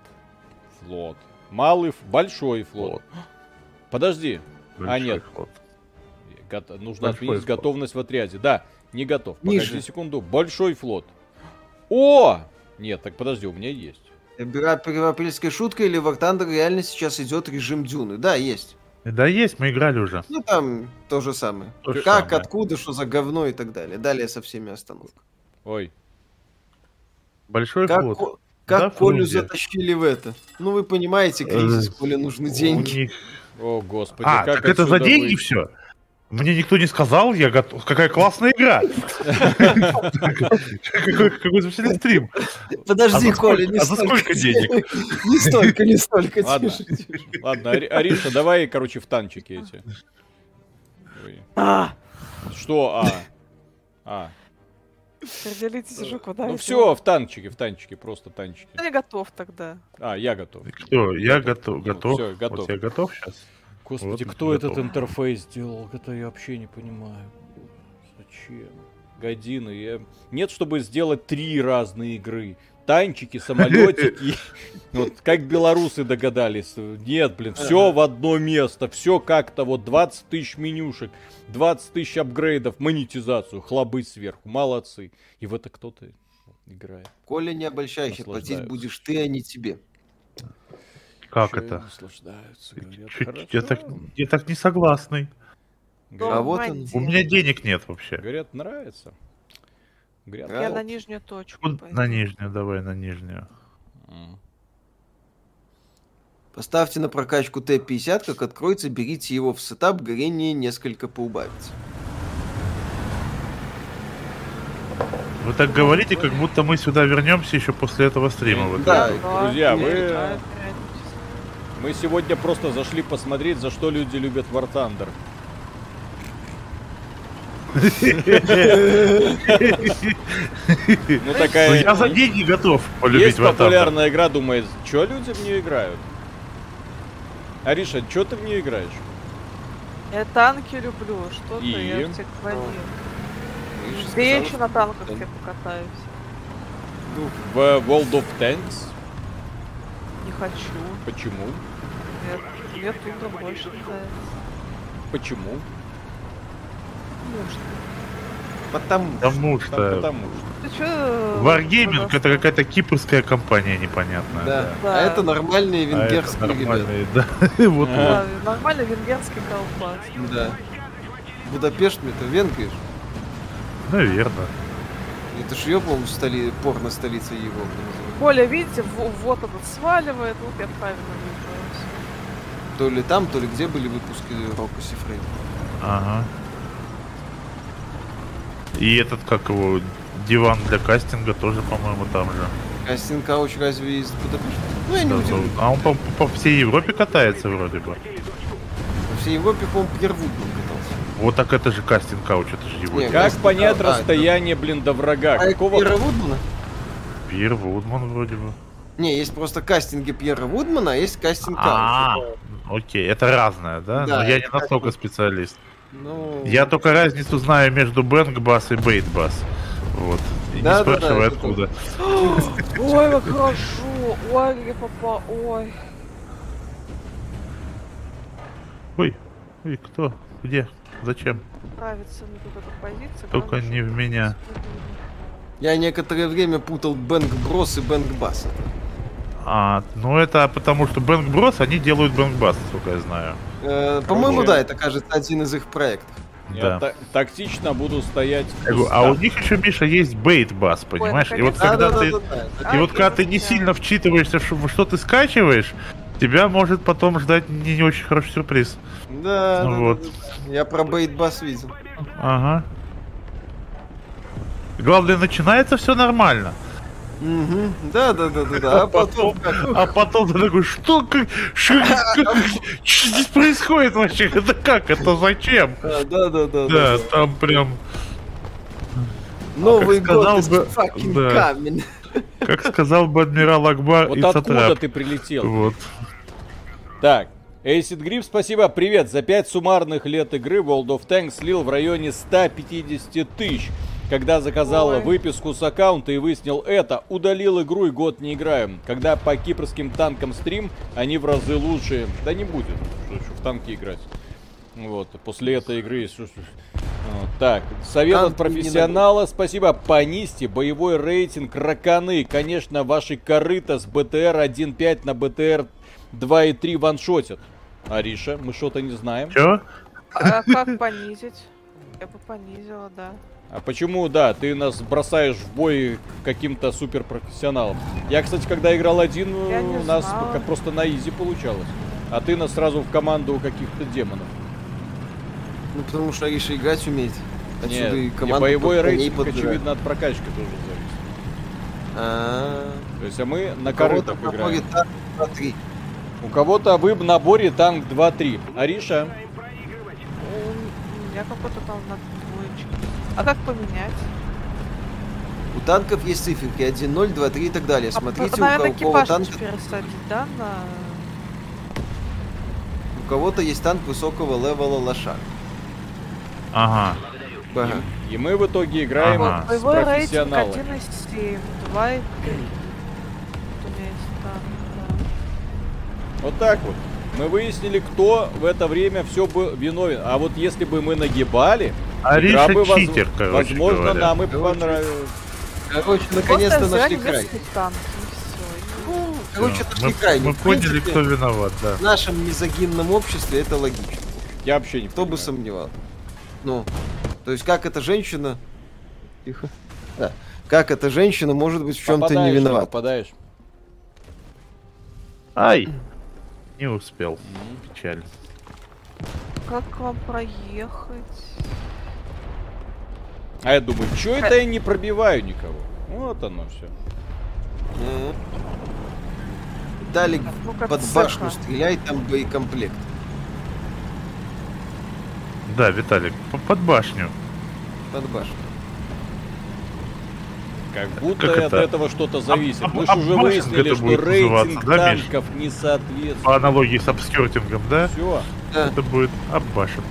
Флот. Малый, ф- большой флот.
Флот.
Подожди,
А,
Большой
нет.
флот.
Гот- нужно
Большой
отменить
флот.
готовность в отряде. Да, не готов. Погоди
Ниже.
секунду. Большой флот. О! Нет, так подожди, у меня есть.
Бра- Первоапрельская а, шутка или Вартандер реально сейчас идет режим Дюны. Да, есть.
Да есть, мы играли уже.
Ну там то же самое.
То же
как,
самое.
откуда, что за говно и так далее. Далее со всеми остановками.
Ой.
Большой
Как,
флот.
Ко- как
Да,
Колю
Фрунзе.
затащили в это? Ну вы понимаете, кризис,
Э,
Коле нужны
У
деньги.
них-
О, господи,
А,
как
так это за
отсюда
деньги
выйти?
все? Мне никто не сказал, я готов. Какая классная игра! Какой какой замечательный стрим.
Подожди,
а за
Коля,
сколько-
не
а за сколько денег?
Не столько, не столько.
Ладно.
тише, тише.
Ладно, Ари- Ариша, давай, короче, в танчики эти. Ой. Что, а? А.
Определитесь же, куда
Ну
идти.
все, в танчики, в танчики, просто танчики.
Ну, Я не готов тогда.
А, я готов.
Кто? Я готов.
Ну,
Готов.
всё, готов.
Вот я готов сейчас.
Господи,
Вот,
кто этот
готов.
интерфейс сделал? Это я вообще не понимаю. Зачем? Годины. я- Нет, чтобы сделать три разные игры. Танчики, самолетики. Вот как белорусы догадались. Нет, блин, все в одно место. Все как-то вот 20 тысяч менюшек, 20 тысяч апгрейдов, монетизацию, хлобы сверху. Молодцы. И в это кто-то играет.
Коля, не обольщайся, платить
Наслаждаются.
будешь ты, а не тебе.
Как
Чё
это?
наслаждаются, говорят,
Чуть- Я так,
«Хорошо».
я так не согласный.
А
Говорят,
вот он.
Нормандия.
У меня денег нет вообще.
Говорят, нравится. Говорят,
Я
Да.
на нижнюю точку.
Вот
пойду.
На нижнюю, давай, на нижнюю.
Мгм.
Поставьте на прокачку Т-50, как откроется, берите его в сетап, горение несколько поубавится.
Вы так говорите, как будто мы сюда вернемся еще после этого стрима. вот.
Да,
друзья,
не
вы-
играют
Э,
периодически.
Мы сегодня просто зашли посмотреть, за что люди любят War Thunder. Ну
Ну,
такая
Я за деньги готов полюбить
есть
Ватанда.
популярная игра, думает, что люди в нее играют? Ариша, что ты в нее играешь?
Я танки люблю, что ты,
И?
я же тебе говорила.
Миша
Да я
сказала,
еще на танках тебе покатаюсь.
В World of Tanks?
Не хочу.
Почему?
Мне, мне Тундра больше нравится.
Почему?
Потому что.
Потому
Потому что.
Да,
что
потому что.
Ты чё...
Wargaming
пожалуйста?
это какая-то кипрская компания непонятная.
Да.
да.
А
Да.
это нормальные
А это
венгерские ребята.
нормальные, да. Вот, вот.
Да, нормальный венгерский колбас.
Да. Будапешт, ну, это Венгрия. ж.
Наверное.
Это ж её, по-моему, столи... порно столица Европы. называют.
Коля, видите, в- вот он сваливает, вот я правильно вижу.
То ли там, то ли где были выпуски Рока Сифрейда.
Ага. И этот, как его, диван для кастинга тоже, по-моему, там же.
Кастинг Кауч разве из Будапешта? Ну, я не
Да,
удивлюсь.
А он по, по всей Европе катается вроде бы.
Во всей Европе, по-моему, Пьервуд был катался.
Вот так это же кастинг ауч, это же его.
Не,
дед.
Как
Кастинг,
понять
а, да,
расстояние, блин, до врага?
А
Какого
Пьера Вудмана?
Пир Вудман вроде бы.
Не, есть просто кастинги Пьера Вудмана, а есть кастинг
А,
Кауч.
окей, это разное, да?
типа. Да,
Но я
это
не настолько специалист.
Ну,
Я только разницу знаю между Бэнгбас и Бейтбас. Вот. И не
Да-да-да,
спрашивай
это
откуда.
Ой, как хорошо! Ой, я попал, ой.
Ой, ой, кто? Где? Зачем?
Нравится мне тут эта позиция.
Только
главное,
не
чтобы
в меня.
Я некоторое время путал Бэнк Брос и Бэнк Бас.
А, ну это потому что Бэнгброс, они делают Бэнгбас, сколько я знаю.
Э, по-моему,
Короче.
да, это, кажется, один из их проектов.
Я
да.
та- тактично буду стоять. в
Я говорю, а
кустах.
у них еще, Миша, есть бейт-бас, понимаешь? и вот
наконец-то.
когда
Да, да,
ты...
да, да, да.
И
А,
вот когда ты не
извините.
сильно вчитываешься, в ш- во что ты скачиваешь, тебя может потом ждать не, не очень хороший сюрприз.
Да,
Ну
да,
вот.
да, да. Я про Бейт Бас видел.
Ага. Главное, начинается все нормально.
Мгм. Да, да, да, да, да. А потом как?
А потом ты такой, что, как, ш- как- что здесь происходит вообще? Это как? Это зачем?
Да, да, да,
Да,
да. да.
там прям,
Новый
как сказал
год is
бы-
fucking
да.
coming.
как сказал бы адмирал Акбар
Вот
и
откуда
Сатрап.
ты прилетел?
Вот.
Так. Acid Grip, спасибо, привет. За 5 суммарных лет игры World of Tanks слил в районе 150 тысяч. Когда заказала
Ой.
выписку с аккаунта и выяснил это, удалил игру и год не играем. Когда по кипрским танкам стрим, они в разы лучше. Да не будет, что еще в танки играть. Вот, после этой игры... если уж- Вот, Так, совет от
Танки не
профессионала, спасибо, понизьте боевой рейтинг раканы. Конечно, ваши корыта с БТР 1.5 на БТР 2.3 ваншотят. Ариша, мы что-то не знаем.
Чё?
А как понизить? Я бы понизила, да.
А почему, да, ты нас бросаешь в бой каким-то суперпрофессионалом? Я, кстати, когда играл один,
Я не
у нас
знала.
пока просто на изи получалось. А ты нас сразу в команду каких-то демонов.
Ну, потому что Ариша играть умеет. Отсюда и
Нет, и
команда
боевой
под коней
рейтинг,
подбирает.
очевидно, от прокачки тоже зависит.
А,
То есть, а мы на
Кого-то
корытах играем.
проходит так, два, три.
У кого-то вы в наборе танк 2-3. Ариша,
У меня какой-то там на двоечке. А как поменять?
У танков есть циферки 1, 0, 2, 3 и так далее.
А,
Смотрите, у
наверное,
кого- у кого
экипаж
танка
пересадить, да? На...
У кого-то есть танк высокого левела лошак.
Ага.
Ага.
и мы в итоге играем
Ага.
с
Боевой рейтинг
профессионалами.
1,7, 2 и 3. Вот у меня есть танк, да.
Вот так вот. Мы выяснили, кто в это время все был виновен. А вот если бы мы нагибали, игра
Ариша
бы, воз-
читер, короче
возможно,
говоря.
нам и
Короче,
понравилось.
Короче,
Просто
наконец-то
взяли
нашли край.
мерзкий танк, и всё.
Ну,
Всё,
короче, нашли
мы,
край. Ну,
мы
в
поняли,
принципе,
кто виноват, да.
В нашем мизогинном обществе это логично.
Я вообще не
Кто бы
понимаю.
сомневался. Ну, то есть как эта женщина... Тихо. Да. Как эта женщина может быть в чем-то
Попадаешь,
не виновата?
Попадаешь.
Ай! Не успел. Печаль.
ну, Как к вам проехать?
А я думаю, что это я не пробиваю никого? Вот оно все.
Мгм. Дали
Ну, как
под
цеха.
башню стреляй, там боекомплект.
Да, Виталик, п- под башню.
Под башню.
Как будто
Как
от
это? А
этого что-то зависит.
об-
Мы же уже
обмашинг
выяснили,
это
что
будет
рейтинг
называться, да, Миш?
танков не соответствует.
По аналогии с обскертингом, да?
Все.
Да.
Это будет оббашинг.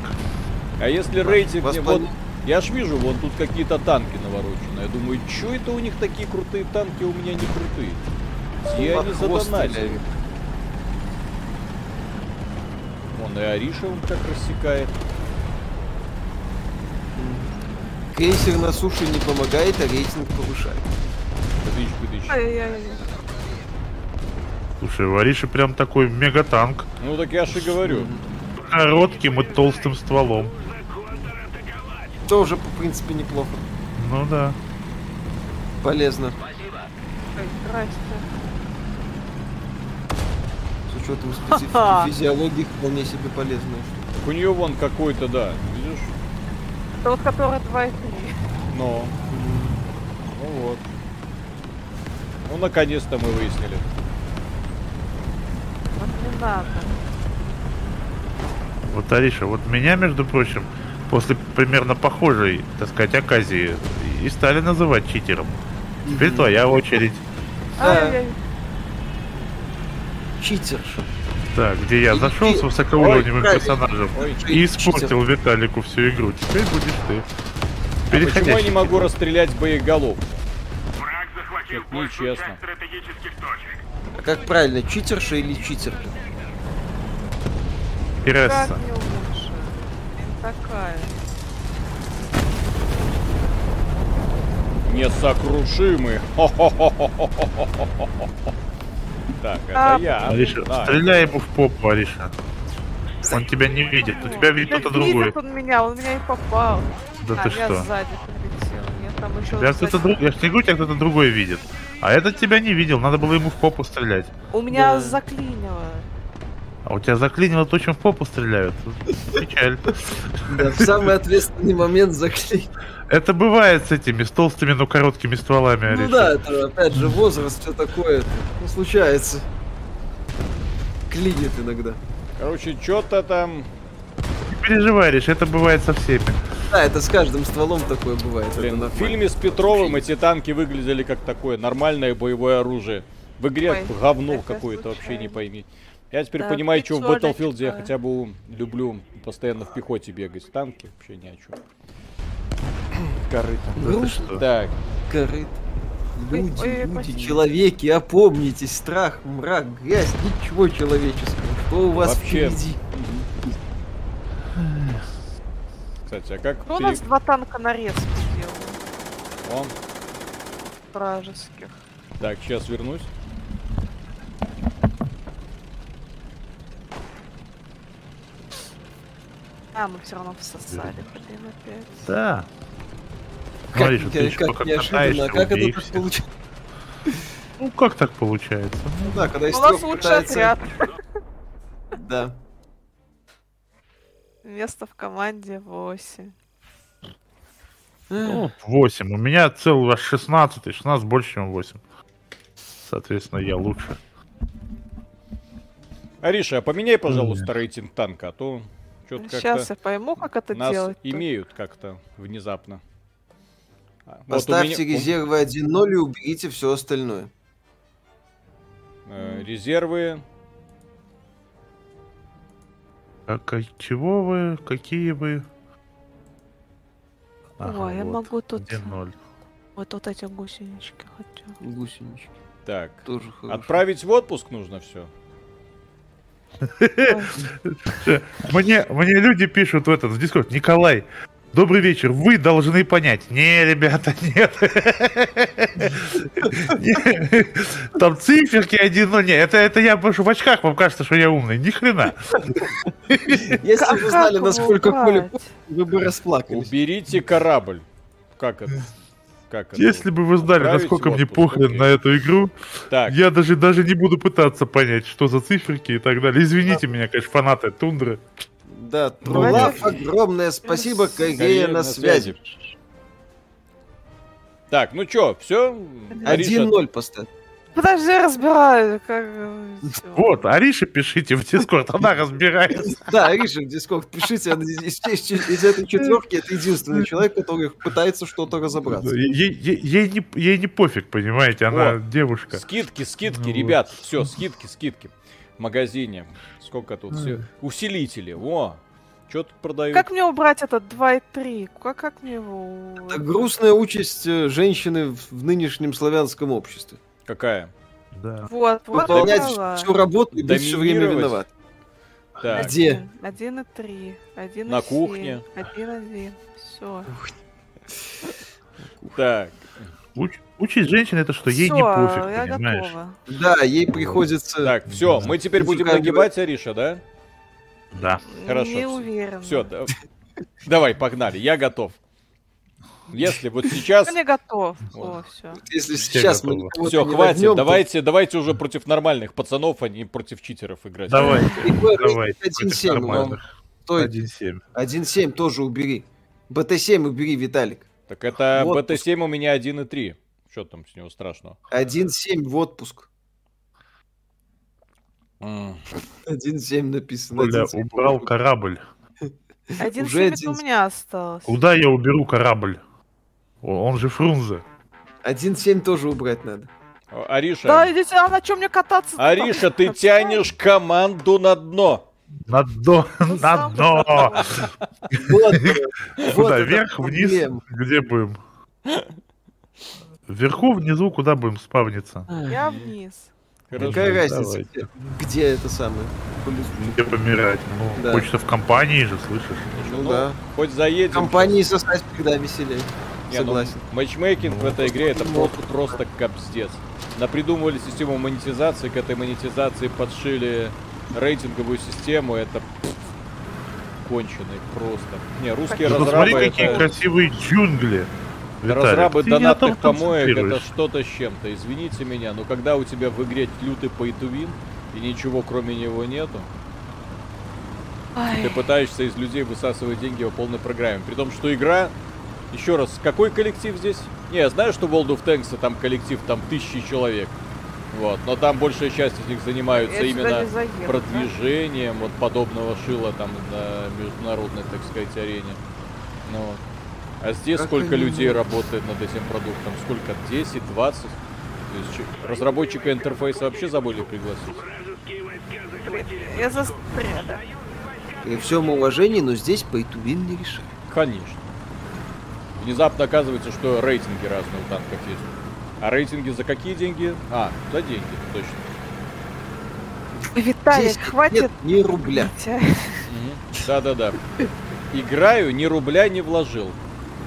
А если рейтинг...
Вас
не-
пон-
Вот, я ж вижу, вон тут какие-то танки наворочены. Я думаю, что это у них такие крутые танки, а у меня не крутые. Все
Под
они
хвост
задонатили.
стреляют.
Вон и Ариша он как рассекает.
Мгм. Крейсер на суше не помогает, а рейтинг повышает.
Пытыч, пытыч.
Ай-яй-яй.
Слушай, у Ариши прям такой мегатанк.
Ну так я же говорю.
Коротким и толстым стволом.
Тоже, в принципе, неплохо.
Ну да.
Полезно.
Ой, Здрасте.
С учетом специфики
Ха-ха.
физиологии вполне себе полезная штука.
Так у нее вон какой-то, да. Видишь?
Тот, который 2 и 3.
Но. Ну вот. Ну наконец-то мы выяснили.
Вот не надо.
Вот, Ариша, вот меня, между прочим, после примерно похожей, так сказать, оказии и стали называть читером. Теперь твоя очередь.
Да.
Ай-яй-яй.
Читерша.
Так, где я
И-
зашел
и-
с высокоуровневым
Ой,
персонажем
Ой,
Чит-
и испортил
читер.
Виталику всю игру. Теперь будешь ты.
а почему я
Переходящий
не могу расстрелять боеголов?
Враг захватил
Как
большую
нечестно.
часть стратегических точек.
А как правильно, читерша или читерка?
Как
Пиресса.
не лучше? Блин, такая.
Несокрушимы. Так, это
А.
я.
Ариша,
Да.
стреляй ему в попу, Ариша. Он тебя не видит, у тебя видит
Да
кто-то
видит
другой.
он меня, он меня и попал.
Да
а,
ты
я
что?
сзади прилетел. Я там еще...
Тебя кто-то друг- Я ж не говорю, тебя кто-то другой видит. А этот тебя не видел, надо было ему в попу стрелять.
У меня
Да.
заклинило.
А у тебя заклинило точно в попу стреляют. Печаль.
Да, в самый ответственный момент Ну заклеить.
Это бывает с этими, с толстыми, но короткими стволами,
Ну
Ариша.
да, это опять же возраст, все такое. Ну, случается. Клинит иногда.
Короче, что-то там.
Не переживай, Ариша, это бывает со всеми.
Да, это с каждым стволом такое бывает. это
Блин, в
нормально.
фильме с Петровым эти танки выглядели как такое нормальное боевое оружие. В игре
Ой,
говно
это
какое-то вообще не
случайно.
пойми. Я теперь
Да,
понимаю, что в
печалечка.
Battlefield я хотя бы люблю постоянно в пехоте бегать. Танки вообще ни о чем. Корыто.
Да
Ну,
ты что?
Так,
корыт. Люди,
Ой, ой,
люди,
прости.
человеки, опомнитесь, страх, мрак, грязь, ничего человеческого. Что у вас
Вообще.
впереди?
кстати, а как
Ну, у
пере-
нас два танка нарезки сделали.
О,
Вражеских.
Так, сейчас вернусь.
А, мы все равно всосали, блин, опять.
Да.
Как,
Смотри, что
не-
ты еще
как
пока
неожиданно, а
катаешься,
как
убей
это
их
так
всех.
получилось?
Ну как так получается?
Ну да, когда из
У нас
трёх
лучший
пытается-
отряд.
Да.
Место в команде 8.
Ну, 8. У меня целый аж 16, и 16 больше, чем 8. Соответственно, я лучше.
Ариша, а поменяй, пожалуйста, рейтинг танка, а то что-то
Сейчас
как-то
я пойму, как это
нас
делать.
имеют как-то внезапно. А, вот у
Поставьте
меня- у-
резервы 1-0 и уберите все остальное.
э, резервы.
Так, а чего вы? Какие вы? Ага,
Ой, я
вот.
могу тут
1-0.
вот, вот эти гусенички хочу.
Гусенички.
Так.
Тоже хорошо.
Отправить в отпуск нужно все.
Мне, мне люди пишут в этот, в Дискорд, Николай, добрый вечер, вы должны понять. Не, ребята, нет. Не. Там циферки один, но не, это, это я потому что в очках, вам кажется, что я умный. Ни хрена.
Если бы вы знали,
А его
насколько Коля
убрать?
вы бы расплакались.
Уберите корабль. Как это? Как это?
Если бы вы знали,
Отправить
насколько
в
мне
отпуск,
похрен
окей.
на эту игру,
Так,
я даже, даже не буду пытаться понять, что за циферки и так далее. Извините меня, конечно, фанаты Тундры.
Да,
Давайте.
Трулав, огромное спасибо, Корея
Галея
на связи.
Так, ну чё, все?
1-0 поставь.
Подожди, я разбираю, как... э, всё.
Вот, Арише пишите в Дискорд, она разбирается.
Да, Риша, в Дискорд, пишите, она из, из- из- из этой четверки это единственный человек, который пытается что-то разобраться.
Ей, ей- ей не, ей не пофиг, понимаете, она
Вот.
девушка.
Скидки, скидки,
Ну
ребят, все, скидки, скидки. В магазине. Сколько тут? всё? Усилители, во. Чё тут продают?
Как мне убрать этот 2 и 3? Как, как мне его...
Это грустная участь э, женщины в, в нынешнем славянском обществе.
Какая?
Да.
ну,
Вот, вот
Выполнять
убрала.
всю работу и быть все время
Доминировать?
виноват.
Так,
Где?
Один и три, один и
На
семь,
кухне.
Один один. Все.
Так.
Уч- учить женщин это что? Ей не
Всё,
пофиг,
я
понимаешь?
готова.
Да, ей приходится...
Так, все, мы теперь
Ну,
будем
как бы-
нагибать Ариша, да?
Да.
Хорошо,
Не
всё.
уверена.
Все, давай, погнали, я готов. Если вот сейчас...
Я не готов.
Вот.
О, все.
Если
Все
сейчас мы
готовы.
никого-то
Все,
не
хватит,
возьмем, то
давайте, давайте уже против нормальных пацанов, а не против читеров играть.
Давай.
Прикольно,
Давай.
1-7
против
у
ну,
нас.
нормальных.
Стой,
1-7.
1.7 тоже убери. БТ-7 убери, Виталик.
Так это
Вот
БТ-7 у меня 1.3. Что там с него страшного?
1.7 в отпуск.
М.
1.7 написано.
Коля
1.7.
убрал корабль.
Один
Уже
семь у
один-
меня осталось.
Куда я уберу корабль? О, Он же Фрунзе.
1.7 тоже убрать надо.
А- Ариша,
Да, идите, а на чем мне кататься?
Ариша, ты тянешь команду на дно.
На дно.
Ну,
На дно.
Вот, вот
Куда?
это
Вверх, вниз?
проблема.
Где будем? Вверху, внизу, куда будем спавниться?
Я вниз.
Хорошо.
Какая разница,
давайте.
где, где это самое? Полюс-
Где помирать? Ну,
Да.
хочется в компании же, слышишь?
Ну,
да.
Хоть заедем.
Ну, Компании сосать всегда веселее.
Не, ну,
Согласен.
матчмейкинг в этой игре это
ну,
просто,
опыт.
просто капздец. Напридумывали систему монетизации, к этой монетизации подшили рейтинговую систему, это пф, конченый просто. Не, русские
Ну,
разрабы,
смотри, какие
это-
красивые джунгли. Виталик,
разрабы
ты не о
донатных
том
помоек, это
концентрируешься.
что-то с чем-то, извините меня, но когда у тебя в игре лютый пейтувин, и ничего кроме него нету, ты
Ай,
пытаешься из людей высасывать деньги по полной программе. При том, что игра... Еще раз, какой коллектив здесь? Не, я знаю, что в World of Tanks а там коллектив, там тысячи человек. Вот, но там большая часть из них занимаются
я сюда
именно
не заеду,
продвижением вот подобного шила там на международной, так сказать, арене. Ну, вот. А здесь
Как
сколько
они
людей
могут?
работает над этим продуктом? Сколько? 10, 20? То есть че- разработчика интерфейса вообще забыли пригласить?
да? Я застряла.
При всем уважении, но здесь Пайтувин не решает.
Конечно. Внезапно оказывается, что рейтинги разные у танков есть. А рейтинги за какие деньги? А, за деньги, точно.
Виталик,
Здесь
хватит.
Нет, ни рубля.
Витя.
Да-да-да. Играю, ни рубля не вложил.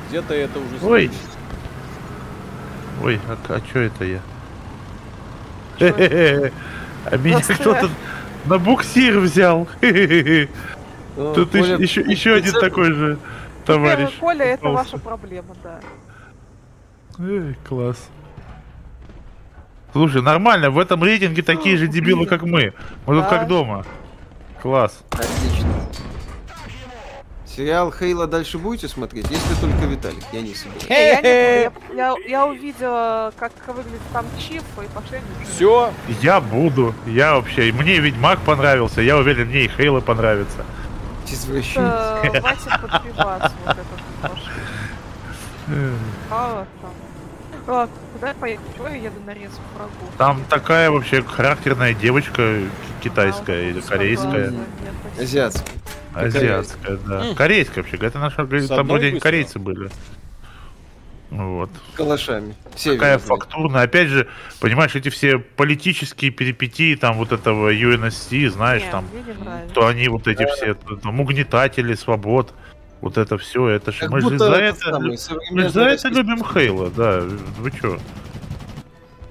Где-то это уже...
Ой. Ой, а, а чё это я?
Чё?
Хе-хе-хе. А меня
Просто-
кто-то на буксир взял. Хе-хе-хе.
О,
Тут
Коля,
еще, еще- еще один
прицеп-
такой же
Первый
товарищ.
Коля, это
попался.
ваша проблема, да.
Эй, класс. Слушай, нормально, в этом рейтинге такие же дебилы, как мы. Мы тут
Да.
как дома. Класс.
Отлично. Сериал Хейла дальше будете смотреть? Если только Виталик, я не собираюсь.
Не, Э, Я, не буду, я, я- я увидела, как выглядит там чип, и пошли.
Все,
Я буду. Я вообще. и Мне Ведьмак понравился. Я уверен, мне и Хейла понравится.
Извращенец.
Э, Хватит подпиваться вот этот ваш.
Э,
А, вот там. Ладно, куда я поеду? Чего я еду на резку врагу?
Там такая вообще характерная девочка к- китайская или
Сказала,
корейская.
нет, А, нет, спасибо.
Азиат.
Азиатская, да. Корейская вообще. Это наша.
С
Там
одной
вроде
выстрел.
корейцы были. Вот.
Калашами.
Такая
Северный, значит.
фактурная. Опять же, понимаешь, эти все политические перипетии там вот этого UNSC, знаешь,
Не,
там,
мне не нравится.
то они вот эти все там угнетатели свобод, вот это все, это же
Как
мы же
будто
за
это
это,
самый
мы
современный
ж за это
российский-
любим Хейла, да. Вы чё?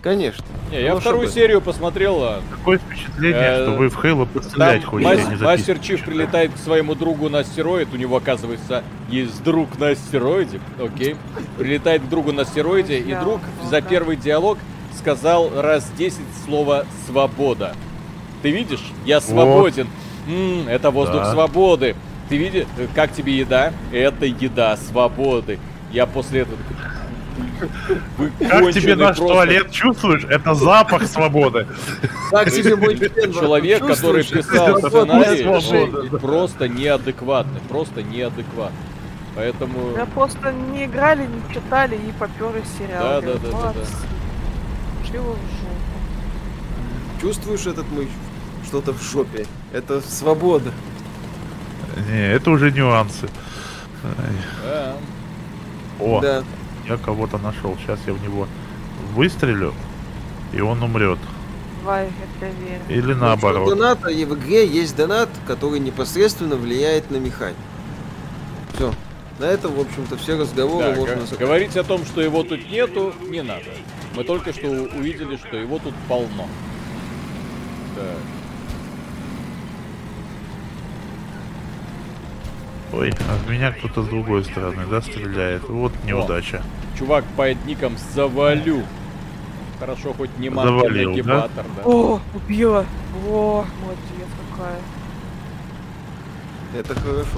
Конечно.
не, я
Ну,
вторую
чтобы-
серию посмотрел, а
Такое впечатление,
Э,
что вы в Хейла
Там
пострелять хотите, а не
мас- мастер
записывать.
Чиф прилетает к своему другу на астероид. У него, оказывается, есть друг на астероиде. Окей. Прилетает к другу на астероиде, и
Да,
друг
ну
за
да.
первый диалог сказал раз 10 слово «свобода». Ты видишь? Я свободен. М, это воздух
Да.
свободы. Ты видишь, э, как тебе еда? Это еда свободы. Я после этого... такой, «Блин, вы
Как тебе
конченые
наш
просто».
туалет чувствуешь? Это запах свободы.
Так тебе мой член,
Человек,
Ваня,
который
чувствуешь?
писал
Это
сценарий, ну,
свобода,
и
да.
просто неадекватный, просто неадекватный. Поэтому
Мы просто не играли, не читали и поперли сериал.
Да, да, да, да, да.
Чего в жопу?
Чувствуешь этот мой что-то в жопе? Это свобода.
Не, это уже нюансы.
да.
О,
Да.
я кого-то нашел. Сейчас я в него выстрелю, и он умрет.
Давай, я тебя верю.
Или
Насчет
наоборот.
Доната и в игре есть донат, который непосредственно влияет на механику. Все. На этом, в общем-то, все
Да,
разговоры можно
га-
заканчивать.
говорить о том, что его тут нету, не надо. Мы только что у- увидели, что его тут полно. Так.
Ой, от меня кто-то с другой стороны, да, стреляет. Вот неудача.
Чувак под ником завалю. Хорошо, хоть не маркер
Завалил, да?
Нагибатор, да?
О, убила. О, молодец какая.
Это хорошо.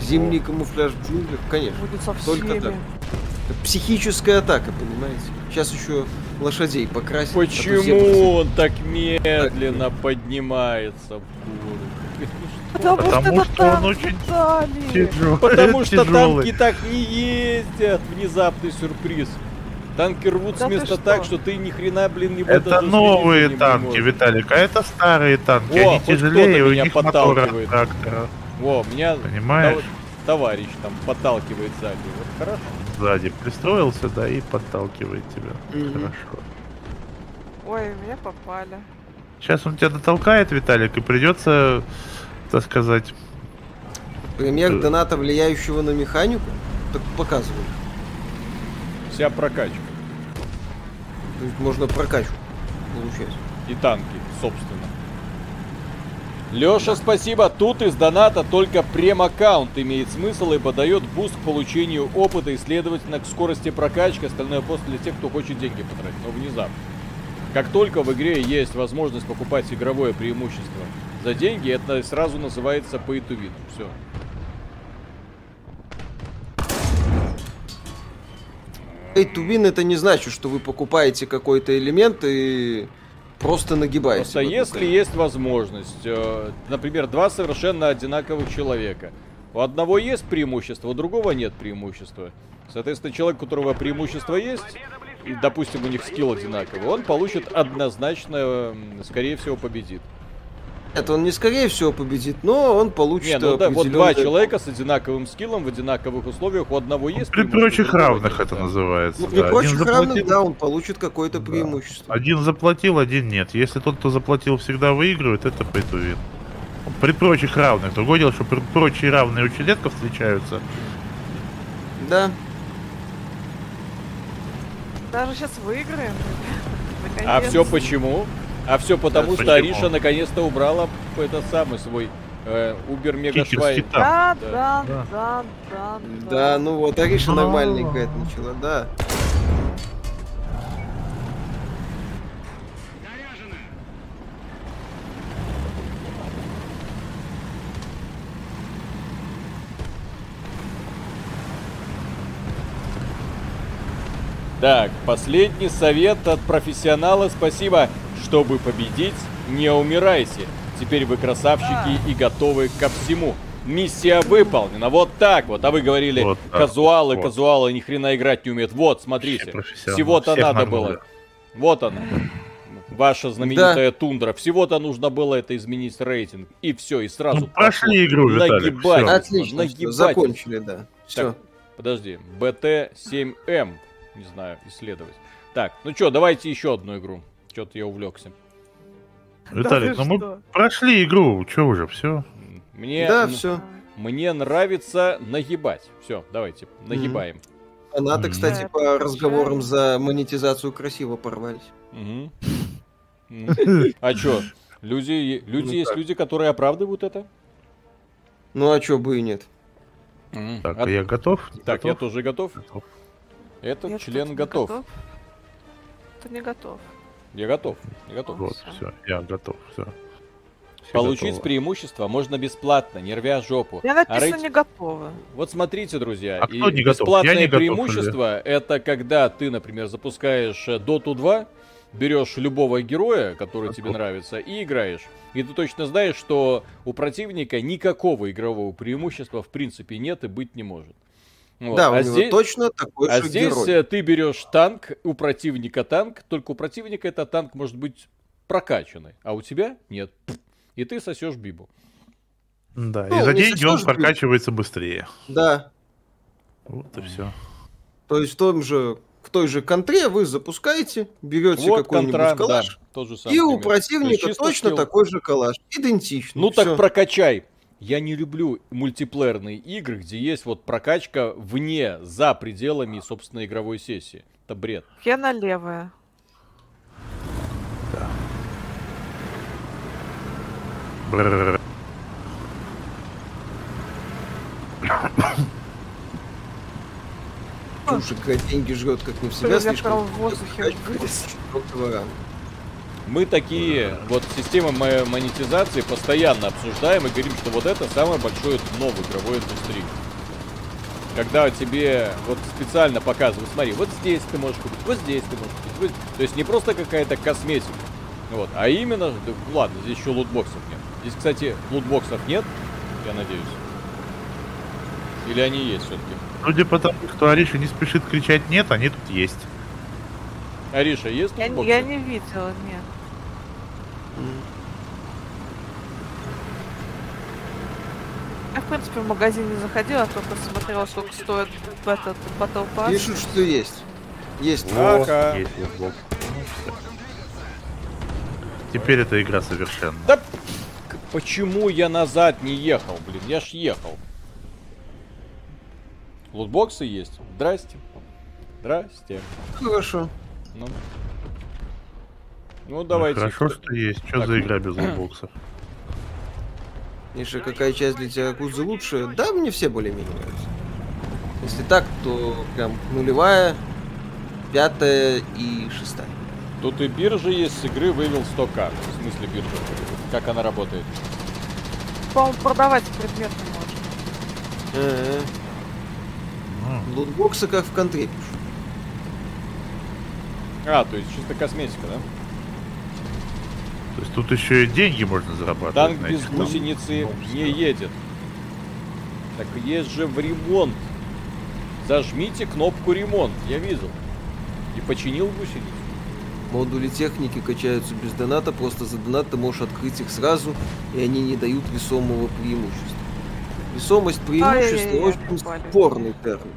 Зимний камуфляж в джунглях, конечно.
Будет со
Только
всеми.
так. Это психическая атака, понимаете? Сейчас еще лошадей покрасить. а то все будут-
Почему он так медленно поднимается в гору?
Потому,
Потому
это
что
танк
он очень
Италии.
Тяжелый,
Потому что
тяжелый.
танки так не ездят. Внезапный сюрприз. Танки рвут с
Да ты
места
что?
так, что ты ни хрена, блин, не
Это
даже
новые
следить за ним не
танки,
можешь.
Виталик, а это старые танки.
О,
Они
хоть
тяжелее,
кто-то
у
меня
них мотор
подталкивает.
от трактора.
Во, меня
Понимаешь?
тов- товарищ там подталкивает сзади. Вот хорошо.
Сзади пристроился, да, и подталкивает тебя.
Мгм.
Хорошо.
Ой, меня попали.
Сейчас он тебя дотолкает, Виталик, и придется, так сказать,
Пример доната, влияющего на механику, так показывают.
Вся прокачка.
То есть можно прокачку получать.
И танки, собственно. Леша, спасибо. Тут из доната только прем-аккаунт имеет смысл, ибо дает буст к получению опыта и, следовательно, к скорости прокачки. Остальное просто для тех, кто хочет деньги потратить, но внезапно. Как только в игре есть возможность покупать игровое преимущество за деньги, это сразу называется pay to win. Все.
Pay to win это не значит, что вы покупаете какой-то элемент и просто нагибаете.
Просто
в эту
если
игру.
есть возможность, э, например, два совершенно одинаковых человека, у одного есть преимущество, у другого нет преимущества. Соответственно, человек, у которого преимущество есть, и, допустим, у них скилл одинаковый, он получит однозначно, э, скорее всего, победит.
Нет, он не скорее всего победит, но он получит э,
Не, ну да, вот два
определенное-
человека с одинаковым скиллом в одинаковых условиях, у одного есть
при
преимущество, у
прочих
другого
равных
нет,
это
да.
называется.
Ну, при
да.
прочих
Один
равных,
заплатил-
да, он получит какое-то
Да.
преимущество.
Один заплатил, один нет. Если тот, кто заплатил, всегда выигрывает, это pay to win. При прочих равных. Другое дело, что при прочие равные очень редко встречаются.
Да.
Даже сейчас выиграем.
А
Наконец.
все почему? А все потому,
Да,
что
почему?
Ариша наконец-то убрала этот самый свой убер мега
Кикер с
швай
кита.
Да,
Да,
да, да, да, да.
Да, ну вот, Ариша
Ну.
нормально играть начала, да.
Так, последний совет от профессионала. Спасибо. Чтобы победить, не умирайте. Теперь вы красавчики и готовы ко всему. Миссия выполнена. Вот так вот. А вы говорили,
Вот так
казуалы,
вот.
казуалы ни хрена играть не умеют. Вот, смотрите.
Вообще профессионал.
Всего-то
Всех
надо
нагнули.
было. Вот она. Ваша знаменитая тундра. Всего-то нужно было это изменить рейтинг. И все, и сразу.
Ну, прошли игру, Виталик.
Нагибать.
всё.
Отлично,
Нагибать.
закончили, да. Все.
Так, подожди, БТ-7М, не знаю, исследовать. Так, ну чё, давайте еще одну игру. Чё-то я увлекся.
Виталик,
А ты
ну мы
что?
прошли игру, что уже, все.
Мне,
Да,
н-
все.
мне нравится нагибать. Все, давайте, нагибаем.
Фанаты,
Мгм.
кстати,
Да,
по разговорам за монетизацию красиво порвались.
Мгм. Ну, А чё, люди, е- люди
Ну
есть
так.
люди, которые оправдывают это?
Ну а чё бы и нет?
Мгм.
Так,
А-
я готов?
так, я
Готов?
тоже готов.
Готов.
Этот
Нет, тут
член
не
готов.
Тут не готов.
Я готов. Я готов.
Вот,
Всё.
все, я готов, все.
Получить преимущество можно бесплатно, не рвя жопу.
Я
А
написано
рейтинг-
не готова.
Вот смотрите, друзья,
А
и
кто не готов?
бесплатное
Я не готов,
преимущество это когда ты, например, запускаешь э, Dota 2, берешь любого героя, который тебе
Готов.
нравится, и играешь. И ты точно знаешь, что у противника никакого игрового преимущества в принципе нет и быть не может. Вот.
Да, у
а
него
здесь,
точно такой
а
же
здесь,
герой.
э, ты берешь танк, у противника танк, только у противника этот танк может быть прокачанный, а у тебя нет. И ты сосешь бибу.
Да,
Ну,
и за
не
деньги он
сочтёшь, блин.
прокачивается быстрее.
Да.
Вот и все.
То есть в том же, в той же контре вы запускаете, берете
вот
какой-нибудь
контра, да,
калаш,
тот же самый
и у
пример. То есть
противника
чисто
точно
скилл.
такой же калаш. Идентичный.
Ну так
всё.
прокачай. Я не люблю мультиплеерные игры, где есть вот прокачка вне, за пределами, собственно, игровой сессии. Это бред.
Хена левая.
Бррр.
Слушай, когда деньги жрет как не в себя,
Блин, я прям
слишком...
в воздухе вылез.
Мы такие, вот системы мо- монетизации постоянно обсуждаем и говорим, что вот это самое большое дно в игровой индустрии. Когда тебе вот специально показывают, смотри, вот здесь ты можешь купить, вот здесь ты можешь купить, вот- то есть не просто какая-то косметика, вот, а именно, да ладно, здесь еще лутбоксов нет. Здесь, кстати, лутбоксов нет, я надеюсь. Или они есть все-таки?
Судя по тому, что Ариша не спешит кричать «нет», они тут есть.
Ариша, есть
Я,
лутбоксы?
я не видела, нет. Я, в принципе, в магазин не заходила, а только смотрела, сколько стоит этот Battle Pass.
Пишут, что есть. Есть.
Ага.
Есть Xbox. Теперь эта игра Ну, совершенно.
Да п- почему я назад не ехал, блин? Я ж ехал. Лутбоксы есть. Здрасте. Здрасте.
Хорошо.
Ну, Ну, давайте.
Хорошо, что есть. Что
Так.
за игра без лутбоксов?
Миша, какая часть для тебя Якудзы лучше? Да, мне все более-менее нравятся. Если так, то прям нулевая, пятая и шестая.
Тут и биржа есть, с игры вывел 100к. В смысле биржа? Как она работает?
По-моему, продавать предметы можно.
Э,
М,
Лутбоксы как в контре пишут.
А, то есть чисто косметика, да?
То есть тут еще и деньги можно зарабатывать.
Танк
на
без
этих там.
гусеницы
Ну,
не
что?
едет. Так есть же в ремонт. Зажмите кнопку ремонт, я видел. И починил гусеницу.
Модули техники качаются без доната, просто за донат ты можешь открыть их сразу, и они не дают весомого преимущества. Весомость преимущества
Ай-яй-яй,
очень
попали.
спорный термин.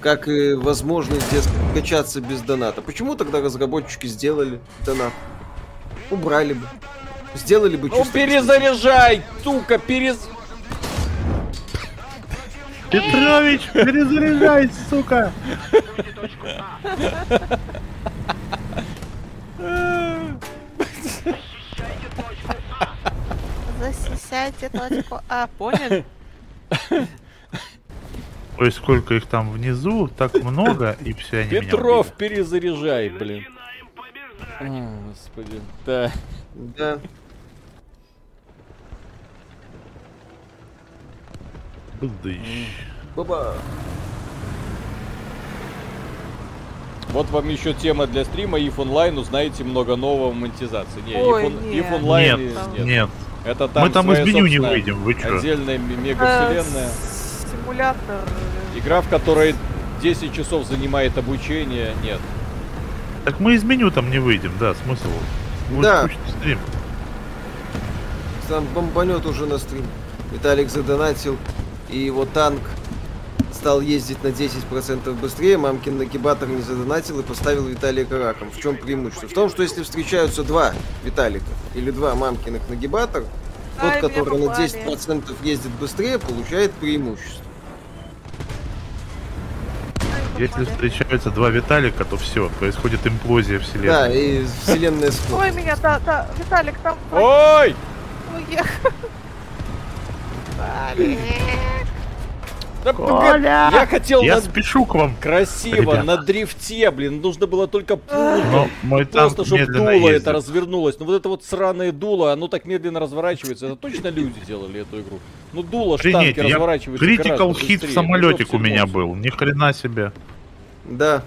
Как и возможность детства качаться без доната. Почему тогда разработчики сделали донат? Убрали бы. Сделали бы
Ну
чисто
перезаряжай, сука, перез...
Петрович, перезаряжай, сука!
Засисяйте точку А, понял?
Ой, сколько их там внизу, так много, и все они меня
Петров,
убили.
перезаряжай, блин. А, Господи, да.
Да.
Бздыщ.
Баба.
Вот вам еще тема для стрима. If онлайн узнаете много нового в монетизации. Не,
Ой,
if, он-
нет.
if онлайн
Нет,
и- нет.
нет.
Это там
Мы там из
своя
меню не
собственная
выйдем, вы чё?
Отдельная м- мегавселенная.
Э, Симулятор.
Игра, в которой 10 часов занимает обучение, нет.
Так мы из меню там не выйдем, да, смысл. Будет
Да.
скучный стрим.
Там бомбанет уже на стрим. Виталик задонатил, и его танк стал ездить на 10% быстрее, мамкин нагибатор не задонатил и поставил Виталика раком. В чем преимущество? В том, что если встречаются два Виталика или два мамкиных нагибатор, тот,
Ай, меня
который на
попали.
10% ездит быстрее, получает преимущество.
Если встречаются два Виталика, то все, происходит имплозия
Да,
вселенной.
и вселенная сход.
Ой, меня, да, да, Виталик, там
Ой!
уехал. Виталик.
Да погоди, Я хотел
Я
на-
спешу к вам.
красиво,
Ребята.
на дрифте, блин, нужно было только пулу
Но мой танк
Ну, Просто чтобы дуло
медленно ездит.
это развернулось. Ну вот это вот сраное дуло, оно так медленно разворачивается. Это точно люди делали эту игру. Ну дуло ж танки
Охренеть, я
разворачивается.
Критикал
гораздо
хит
быстрее.
в
Ну,
самолетик у
ёпсель
меня
мопс.
был. Ни хрена себе.
Да.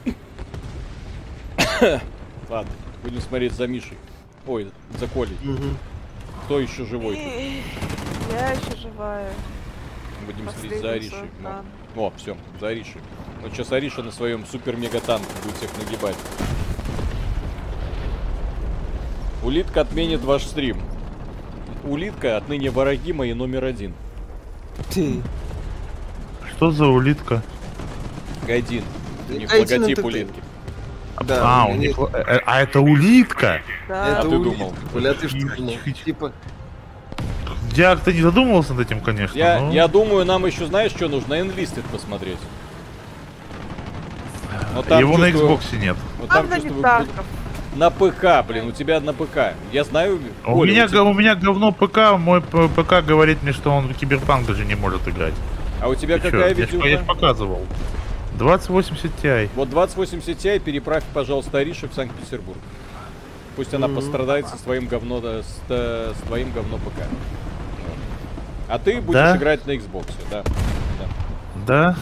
Ладно, будем смотреть за Мишей. Ой, за Колей.
Мгм.
Кто еще живой? тут?
Я еще живая.
Будем следить за
Последний
Аришей. Ну, О,
сорок.
все, за Аришей. Вот сейчас Ариша на своем супер-мега-танке будет всех нагибать. Улитка отменит ваш стрим. Улитка отныне враги мои номер один.
Ты.
Что за улитка?
Гайдин. У них
Гайдин
логотип
Entertainment.
улитки.
Да,
а, у
ну,
они-
них... л- э, А это улитка?
Да.
А
Это
ты
улитка,
думал?
бля, а ты что
Тихо,
думал?
тихо, тихо.
Типа,
Я-то не задумывался над этим, конечно.
Я,
но-
я думаю, нам еще, знаешь, что нужно? Enlisted посмотреть. Но там
Его на
чувствую-
Xbox нет.
вот там
Ладно, не
чувствую,
танков.
На ПК, блин, у тебя на ПК. Я знаю,
У
Коля,
меня,
тебя-
го- у меня говно ПК, мой п- ПК говорит мне, что он в Киберпанк даже не может играть.
а у тебя
Ты чё?
какая
я, ж- я ж
видео?
показывал. 2080 Ti.
Вот 2080 Ti переправь, пожалуйста, Арише в Санкт-Петербург. Пусть она пострадает со своим говно, да, с, э, с твоим говно ПК. А ты будешь
Да?
играть на Xbox, да.
Да?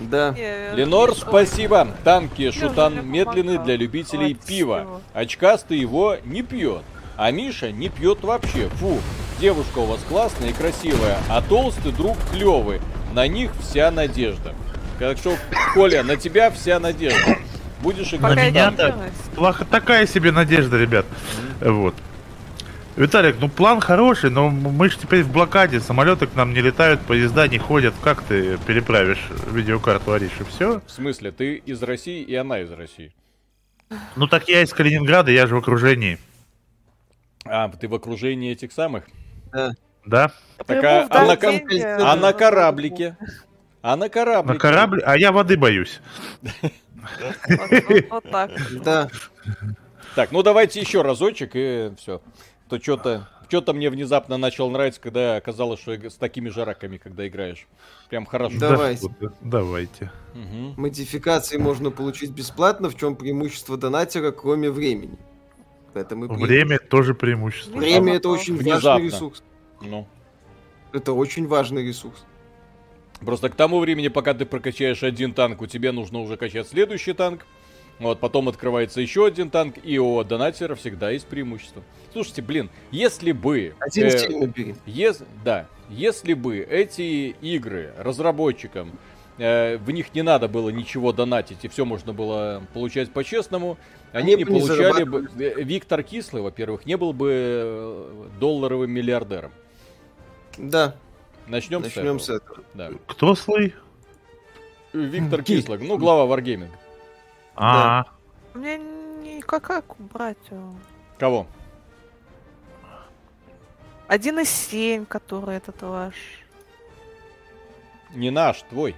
Да.
Не,
Ленор,
ой,
спасибо. Танки шутан
уже
медленный
помогла.
для любителей
Хватит
пива.
всего.
Очкастый его не пьет. А Миша не пьет вообще. Фу. Девушка у вас классная и красивая, а толстый друг клевый. На них вся надежда. Так что, Коля, на тебя вся надежда. Будешь играть.
Пока
На
в
я
меня
не
танки.
так.
делаюсь.
Плохо, такая себе надежда, ребят. Э, Вот. Виталик, ну план хороший, но мы же теперь в блокаде, самолеты к нам не летают, поезда не ходят. Как ты переправишь видеокарту Ариши? Все?
В смысле, ты из России и она из России.
Ну так я из Калининграда, я же в окружении.
А, ты в окружении этих самых?
Да?
Так,
Ему
а, а
вдали
на, ком-
деньги,
а на
э,
кораблике? А на кораблике?
На корабле, а я воды боюсь.
Вот, вот- вот так.
Да.
Так, ну давайте еще разочек и все. То что-то что-то мне внезапно начало нравиться, когда оказалось, что иг- с такими же раками, когда играешь. Прям хорошо.
Да. Давайте.
Да, вот, давайте.
Мгм.
Модификации можно получить бесплатно, в чем преимущество донатера, кроме времени. Это мы
Время тоже преимущество.
Время это очень
Внезапно.
важный ресурс.
Ну.
Это очень важный ресурс.
Просто к тому времени, пока ты прокачаешь один танк, у тебя нужно уже качать следующий танк. Вот, потом открывается еще один танк, и у донатера всегда есть преимущество. Слушайте, блин, если бы...
Один
э,
стиль набери.
Ес- да, если бы эти игры разработчикам э, в них не надо было ничего донатить и все можно было получать по-честному, они,
Они
не
бы не
получали бы... э, Виктор Кислый, во-первых, не был бы э, долларовым миллиардером.
Да,
Начнем,
начнем с
этого.
этого.
Да.
Кто слый?
Э, Виктор Кислый, ну глава Wargaming.
А,
Мне никакая брать. его.
Кого?
1,7, который этот ваш.
Не наш, твой.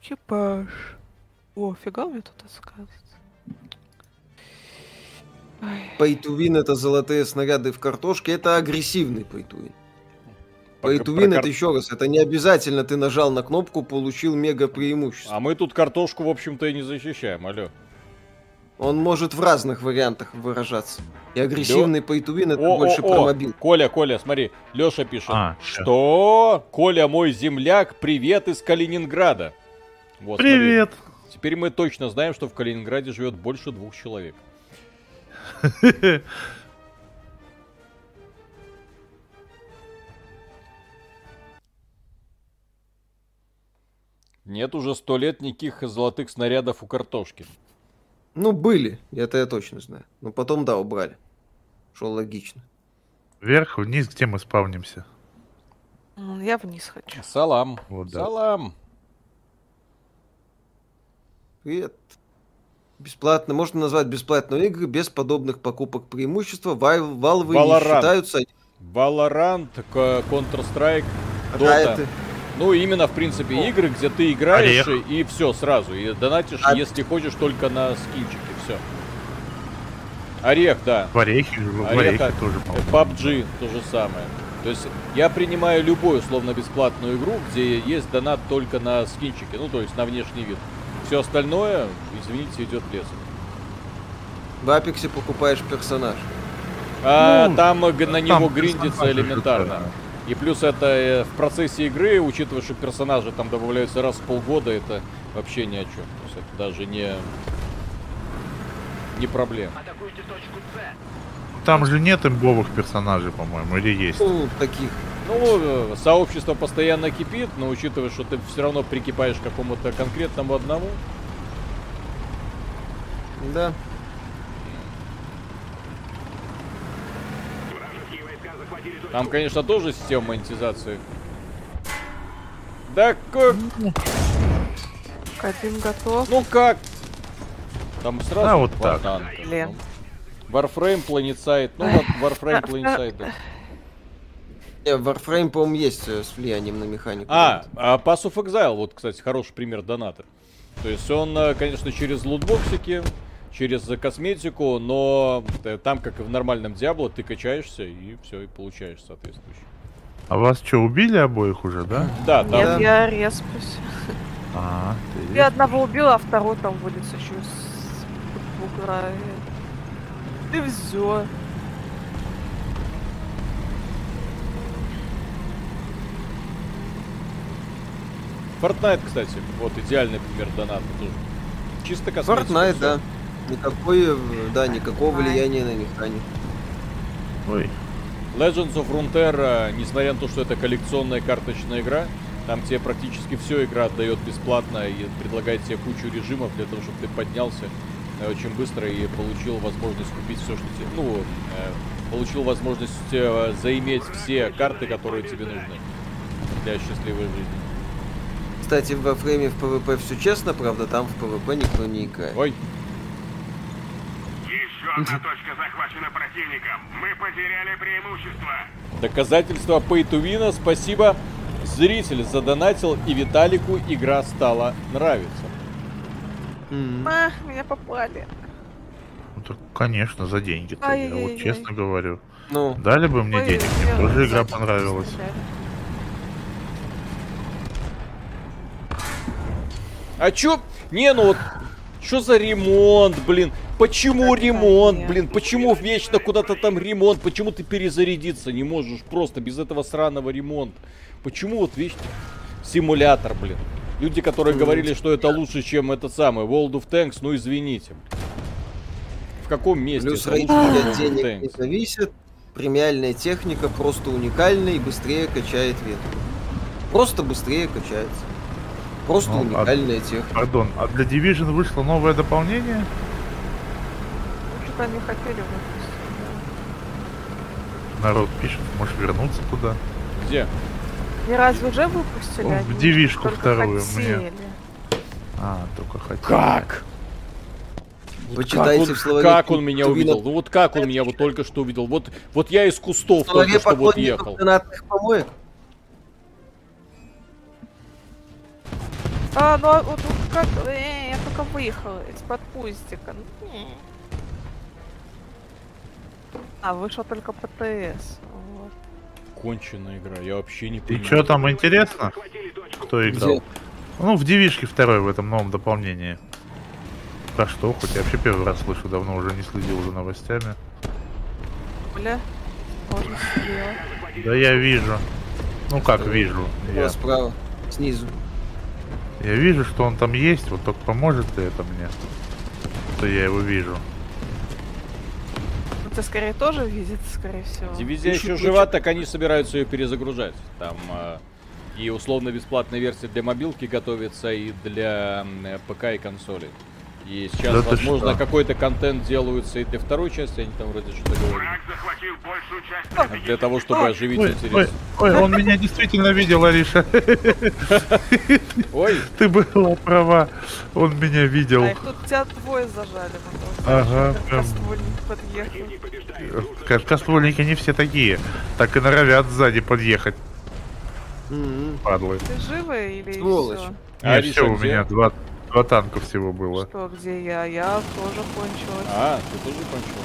Чипаш. О, фига мне тут оказывается. Ай,
Pay to win это золотые снаряды в картошке, это агрессивный pay to win.
Пока-
Pay to
про
win
кар-
это еще раз, это не обязательно ты нажал на кнопку, получил мега преимущество.
А мы тут картошку, в общем-то, и не защищаем, алло.
Он может в разных вариантах выражаться. И агрессивный pay to win это
О,
больше
о,
про
о,
мобил.
Коля, Коля, смотри, Леша пишет.
А,
Что? Коля мой земляк, привет из Калининграда. Вот, смотри.
привет.
Теперь мы точно знаем, что в Калининграде живет больше двух человек. Нет уже сто лет никаких золотых снарядов у картошки.
Ну, были, это я точно знаю. Но потом, да, убрали. Что логично.
Вверх, вниз, где мы спавнимся?
м, Я вниз хочу.
Салам.
Вот да.
Салам.
Привет. Бесплатно. Можно назвать бесплатную игру без подобных покупок преимущества. Вай- Валвы не
Valorant.
считаются. они
Valorant, к- Counter-Strike,
А
Dota.
райты.
Ну, именно, в принципе, игры, где ты играешь
Орех.
и, все сразу. И донатишь,
А-
если хочешь, только на скинчики. Все. Орех, да.
В орехи, в
Ореха.
орехи тоже, по-моему.
PUBG Э, то же самое. То есть я принимаю любую условно бесплатную игру, где есть донат только на скинчики, ну то есть на внешний вид. Все остальное, извините, идет лесом.
В Апексе покупаешь персонаж.
А,
Ну,
там э, г- на
там
него
персонажи
гриндится
же,
элементарно.
да.
И плюс это э, в процессе игры, учитывая, что персонажи там добавляются раз в полгода, это вообще ни о чем. То есть это даже не, не проблема.
Атакуйте точку С.
Там же нет имбовых персонажей, по-моему, или есть?
Ну, таких.
Ну, э, сообщество постоянно кипит, но учитывая, что ты все равно прикипаешь к какому-то конкретному одному,
Да.
Вражеские войска захватили точку.
Там, конечно, тоже система монетизации. Да как?
Один готов.
Ну как? Там сразу
А, вот
два
так.
танка.
Блин.
Warframe, Planetside. Ну, вот Warframe, Planetside. да.
Э, Warframe, по-моему, есть э, с влиянием на механику.
А, а Pass of Exile, вот, кстати, хороший пример доната. То есть он, э, конечно, через лутбоксики, через э, косметику, но э, там, как и в нормальном Диабло, ты качаешься и все, и получаешь соответствующее.
А вас что, убили обоих уже, да?
Да, там
Нет, я респусь.
А, ты-
Я одного убила, а второй там вылез еще с бугра. И все.
Fortnite, кстати, вот идеальный пример доната тоже. Чисто косметика.
Fortnite,
всё.
да. Никакой, э, да, никакого
Fortnite.
влияния на механику.
Ой.
Legends of Runeterra, несмотря на то, что это коллекционная карточная игра, там тебе практически все игра отдает бесплатно и предлагает тебе кучу режимов для того, чтобы ты поднялся э, очень быстро и получил возможность купить все, что тебе... Ну, э, получил возможность э, заиметь все карты, которые тебе нужны для счастливой жизни.
Кстати, в Warframe в PvP все честно, правда, там в PvP никто не играет.
Ой,
Еще одна точка захвачена противником. Мы потеряли преимущество.
доказательство Pay to Win. Спасибо. Зритель задонатил, и Виталику игра стала нравиться.
М.
А, меня попали.
Ну так, конечно, за деньги. Я
Ай-яй-яй-яй.
вот честно говорю.
Ну,
Дали бы мне
Ой,
денег, мне
я
тоже игра
забыла,
понравилась.
стреляли.
А чё? Не, ну вот, чё за ремонт, блин? Почему
Это
ремонт,
нет.
блин? Почему вечно куда-то там ремонт? Почему ты перезарядиться не можешь просто без этого сраного ремонта? Почему вот вечно симулятор, блин? Люди, которые говорили, что это лучше, чем этот самый World of Tanks, ну извините. В каком месте
плюс
это лучше,
рейтинги
чем
от
World of
денег не
Tanks?
зависит. Премиальная техника просто уникальна и быстрее качает ветку. Просто быстрее качается. Просто
Ну, а-
уникальная техника.
Пардон, а для Division вышло новое дополнение?
Ну, Что-то они хотели выпустить.
Народ пишет, можешь вернуться туда.
Где?
Не разве уже выпустили?
Ну, в
Они
девишку
только
вторую мне.
хотели.
А, только хотел.
Как?
Почитайте
как он,
в словаре.
как он меня
Тувинов-
увидел? Ну вот как он меня вот только что увидел? Вот, вот я из
В
кустов
словаре
только что вот ехал.
поклонников донатных помоек.
А, ну а вот тут как... э, я только выехала из-под пустика. Ну, м. А, вышел только ПТС. Вот.
Конченая игра, я вообще не
И
понимаю.
что там интересно,
Захватили точку.
кто играл?
Где?
Ну, в Девишке второй в этом новом дополнении. Про что хоть? Я вообще первый раз слышу, давно уже не следил за новостями.
Бля. Можно слева.
Да я вижу. Ну как вижу? Я,
Вот Справа, снизу.
я вижу, что он там есть, вот только поможет ли это мне? Что я его вижу.
Ну, ты скорее тоже видит, скорее всего.
Дивизия еще жива, так они собираются ее перезагружать. Там э, и условно-бесплатная версия для мобилки готовится, и для м, э, ПК и консолей. И сейчас,
Да ты
возможно,
что?
какой-то контент делается и для второй части, они там вроде что-то говорили.
Враг захватил большую часть
Для того, чтобы оживить
Ой, ой,
интерес.
ой, он меня действительно видел, Ариша.
Ой,
Ты была права. Он меня видел.
А, их тут тебя двое зажали. вот, вот.
Ага, прям.
Ствольник подъехал.
Ко- Коствольники не все такие. Так и норовят сзади подъехать,
М.
падлы.
Ты живая или
Сволочь.
всё?
А
А
Ариша
все, у
где?
меня два, два танка всего было.
Что, где я? Я тоже кончилась.
а, ты тоже кончил?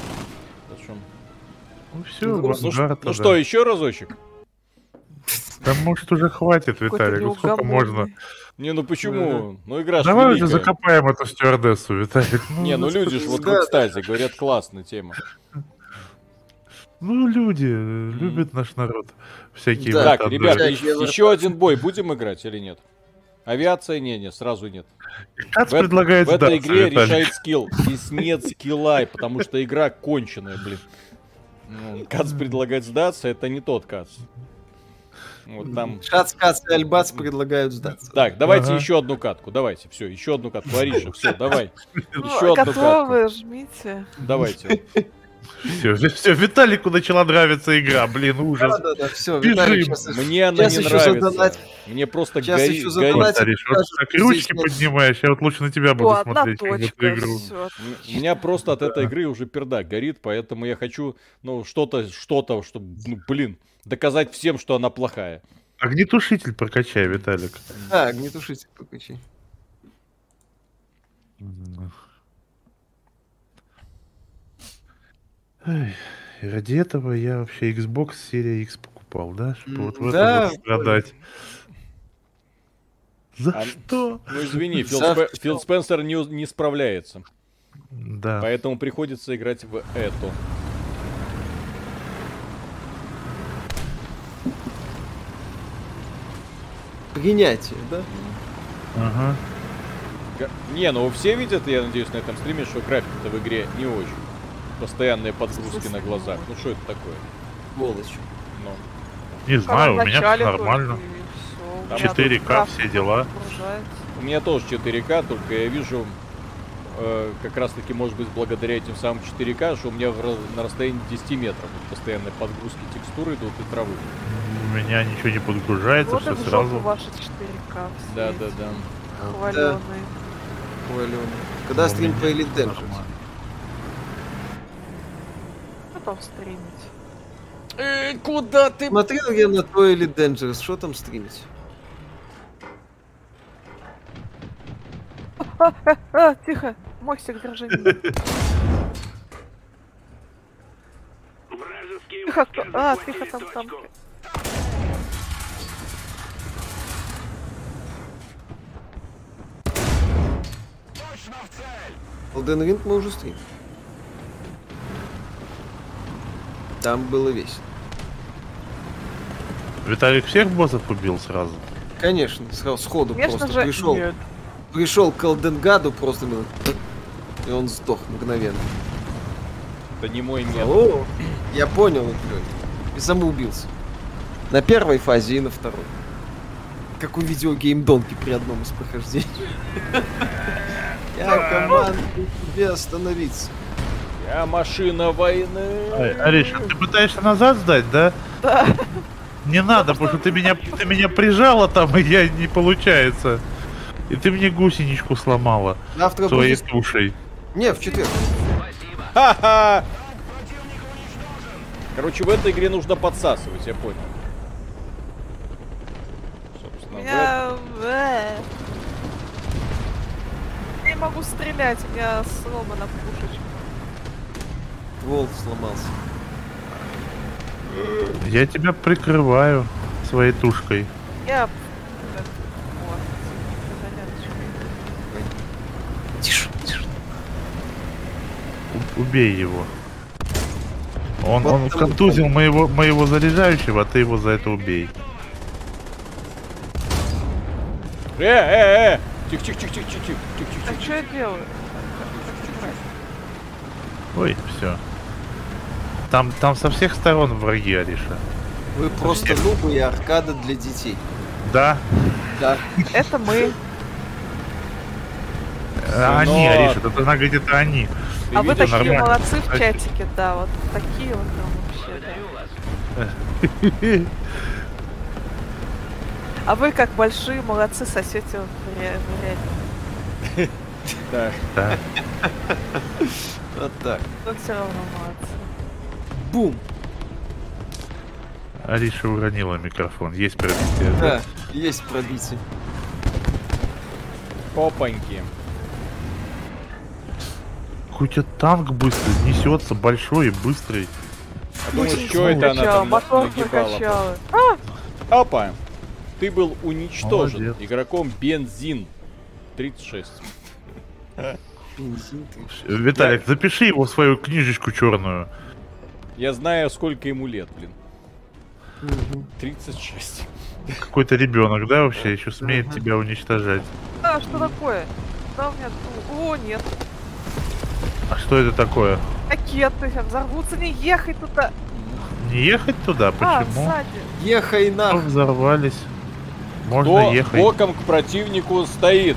Зачем?
Ну все,
Ну, ш- ну что, еще разочек?
Да может уже хватит,
Какой-то
Виталий, ну сколько
неугомонный.
можно?
Не, ну почему? Ну игра ж
Давай уже
великая.
закопаем эту стюардессу, Виталик.
Не, ну люди ж вот, вот, кстати, говорят, классная тема.
Ну люди, э, любят наш народ. Всякие
Да.
вот
Так,
там,
ребят,
да.
да.
еще, еще один бой будем играть или нет? Авиация не, не, сразу нет.
Кац
В, эт-
предлагает
в этой
сдаться,
игре
Виталик.
решает скилл. Здесь нет скилла, и потому что игра конченая, блин. Ну, Кац предлагает сдаться, это не тот Кац. Вот там.
Шац, Кац и Альбац предлагают сдаться.
Так, давайте
Ага.
еще одну катку, давайте, все, еще одну катку, Ариша, все, давай,
Ну,
еще одну катку,
готовы, жмите.
давайте.
Все, все, Виталику начала нравиться игра, блин, ужас.
Да, да, да, все,
Бежим.
Виталик сейчас...
Мне она
Сейчас
не
еще
нравится.
задонать.
Мне просто
Сейчас
гори-
еще
горит.
задонать.
Смотри, что ты так ручки поднимаешь, я вот лучше на тебя буду
О, одна
смотреть, чем на эту
точка.
игру.
всё.
У меня просто от этой игры уже перда горит, поэтому я хочу, ну, что-то, что-то, чтобы, ну, блин, доказать всем, что она плохая.
Огнетушитель прокачай, Виталик.
А, огнетушитель покачи.
Эй, и ради этого я вообще Xbox серия X покупал, да? Чтобы
М,
вот в
да,
этом вот страдать. За
А-
что?
Ну, извини, Фил,
За
Спе-
что?
Фил Спенсер не, не справляется.
Да.
Поэтому приходится играть в эту.
Принятие, да?
Ага.
Га- Не, ну все видят, я надеюсь, на этом стриме, что графика-то в игре не очень. Постоянные подгрузки на глазах. Ну что это такое?
Сволочь.
Ну,
Не знаю, у
Как в
меня
начале
все нормально.
только, и всё. У меня
4К,
тут
все дела.
погружается.
у меня тоже 4К, только я вижу э, как раз таки, может быть, благодаря этим самым 4К, что у меня в раз- на расстоянии 10 метров вот постоянные подгрузки текстуры идут и травы.
У меня ничего не подгружается,
Вот и
все
в жопу
сразу.
ваши 4К. все
Да,
эти
да, да.
хвалёные.
Хвалёный. Когда
Ну,
стрим
мне
по Elite Dangerous?
нормально.
Что там стримить?
куда ты?
Смотрел я на твой Elite Dangerous, что там стримить?
А, тихо, мостик держи. меня.
Вражеские
Тихо, кто?
войска
А,
захватили
тихо, там танк.
точку.
Elden Ring мы уже стрим. Там было весело.
Виталик всех боссов убил сразу.
Конечно, сра- сходу
Конечно
просто
же,
пришел.
нет.
Пришел к Элденгаду просто ну, тык, и он сдох мгновенно.
Это не мой метод.
О, я понял эту лёгкую. И самоубился. На первой фазе и на второй. Как у видеогеймдонки при одном из прохождений. Я командую тебе остановиться.
Я машина войны.
Ай, Ариш, а ты пытаешься назад сдать, да?
Да.
Не надо, потому что ты меня, ты меня прижала там, и я не получается. И ты мне гусеничку сломала
Завтра
своей
будет...
тушей.
Не, в четверг.
Ха-ха! Короче, в этой игре нужно подсасывать, я понял. Собственно, в этой-
Меня... э. Не могу стрелять, у меня сломана пушечка.
Волк сломался.
Я тебя прикрываю своей тушкой.
Я... э, вот, зарядочка.
Тише, тише.
У- убей его. Он,
Вот
он
там
контузил моего, моего заряжающего, а ты его за это убей.
Э, э, э! Тихо, тихо, тихо, тихо, тихо, тихо, тихо, тихо,
Так что А я делаю?
Ой, все. Там, там со всех сторон враги, Ариша.
Вы просто нубы и аркада для детей.
Да,
Да.
Это мы.
э, они,
Сынок.
Ариша, тут она говорит, это они.
Ты
А вы
видишь?
такие
нормально.
молодцы в
Кстати.
чатике, да, вот такие вот там вообще, да. А вы как большие молодцы сосете в ре- в реале.
Да.
Да.
Вот так.
Но все равно молодцы.
Бум.
Ариша уронила микрофон, есть пробитие. да?
Да, есть пробитие.
Опаньки.
Какой-то танк быстро несется, большой и быстрый.
А думаешь, что это она
Накачала,
там на-
мотор
нагибала?
накачала.
Опа! Ты был уничтожен
Молодец.
игроком Бензин 36.
Бензин ты.
Э, Виталик, запиши его в свою книжечку черную.
Я знаю, сколько ему лет, блин. 36.
Какой-то ребенок, да, вообще еще смеет тебя уничтожать.
А, что такое? Да, у меня тут- О, нет.
А что это такое?
Ракеты сейчас взорвутся, не ехай туда.
Не ехать туда?
А,
Почему?
сзади.
Ехай
Ну,
нах.
взорвались. Можно
Кто
ехать.
боком к противнику стоит?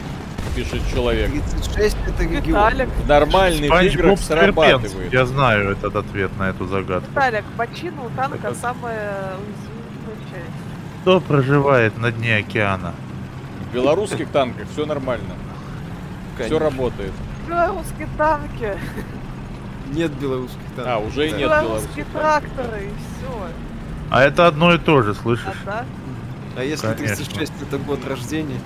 пишет человек.
36 это регион.
Виталик,
В нормальных
Спанч Боб
играх
Скорпенс.
срабатывает.
Я знаю этот ответ на эту загадку.
Виталик, бочина у танка
Это-
самая уязвимая часть.
Кто проживает на дне океана?
В белорусских танках все нормально. Все работает.
Белорусские танки,
Нет белорусских
А,
танков.
уже и
Да.
нет
белорусские
белорусских танков.
тракторы и все.
А это одно и то же, слышишь?
А так,
А если
Конечно.
36 это год рождения?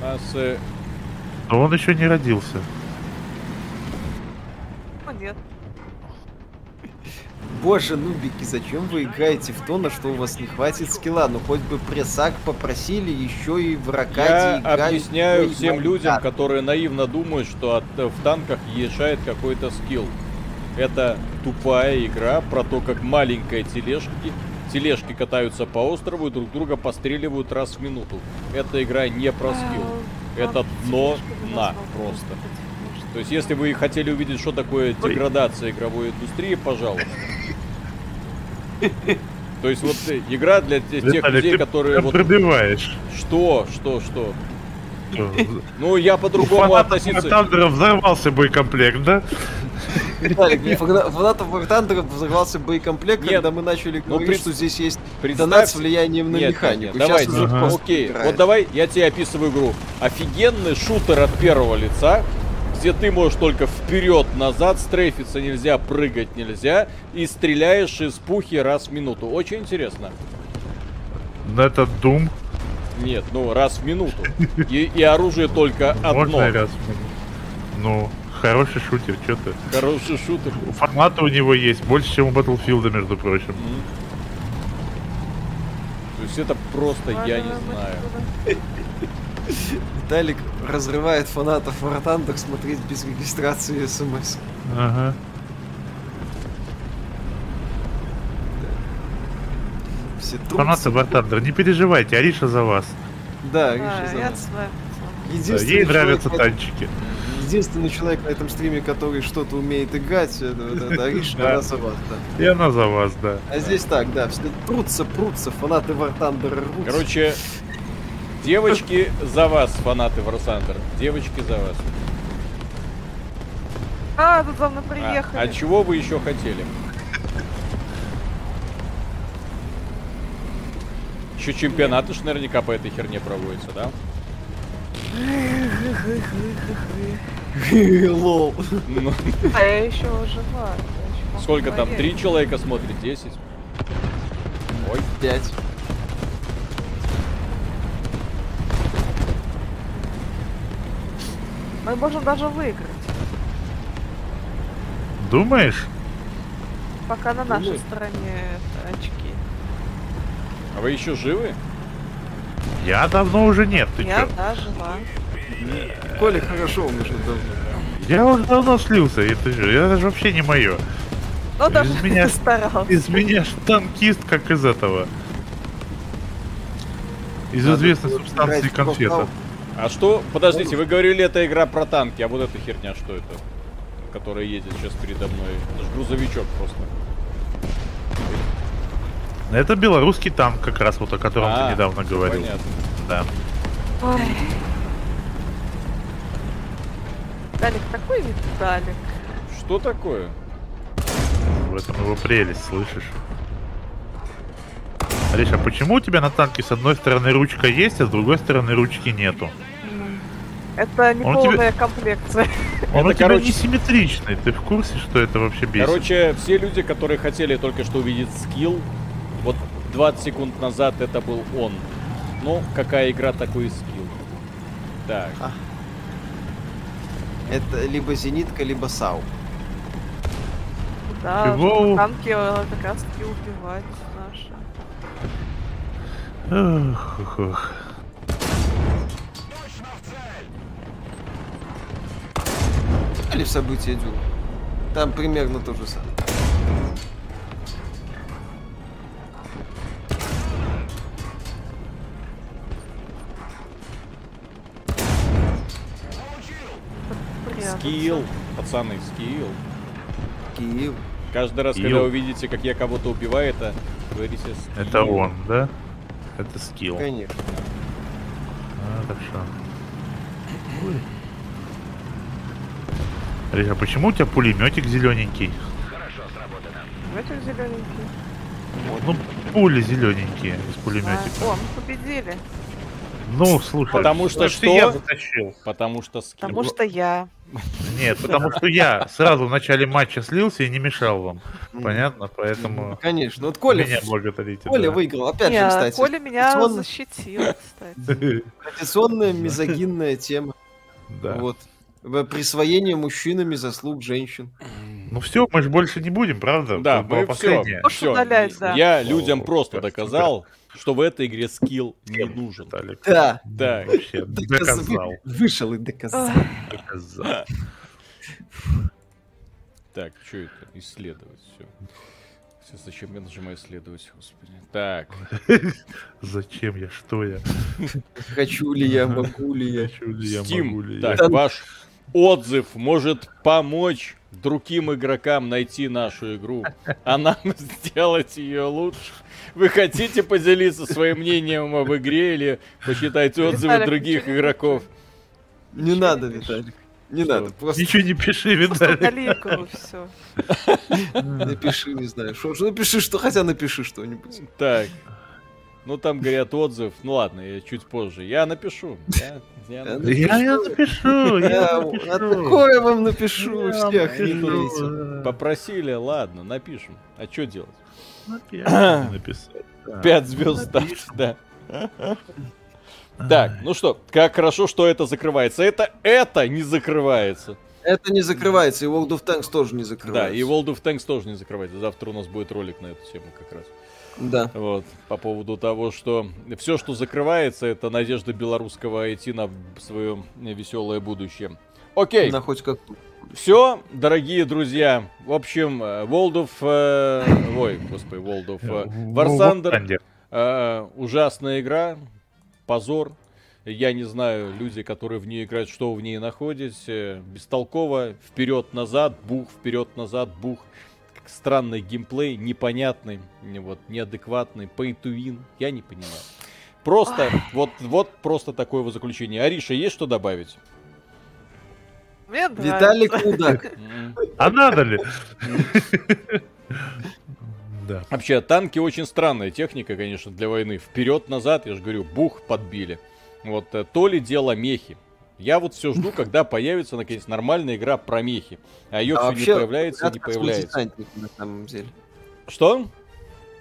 У нас, э,
Но А он еще не родился.
ну нет.
Боже, нубики, зачем вы играете в то, на что у вас не хватит скилла? Ну хоть бы прессак попросили, еще и в
Я
ракаде играют.
объясняю
Ну, и
всем
май-
людям,
а,
которые наивно думают, что от, э, в танках ешает какой-то скилл. Это тупая игра про то, как маленькая тележки, тележки катаются по острову и друг друга постреливают раз в минуту. Эта игра не про скилл.
Э,
Это
танки
дно дна
слишком невозможно
просто.
выпустить, потому что-
То есть, если вы хотели увидеть, что такое деградация игровой индустрии, пожалуйста. То есть, вот э, игра для те- тех
Виталик,
людей,
ты
которые
прям
вот...
пробиваешь.
Что, что, что?
Что,
Ну, я
у
по-другому
фанатов
относиться...
War Thunder взорвался боекомплект, да?
Виталик, у фана- фанатов War Thunder взорвался боекомплект,
Нет.
когда мы начали
Ну,
говорить,
пред-
что здесь есть
Представь-
донат с влиянием на
Нет, нет, нет,
механику.
давайте.
Сейчас уже
Ага.
просто
Окей,
играет.
вот давай я тебе описываю игру. Офигенный шутер от первого лица, где ты можешь только вперед-назад, стрейфиться нельзя, прыгать нельзя, и стреляешь из пухи раз в минуту. Очень интересно.
Ну, Это Doom.
Нет, ну раз в минуту. И, и оружие только одно.
Можно раз? в минуту? Ну, хороший шутер, что ты.
Хороший шутер.
Формата у него есть больше, чем у Battlefield, между прочим.
М. То есть это просто я не
Ладно, мы
знаю.
туда.
Виталик разрывает фанатов War Thunder смотреть без регистрации смс.
Ага.
Все трутся.
Фанаты War Thunder, не переживайте, Ариша за вас.
Да,
Да,
Гриша за
А, я
нас.
знаю.
Да,
Единственный
ей
человек
нравятся
на этом-
танчики.
Единственный человек на этом стриме, который что-то умеет играть, э, это вот это Ариша,
Да.
она сама, да.
И она за вас, да.
А здесь так, да, все прутся, прутся, фанаты War Thunder рвутся.
Короче, девочки за вас, фанаты Варсандер. Девочки за вас.
А, тут за мной
А,
приехали.
а чего вы еще хотели? Еще чемпионаты ж наверняка по этой херне проводятся, да?
лол.
Ну,
А я еще жива. я еще могу
сколько там?
поесть.
Три человека смотрит? Десять? Ой,
Пять.
Мы можем даже выиграть,
Думаешь?
пока на нашей
Думаю.
стороне это, очки.
а вы еще живы?
Я давно уже нет, ты
Я,
чё?
да, жива.
Коля хорошо он уже давно.
Я уже давно слился, и ты же- это же вообще не мое.
Но даже
Без меня-
не старался.
Из меня ж танкист, как из этого. Из известной
было
субстанции
играть в Cold
конфета.
War.
А что? Подождите, вы говорили, это игра про танки, а вот эта херня что это? Которая едет сейчас передо мной. Это ж грузовичок просто.
Это белорусский танк, как раз вот о котором
А,
ты недавно говорил.
Понятно.
Да.
Ой. Далик, такой вид Далик.
Что такое?
В этом его прелесть, слышишь? Алиша, а почему у тебя на танке с одной стороны ручка есть, а с другой стороны ручки нету?
Это не
Он тебе-
полная комплекция.
Он
Это,
у тебя
короче-
несимметричный, ты в курсе, что это вообще бесит?
Короче, все люди, которые хотели только что увидеть скилл, вот 20 секунд назад это был он. Ну, какая игра, такой и скилл. Так,
Это либо зенитка, либо сау.
Да,
Чего?
чтобы танки э, как раз таки убивать наши.
Эх, эх, эх.
Или в события Дюна. Там примерно то же самое.
Приятно.
скилл. Пацаны, скилл.
Киев.
Каждый раз, когда
Скилл.
вы видите, как я кого-то убиваю, это говорите скилл.
Это он, да? Это скилл.
Конечно.
А, так что. Ребят, а почему у тебя пулеметик зелененький?
Ветер зелененький.
Ну, пули зелененькие из
А,
пулеметика.
О, мы победили.
Ну, слушай.
Потому что
это
что?
я затащил.
Потому что с
Потому что я.
Нет, потому что я сразу в начале матча слился и не мешал вам. Понятно? Поэтому
Конечно. Вот Коля,
меня благодарите.
Коля
да.
выиграл. Опять же,
Не,
кстати.
Э, Коля меня
традиционно-
защитил, кстати.
Традиционная мизогинная тема.
Да.
Вот. В- Присвоение мужчинами заслуг женщин.
Ну все, мы же больше не будем, правда?
Да,
Это было
мы все.
последнее.
Можешь удалять, да.
Я людям
О,
просто
как
доказал, что в этой игре скилл не нужен.
Виталик.
Да.
Да.
Вообще, доказал.
Вышел и доказал.
Доказал.
Так, что это? Исследовать все. Сейчас зачем я нажимаю исследовать, господи. Так,
Зачем я? Что я?
Хочу ли я, могу ли я.
Хочу ли я? Могу
Steam.
ли я?
Так, ваш отзыв может помочь другим игрокам найти нашу игру, а нам сделать ее лучше. Вы хотите поделиться своим мнением об игре или посчитайте отзывы
Виталик,
других
ничего не
игроков?
Не надо, Виталик. Не надо, просто
Ничего не пиши,
Просто
Виталик.
удали игру, все.
напиши, не знаю. Что, ж, напиши, что хотя напиши что-нибудь.
Так. Ну там говорят отзыв. Ну ладно, я чуть позже. Я напишу. Я- я
Да,
напишу.
Я, я напишу, я
Я а
напишу.
такое вам напишу,
Я
все
напишу,
охренеете.
да.
Попросили, ладно, напишем. А что делать?
Вот я могу написать, да.
Пять звезд да. Так, ну что, как хорошо, что это закрывается. Это, это не закрывается.
Это не закрывается, и World of Tanks тоже не
Да,
закрывается.
и World of Tanks тоже не закрывается. Завтра у нас будет ролик на эту тему как раз.
Да.
Вот, по поводу того, что все, что закрывается, это надежда белорусского IT на свое веселое будущее. Окей,
На хоть как
все, дорогие друзья. В общем, э, World of... э, ой, господи, World of... э, War Thunder. Э, ужасная игра, позор. Я не знаю, люди, которые в нее играют, что вы в ней находите. Бестолково, вперед-назад, бух, вперед-назад, бух. Как Странный геймплей, непонятный, не- вот, неадекватный, pay to win. Я не понимаю. Просто, вот, вот просто такое вот заключение. Ариша, есть что добавить?
Мне нравится.
Виталик Удак.
М.
А надо ли? Да.
Вообще, танки очень странная техника, конечно, для войны. Вперед-назад, я же говорю, бух подбили. Вот э, то ли дело мехи. Я вот все жду, когда появится наконец нормальная игра про мехи. А ее
А
все
вообще,
не появляется и не
Рулятка с
появляется.
модесантником, на самом деле.
Что?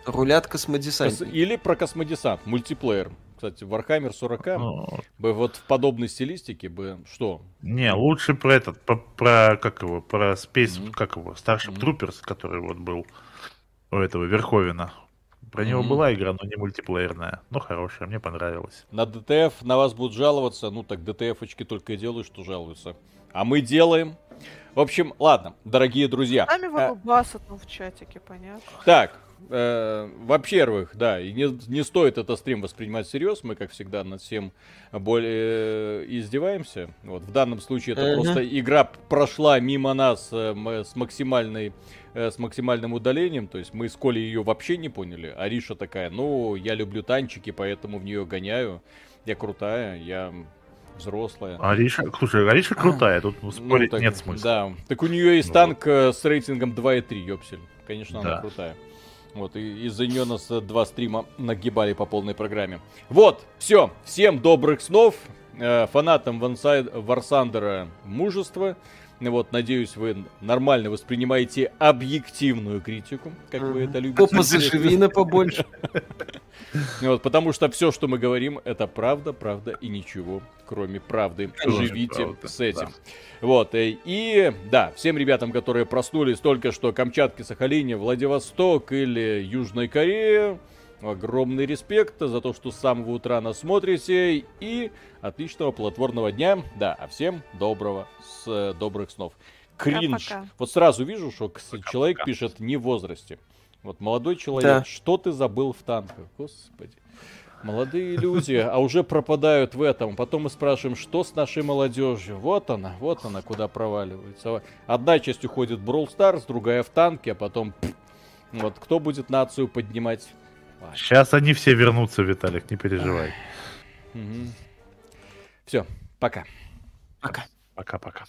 Рулятка с
Кос-
модесантником.
Или про космодесант, мультиплеер. Кстати, Warhammer 40
Ну,
бы вот в подобной стилистике бы что?
Не, лучше про этот, про, про, как его, про Space,
Мгм.
как его, Starship
Мгм.
Troopers, который вот был у этого Верховина. Про него
Мгм.
была игра, но не мультиплеерная, но хорошая, мне понравилась.
На ДТФ на вас будут жаловаться. Ну так ДТФ-очки только и делают, что жалуются. А мы делаем. В общем, ладно, дорогие друзья.
Нами
э,
вам басят, ну, в чатике, понятно.
Так, э, во-первых, да, и не, не стоит этот стрим воспринимать всерьез. Мы, как всегда, над всем более издеваемся. Вот, в данном случае это
Мгм.
просто игра п- прошла мимо нас э, м- с, максимальной, э, с максимальным удалением. То есть мы с Колей ее вообще не поняли. Ариша такая, ну, я люблю танчики, поэтому в нее гоняю. Я крутая, я взрослая.
Ариша, слушай, Ариша крутая, тут ну,
А. Ну,
спорить
так-
нет смысла.
Да. Так у нее есть
Ну,
танк э, с рейтингом 2.3, ёпсель. Конечно, она
Да.
крутая. Вот, и из-за нее нас э, два стрима нагибали по полной программе. Вот, все. Всем добрых снов. Э, Фанатам Вансай- Варсандера мужества. Ну Вот, надеюсь, вы нормально воспринимаете объективную критику, как вы
Мгм.
это любите.
Попа заживина побольше.
Ну Вот, потому что все, что мы говорим, это правда, правда и ничего, кроме правды.
Кроме
Живите
правды,
с этим.
да.
Вот, э, и да, всем ребятам, которые проснулись только что Камчатки, Сахалине, Владивосток или Южной Кореи, огромный респект за то, что с самого утра нас смотрите, и отличного плодотворного дня, да, а всем доброго, с э, добрых снов. Кринж.
Пока-пока.
Вот сразу вижу, что к- человек пишет не в возрасте. Вот молодой человек,
Да.
что ты забыл в танках? Господи. Молодые люди, а уже пропадают в этом. Потом мы спрашиваем, что с нашей молодежью. Вот она, вот она, куда проваливается. Одна часть уходит в Brawl Stars, другая в танки, а потом... пф. Вот кто будет нацию поднимать?
Сейчас они все вернутся, Виталик, не переживай.
Все, пока.
Пока-пока.